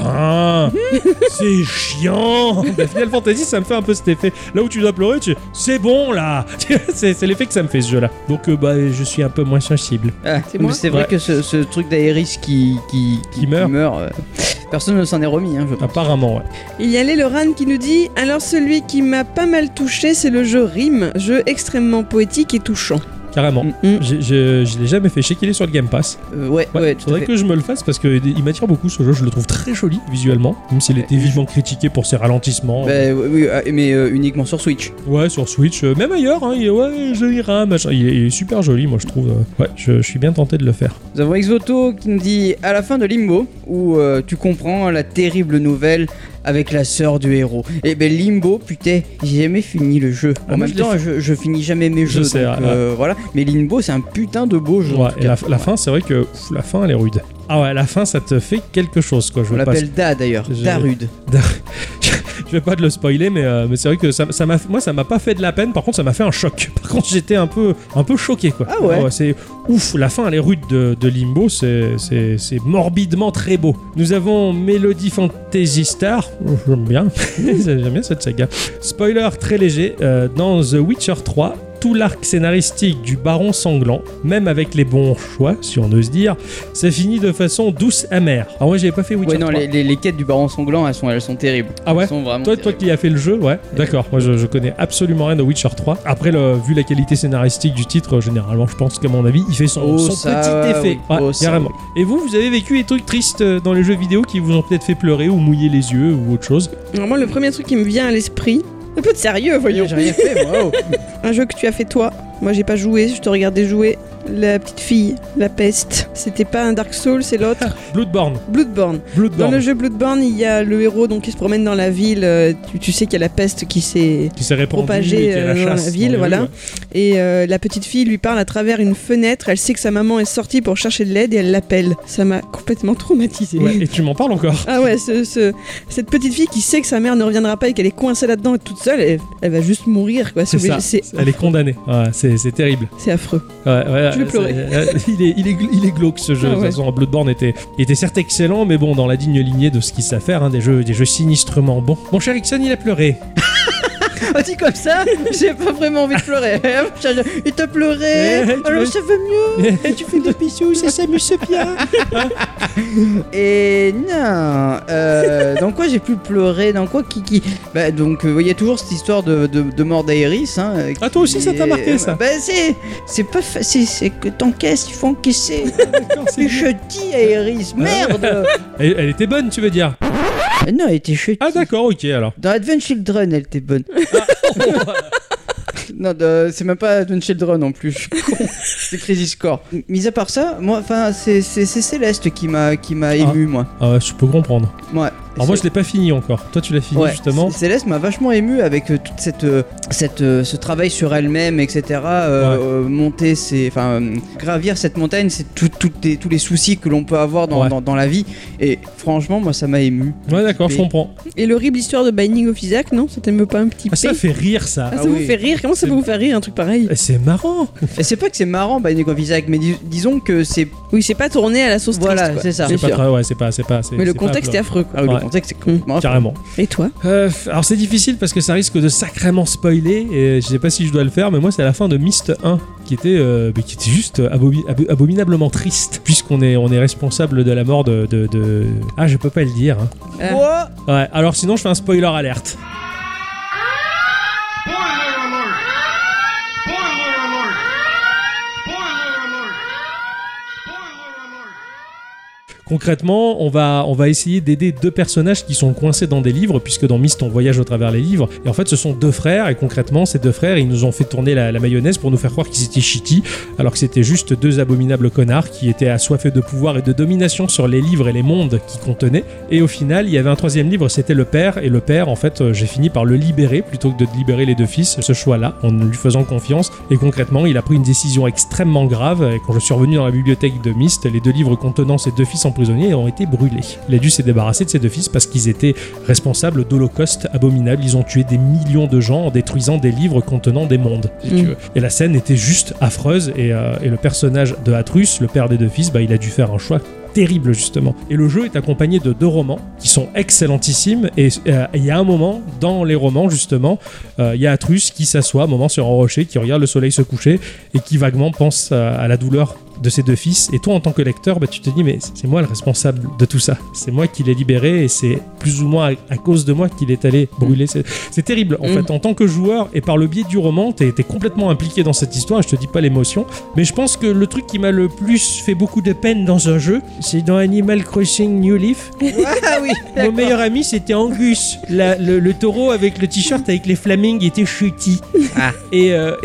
Speaker 1: Ah
Speaker 2: *laughs*
Speaker 1: putain C'est chiant Bah, Final Fantasy, ça me fait un peu cet effet. Là où tu dois pleurer, tu. C'est bon là *laughs* C'est c'est l'effet que ça me fait ce jeu là. Donc euh, bah je suis un peu moins sensible.
Speaker 2: Ah,
Speaker 3: C'est
Speaker 2: mais
Speaker 3: moi
Speaker 2: c'est vrai
Speaker 1: Ouais.
Speaker 2: que ce, ce truc d'Aéris qui, qui, qui,
Speaker 1: Qui meurt. Ah.
Speaker 2: euh, personne ne s'en est remis, hein, je pense.
Speaker 1: Apparemment, ouais.
Speaker 3: Il y a Léloran qui nous dit Alors celui qui m'a pas mal touché, c'est le jeu Rime, jeu extrêmement poétique et touchant.
Speaker 1: Carrément.
Speaker 2: Mm.
Speaker 1: J'ai- Je, je l'ai jamais fait. Je sais qu'il est sur le Game Pass.
Speaker 2: Euh, ouais, ouais,
Speaker 1: Ouais,
Speaker 2: tout à
Speaker 1: faudrait
Speaker 2: fait.
Speaker 1: que je me le fasse parce qu'il m'attire beaucoup ce jeu. Je le trouve très joli visuellement, même s'il était vivement critiqué pour ses ralentissements.
Speaker 2: Bah, oui, oui, ah, mais euh, uniquement sur Switch.
Speaker 1: Ouais, sur Switch, euh, même ailleurs, hein, il est ouais, joli RAM, machin. Il est, il est super joli, moi je trouve. euh, ouais, je, je suis bien tenté de le faire.
Speaker 2: Nous avons Exoto qui nous dit à la fin de Limbo, où euh, tu comprends la terrible nouvelle avec la sœur du héros. Et ben Limbo, putain, j'ai jamais fini le jeu.
Speaker 1: Ah,
Speaker 2: en
Speaker 1: moi,
Speaker 2: même
Speaker 1: je l'ai
Speaker 2: temps, je, je finis jamais mes
Speaker 1: Je
Speaker 2: jeux.
Speaker 1: sais,
Speaker 2: donc,
Speaker 1: ouais,
Speaker 2: euh, voilà. Mais Limbo, c'est un putain de beau jeu. en
Speaker 1: Ouais,
Speaker 2: tout
Speaker 1: et
Speaker 2: cas.
Speaker 1: la, la fin, c'est vrai que ouf, la fin, elle est rude. Ah ouais, la fin, ça te fait quelque chose, quoi. Je
Speaker 2: On
Speaker 1: vais, pas,
Speaker 2: l'appelle Da d'ailleurs,
Speaker 1: Je-
Speaker 2: Darude.
Speaker 1: je vais pas te le spoiler, mais, euh, mais c'est vrai que ça, ça m'a, moi, ça m'a pas fait de la peine. Par contre, ça m'a fait un choc. *laughs* Par contre, j'étais un peu, un peu choqué, quoi.
Speaker 2: Ah ouais.
Speaker 1: c'est ouf, la fin, elle est rude de, de Limbo. C'est, c'est, c'est morbidement très beau. Nous avons Melody Fantasy Star. Oh, J'aime bien. *laughs* J'aime bien cette saga. Spoiler très léger, euh, dans The Witcher 3, tout l'arc scénaristique du Baron Sanglant, même avec les bons choix, si on ose dire, ça finit de façon douce amère. Ah ouais, j'avais pas fait Witcher
Speaker 2: Ouais, non,
Speaker 1: 3.
Speaker 2: les, les- les quêtes du Baron Sanglant, elles sont, elles sont terribles.
Speaker 1: Ah ouais
Speaker 2: Elles sont vraiment
Speaker 1: Toi, toi
Speaker 2: terribles.
Speaker 1: qui as fait le jeu, ouais, d'accord. Moi, je, je connais absolument rien de Witcher 3. Après, le- vu la qualité scénaristique du titre, euh, généralement, je pense qu'à mon avis, il fait son,
Speaker 2: Oh,
Speaker 1: son
Speaker 2: ça,
Speaker 1: petit
Speaker 2: ouais,
Speaker 1: effet.
Speaker 2: oui.
Speaker 1: Ouais,
Speaker 2: Oh, ça,
Speaker 1: carrément. Et vous, vous avez vécu des trucs tristes euh, dans les jeux vidéo qui vous ont peut-être fait pleurer ou mouiller les yeux ou autre chose
Speaker 3: Alors moi le premier truc qui me vient à l'esprit, un peu de sérieux voyons,
Speaker 2: J'ai rien fait, moi. oh.
Speaker 3: un jeu que tu as fait toi, moi j'ai pas joué, je te regardais jouer, la petite fille, la peste, c'était pas un Dark Souls, c'est *laughs* l'autre,
Speaker 1: Bloodborne.
Speaker 3: Bloodborne. Dans
Speaker 1: Bloodborne.
Speaker 3: le jeu Bloodborne, il y a le héros donc qui se promène dans la ville, euh, tu, tu sais qu'il y a la peste qui s'est
Speaker 1: Qui s'est répandu
Speaker 3: propagé,
Speaker 1: et qui a la
Speaker 3: euh, dans
Speaker 1: chasse
Speaker 3: la ville,
Speaker 1: les
Speaker 3: voilà.
Speaker 1: rues.
Speaker 3: Et euh, la petite fille lui parle à travers une fenêtre. Elle sait que sa maman est sortie pour chercher de l'aide et elle l'appelle. Ça m'a complètement traumatisée.
Speaker 1: Ouais, et tu m'en parles
Speaker 3: *laughs*
Speaker 1: encore
Speaker 3: Ah ouais, ce- ce- cette petite fille qui sait que sa mère ne reviendra pas et qu'elle est coincée là-dedans toute seule, elle, elle va juste mourir quoi. C'est
Speaker 1: C'est ça.
Speaker 3: obligé- C'est
Speaker 1: Elle est condamnée. Ouais, c'est c'est terrible.
Speaker 3: c'est affreux.
Speaker 1: Ouais, ouais,
Speaker 3: Je
Speaker 1: c'est-
Speaker 3: vais pleurer.
Speaker 1: euh, *laughs* il, est, il, est, gl- il est glauque ce jeu.
Speaker 3: Ah
Speaker 1: De toute
Speaker 3: ouais.
Speaker 1: façon, Bloodborne était, était certes excellent, mais bon, dans la digne lignée de ce qu'il sait faire, hein, des, jeux, des jeux sinistrement bons. Mon cher Ixon, il a pleuré.
Speaker 2: *laughs* Ah, dit comme ça, j'ai pas vraiment envie de pleurer. *laughs* Ah, Il t'a pleuré,
Speaker 1: Eh, tu
Speaker 2: alors
Speaker 1: vois-
Speaker 2: ça va mieux.
Speaker 1: tu fais des bisous, ça s'amuse *laughs* bien.
Speaker 2: Et non, euh, dans quoi j'ai pu pleurer Dans quoi Kiki Bah, donc, euh, il y a toujours cette histoire de, de, de mort d'Aéris. Hein, euh,
Speaker 1: Ah, toi aussi,
Speaker 2: qui
Speaker 1: ça t'a
Speaker 2: est-
Speaker 1: marqué, ça
Speaker 2: Bah, c'est, c'est pas facile, c'est que t'encaisses, il
Speaker 1: *laughs*
Speaker 2: faut encaisser. C'est chutis, Aéris,
Speaker 1: Hein?
Speaker 2: merde
Speaker 1: elle, elle était bonne, tu veux dire
Speaker 2: Ah Non, elle était chutis.
Speaker 1: Ah, d'accord, ok, alors.
Speaker 2: Dans Advent Children, elle était bonne.
Speaker 1: Ah.
Speaker 2: *laughs* non, de- c'est même pas Advent Children en plus. je suis con. c'est Crisis Score. Mis à part ça, moi, enfin, c'est c'est- c'est Céleste qui m'a qui m'a ému, moi.
Speaker 1: Ah, ouais, je peux comprendre.
Speaker 2: Ouais.
Speaker 1: Ah. Alors moi je l'ai pas fini encore. Toi tu l'as fini
Speaker 2: Ouais.
Speaker 1: justement.
Speaker 2: C- Céleste m'a vachement ému avec euh, toute cette, euh, cette euh, ce travail sur elle-même, etc. euh,
Speaker 1: Ouais.
Speaker 2: euh, monter, c'est enfin euh, gravir cette montagne, c'est tout, toutes les- tous les soucis que l'on peut avoir dans,
Speaker 1: Ouais.
Speaker 2: dans- dans la vie. Et franchement, moi, ça m'a ému.
Speaker 1: Ouais d'accord, je
Speaker 2: Mais-
Speaker 1: comprends.
Speaker 3: Et l'horrible histoire de Binding of Isaac, non Ça t'aime pas un petit peu
Speaker 1: Ah, ça fait rire ça.
Speaker 3: Ah, ça
Speaker 2: Ah
Speaker 3: vous
Speaker 2: oui.
Speaker 3: fait rire Comment ça
Speaker 1: C'est-
Speaker 3: peut vous faire rire un truc pareil
Speaker 1: Eh, C'est marrant.
Speaker 2: Et c'est pas que c'est marrant, bah, Nico Isaac, mais dis- disons que c'est
Speaker 3: Oui, c'est pas tourné à la sauce triste,
Speaker 2: voilà,
Speaker 3: quoi.
Speaker 2: c'est ça.
Speaker 1: C'est
Speaker 3: Bien
Speaker 1: pas
Speaker 3: sûr.
Speaker 1: très- ouais, c'est pas, c'est pas. c'est-
Speaker 3: Mais le
Speaker 1: c'est pas
Speaker 3: contexte est
Speaker 1: plat.
Speaker 3: affreux. quoi. Hum.
Speaker 2: Ah oui,
Speaker 1: Ouais.
Speaker 2: le contexte, c'est complètement-
Speaker 1: Carrément.
Speaker 3: Et toi
Speaker 1: Euh, f- alors c'est difficile parce que ça risque de sacrément spoiler et je sais pas si je dois le faire mais moi c'est à la fin de Myst 1 qui était, euh, mais qui était juste abomi- abo- abominablement triste puisqu'on est, on est responsable de la mort de, de- de- Ah je peux pas le dire. hein.
Speaker 3: Ah.
Speaker 2: Quoi
Speaker 1: Ouais alors sinon je fais un spoiler alerte.
Speaker 5: Boiler alert! Boiler alert! Boiler alert! Boiler alert!
Speaker 1: Concrètement, on va, on va essayer d'aider deux personnages qui sont coincés dans des livres, puisque dans Myst, on voyage au travers les livres. Et en fait, ce sont deux frères, et concrètement, ces deux frères, ils nous ont fait tourner la, la mayonnaise pour nous faire croire qu'ils étaient shitty, alors que c'était juste deux abominables connards qui étaient assoiffés de pouvoir et de domination sur les livres et les mondes qu'ils contenaient. Et au final, il y avait un troisième livre, c'était le père, et le père, en fait, euh, j'ai fini par le libérer, plutôt que de libérer les deux fils, ce choix-là, en lui faisant confiance. Et concrètement, il a pris une décision extrêmement grave. Et quand je suis revenu dans la bibliothèque de Myst, les deux livres contenant ses deux fils emprisonnés ont été brûlés. Il a dû se débarrasser de ses deux fils parce qu'ils étaient responsables d'holocaustes abominables. Ils ont tué des millions de gens en détruisant des livres contenant des mondes. si tu
Speaker 3: Mm.
Speaker 1: veux. Et la scène était juste affreuse. Et, euh, et le personnage de Atrus, le père des deux fils, bah, il a dû faire un choix terrible justement. Et le jeu est accompagné de deux romans qui sont excellentissimes. Et euh, il y a un moment dans les romans justement, euh, il y a Atrus qui s'assoit un moment sur un rocher, qui regarde le soleil se coucher et qui vaguement pense à, à la douleur de ses deux fils. Et toi, en tant que lecteur, bah, tu te dis, mais c'est moi le responsable de tout ça. C'est moi qui l'ai libéré et c'est plus ou moins à, à cause de moi qu'il est allé brûler. C'est- C'est terrible. En
Speaker 2: Mm.
Speaker 1: fait, en tant que joueur et par le biais du roman, t'es t'es complètement impliqué dans cette histoire. Je te dis pas l'émotion. Mais je pense que le truc qui m'a le plus fait beaucoup de peine dans un jeu, c'est dans Animal Crossing New Leaf.
Speaker 2: *laughs* Ah oui.
Speaker 1: Mon
Speaker 2: d'accord.
Speaker 1: meilleur ami, c'était Angus. La- le, le taureau avec le t-shirt avec les flamings il était chutty.
Speaker 2: Ah.
Speaker 1: Et, euh,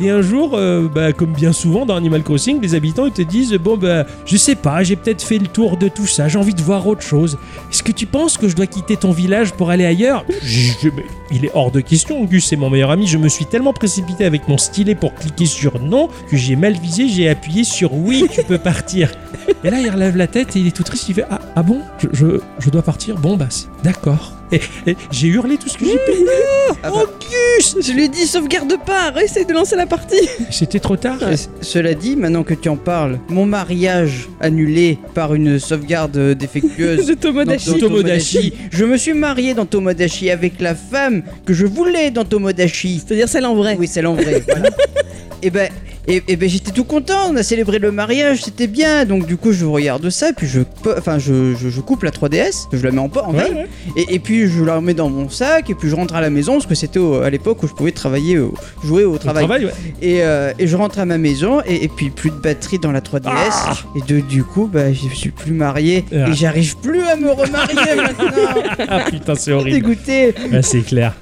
Speaker 1: et un jour, euh, bah, comme bien souvent dans Animal Crossing, les habitants ils te disent Bon, bah, je sais pas, j'ai peut-être fait le tour de tout ça, j'ai envie de voir autre chose. Est-ce que tu penses que je dois quitter ton village pour aller ailleurs Je- mais Il est hors de question, Angus, c'est mon meilleur ami. Je me suis tellement précipité avec mon stylet pour cliquer sur non que j'ai mal visé, j'ai appuyé sur oui, tu peux *laughs* partir. Et là, il relève la tête et il est tout triste. Il fait Ah, ah bon je, je- je dois partir Bon, bah, c'est- d'accord. Et, et j'ai hurlé tout ce que j'ai pu.
Speaker 2: Ah bah.
Speaker 1: Angus
Speaker 3: Je lui dis sauvegarde pas, essaye de lancer la partie.
Speaker 1: *laughs*
Speaker 3: *laughs*
Speaker 1: C'était trop tard.
Speaker 2: Et c- Cela dit, maintenant que tu en parles, mon mariage annulé par une sauvegarde euh, défectueuse
Speaker 3: *laughs* De Tomodachi.
Speaker 1: Dans-
Speaker 2: dans
Speaker 1: dans- Tomodachi.
Speaker 2: Tomodachi. Je me suis marié dans Tomodachi avec la femme que je voulais dans Tomodachi.
Speaker 3: C'est-à-dire celle en vrai.
Speaker 2: Oui, c'est l'en
Speaker 3: *laughs*
Speaker 2: vrai. voilà. Et ben, et, et ben j'étais tout content. On a célébré le mariage, c'était bien. Donc du coup, je regarde ça, puis je, pe- enfin, je, je, je coupe la 3DS, je la mets en, po- en
Speaker 1: Ouais,
Speaker 2: veille, et, et puis je la remets dans mon sac, et puis je rentre à la maison parce que c'était au- à l'époque où je pouvais travailler, au- jouer au
Speaker 1: Au
Speaker 2: travail.
Speaker 1: travail, ouais.
Speaker 2: Et, euh, et je rentre à ma maison, et, et puis plus de batterie dans la 3DS,
Speaker 1: Ah
Speaker 2: et de- du coup, bah, je suis plus marié,
Speaker 1: Ah.
Speaker 2: et j'arrive plus à
Speaker 1: *laughs*
Speaker 2: me remarier maintenant.
Speaker 1: Ah putain, c'est horrible.
Speaker 2: Dégoûté.
Speaker 1: Ah, c'est clair.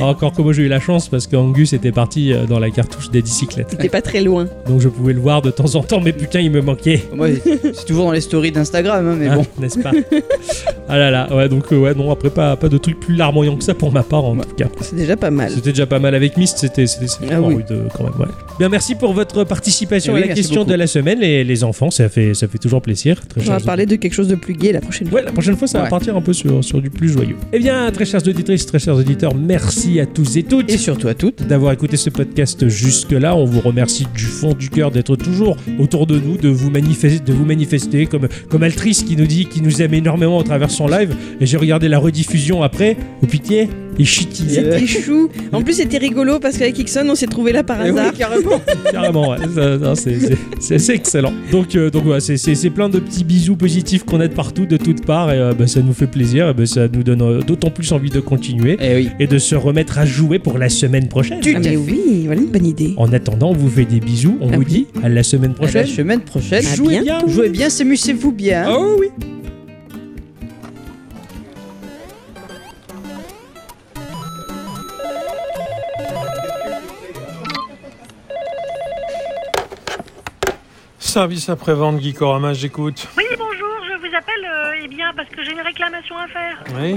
Speaker 1: Encore que moi j'ai eu la chance parce que Angus était parti euh, dans la cartouche des bicyclettes.
Speaker 3: T'es pas très loin.
Speaker 1: Donc je pouvais le voir de temps en temps, mais putain, il me manquait.
Speaker 2: Moi, c'est toujours dans les stories d'Instagram, hein, mais
Speaker 1: Hein,
Speaker 2: bon.
Speaker 1: N'est-ce
Speaker 2: *laughs*
Speaker 1: pas Ah là là, ouais, donc euh, ouais, non, après pas, pas de truc plus larmoyant que ça pour ma part en
Speaker 2: Ouais.
Speaker 1: tout cas.
Speaker 3: C'est déjà pas mal.
Speaker 1: C'était déjà pas mal avec Myst, c'était c'était c'était
Speaker 2: Ah
Speaker 1: vraiment
Speaker 2: oui.
Speaker 1: rude, euh, quand même. ouais. Bien, merci pour votre participation
Speaker 2: Eh oui,
Speaker 1: à la
Speaker 2: merci
Speaker 1: question
Speaker 2: beaucoup.
Speaker 1: de la semaine, les, les enfants, ça fait ça fait toujours plaisir. Très
Speaker 3: On va
Speaker 1: chers
Speaker 3: parler de quelque chose de plus gai la prochaine fois.
Speaker 1: Ouais, la prochaine fois, ça va
Speaker 2: Ouais.
Speaker 1: partir un peu sur, sur du plus joyeux. Eh bien, très chères auditrices, très chers auditeurs, merci à tous et toutes
Speaker 2: Et surtout à toutes.
Speaker 1: d'avoir écouté ce podcast jusque-là. On vous remercie du fond du cœur d'être toujours autour de nous, de vous, manifester, de vous manifester comme, comme Altrice qui nous dit qui nous aime énormément à travers son live. Et j'ai regardé la rediffusion après. Oh pitié, et chitty.
Speaker 3: *laughs* C'était chou. En plus, c'était rigolo parce qu'avec Ixon, on s'est trouvé là par
Speaker 2: Eh oui,
Speaker 3: hasard.
Speaker 2: carrément.
Speaker 1: *laughs* Carrément, ouais. Ça, ça, c'est- c'est- c'est c'est excellent. Donc, euh, donc voilà, c'est- c'est c'est plein de petits bisous positifs qu'on a de partout, de toutes parts, et euh, bah, ça nous fait plaisir, et bah, ça nous donne euh, d'autant plus envie de continuer
Speaker 2: Eh oui.
Speaker 1: et de se remettre à jouer pour la semaine prochaine.
Speaker 2: Tu-
Speaker 3: Ah,
Speaker 2: Tout à fait.
Speaker 3: mais oui, voilà une bonne idée.
Speaker 1: En attendant, on vous fait des bisous, on
Speaker 3: Ah
Speaker 1: vous
Speaker 3: oui.
Speaker 1: dit à la semaine
Speaker 2: À la
Speaker 1: prochaine.
Speaker 2: ben, semaine prochaine.
Speaker 3: À
Speaker 1: Jouez bien,
Speaker 3: bientôt.
Speaker 2: Jouez bien, s'amusez-vous bien.
Speaker 1: Oh oui
Speaker 6: Service après-vente, Geekorama, j'écoute.
Speaker 7: Oui, bonjour, je vous
Speaker 6: vous appelle euh, Eh bien, parce que j'ai une réclamation à faire.
Speaker 1: Oui,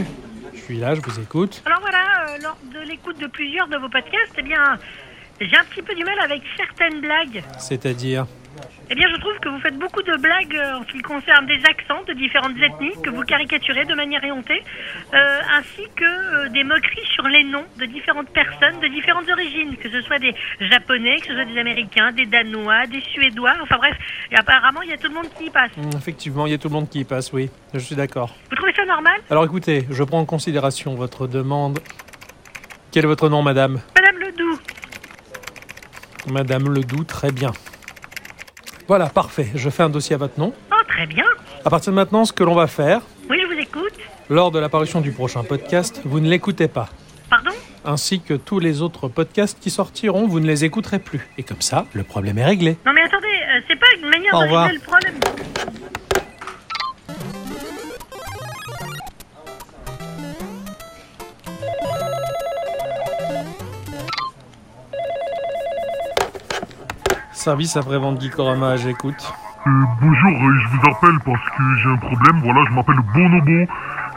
Speaker 1: je suis là, je vous écoute.
Speaker 6: Alors voilà, euh, lors de l'écoute de plusieurs de vos podcasts, eh bien, j'ai un petit peu du mal avec certaines blagues.
Speaker 1: C'est-à-dire
Speaker 6: Eh bien, je trouve que vous faites beaucoup de blagues euh, en ce qui concerne des accents de différentes ethnies que vous caricaturez de manière éhontée, euh, ainsi que euh, des moqueries sur les noms de différentes personnes de différentes origines, que ce soit des Japonais, que ce soit des Américains, des Danois, des Suédois, enfin bref, et apparemment, il y a tout le monde qui y passe.
Speaker 1: Hum, Effectivement, il y a tout le monde qui y passe, oui. Je suis d'accord.
Speaker 6: Vous trouvez ça normal
Speaker 1: Alors écoutez, je prends en considération votre demande. Quel est votre nom, madame
Speaker 6: Madame Ledoux,
Speaker 1: Madame Ledoux, très bien. Voilà, parfait. Je fais un dossier à votre nom.
Speaker 6: oh très bien,
Speaker 1: À partir de maintenant, ce que l'on va faire,
Speaker 6: oui, je vous écoute.
Speaker 1: lors de l'apparition du prochain podcast, vous ne l'écoutez pas.
Speaker 6: Pardon
Speaker 1: Ainsi que tous les autres podcasts qui sortiront, vous ne les écouterez plus. Et comme ça, le problème est réglé.
Speaker 6: Non mais attendez, euh, c'est pas une manière
Speaker 1: Au
Speaker 6: de
Speaker 1: revoir.
Speaker 6: régler le problème.
Speaker 1: Service après-vente Gikorama, j'écoute.
Speaker 8: Euh, bonjour, euh, je vous appelle parce que j'ai un problème, voilà, je m'appelle Bonobo et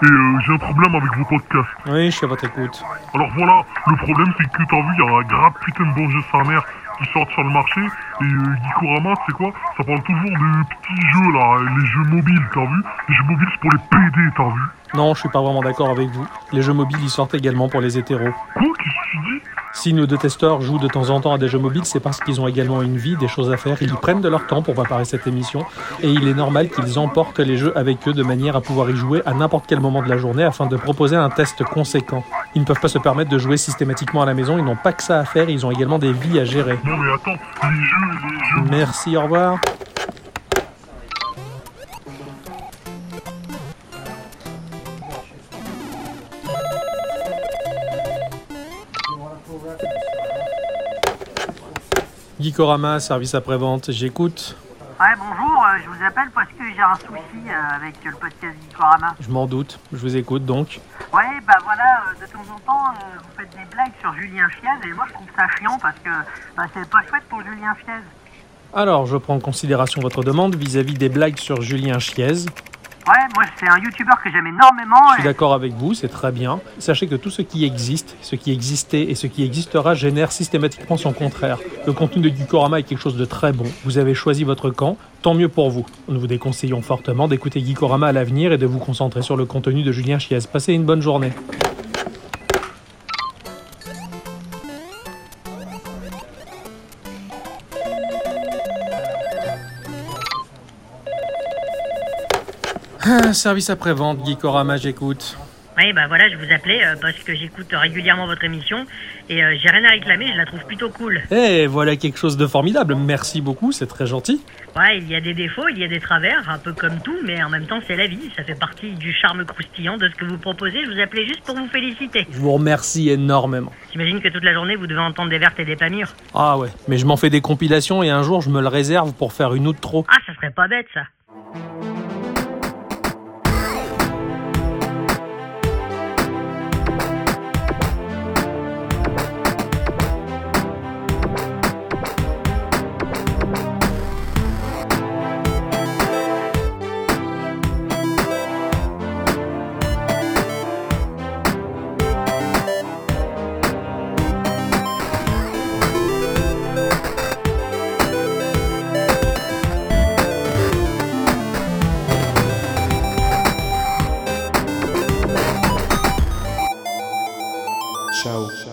Speaker 8: euh, j'ai un problème avec vos podcasts.
Speaker 1: Oui, je suis à votre écoute.
Speaker 8: Alors voilà, le problème c'est que t'as vu, il y a un grave putain de bon jeu sa mère qui sort sur le marché et euh, Gikorama, c'est quoi Ça parle toujours de petits jeux là, les jeux mobiles, t'as vu Les jeux mobiles c'est pour les PD, t'as vu
Speaker 1: Non, je suis pas vraiment d'accord avec vous. Les jeux mobiles, ils sortent également pour les hétéros.
Speaker 8: Quoi, qu'est-ce que tu dis
Speaker 1: Si nos deux testeurs jouent de temps en temps à des jeux mobiles, c'est parce qu'ils ont également une vie, des choses à faire. Ils y prennent de leur temps pour préparer cette émission. Et il est normal qu'ils emportent les jeux avec eux de manière à pouvoir y jouer à n'importe quel moment de la journée afin de proposer un test conséquent. Ils ne peuvent pas se permettre de jouer systématiquement à la maison. Ils n'ont pas que ça à faire. Ils ont également des vies à gérer.
Speaker 8: Non mais attends, les jeux, les jeux...
Speaker 1: Merci, au revoir. Gikorama, service après-vente, j'écoute.
Speaker 9: Ouais, bonjour, euh, je vous appelle parce que j'ai un souci euh, avec le podcast Gikorama.
Speaker 1: Je m'en doute, je vous écoute donc.
Speaker 9: Ouais, bah voilà, euh, de temps en temps, euh, vous faites des blagues sur Julien Chiez et moi je trouve ça chiant parce que bah, c'est pas chouette pour Julien Chiez.
Speaker 1: Alors, je prends en considération votre demande vis-à-vis des blagues sur Julien Chiez.
Speaker 9: Ouais, moi c'est un youtubeur que j'aime énormément
Speaker 1: Je suis
Speaker 9: et
Speaker 1: d'accord avec vous, c'est très bien. Sachez que tout ce qui existe, ce qui existait et ce qui existera génère systématiquement son contraire. Le contenu de Gikorama est quelque chose de très bon. Vous avez choisi votre camp, tant mieux pour vous. Nous vous déconseillons fortement d'écouter Gikorama à l'avenir et de vous concentrer sur le contenu de Julien Chiez. Passez une bonne journée. Ah, Service après-vente, Gikorama, j'écoute.
Speaker 6: Oui, bah voilà, je vous appelais euh, parce que j'écoute régulièrement votre émission et euh, j'ai rien à réclamer, je la trouve plutôt cool.
Speaker 1: Eh, voilà quelque chose de formidable. Merci beaucoup, c'est très gentil.
Speaker 6: Ouais, il y a des défauts, il y a des travers, un peu comme tout, mais en même temps, c'est la vie, ça fait partie du charme croustillant de ce que vous proposez. Je vous appelais juste pour vous féliciter.
Speaker 1: Je vous remercie énormément.
Speaker 6: J'imagine que toute la journée, vous devez entendre des vertes et des pas mûres.
Speaker 1: Ah ouais, mais je m'en fais des compilations et un jour je me le réserve pour faire une autre trop.
Speaker 6: Ah, ça serait pas bête ça.
Speaker 10: Ciao.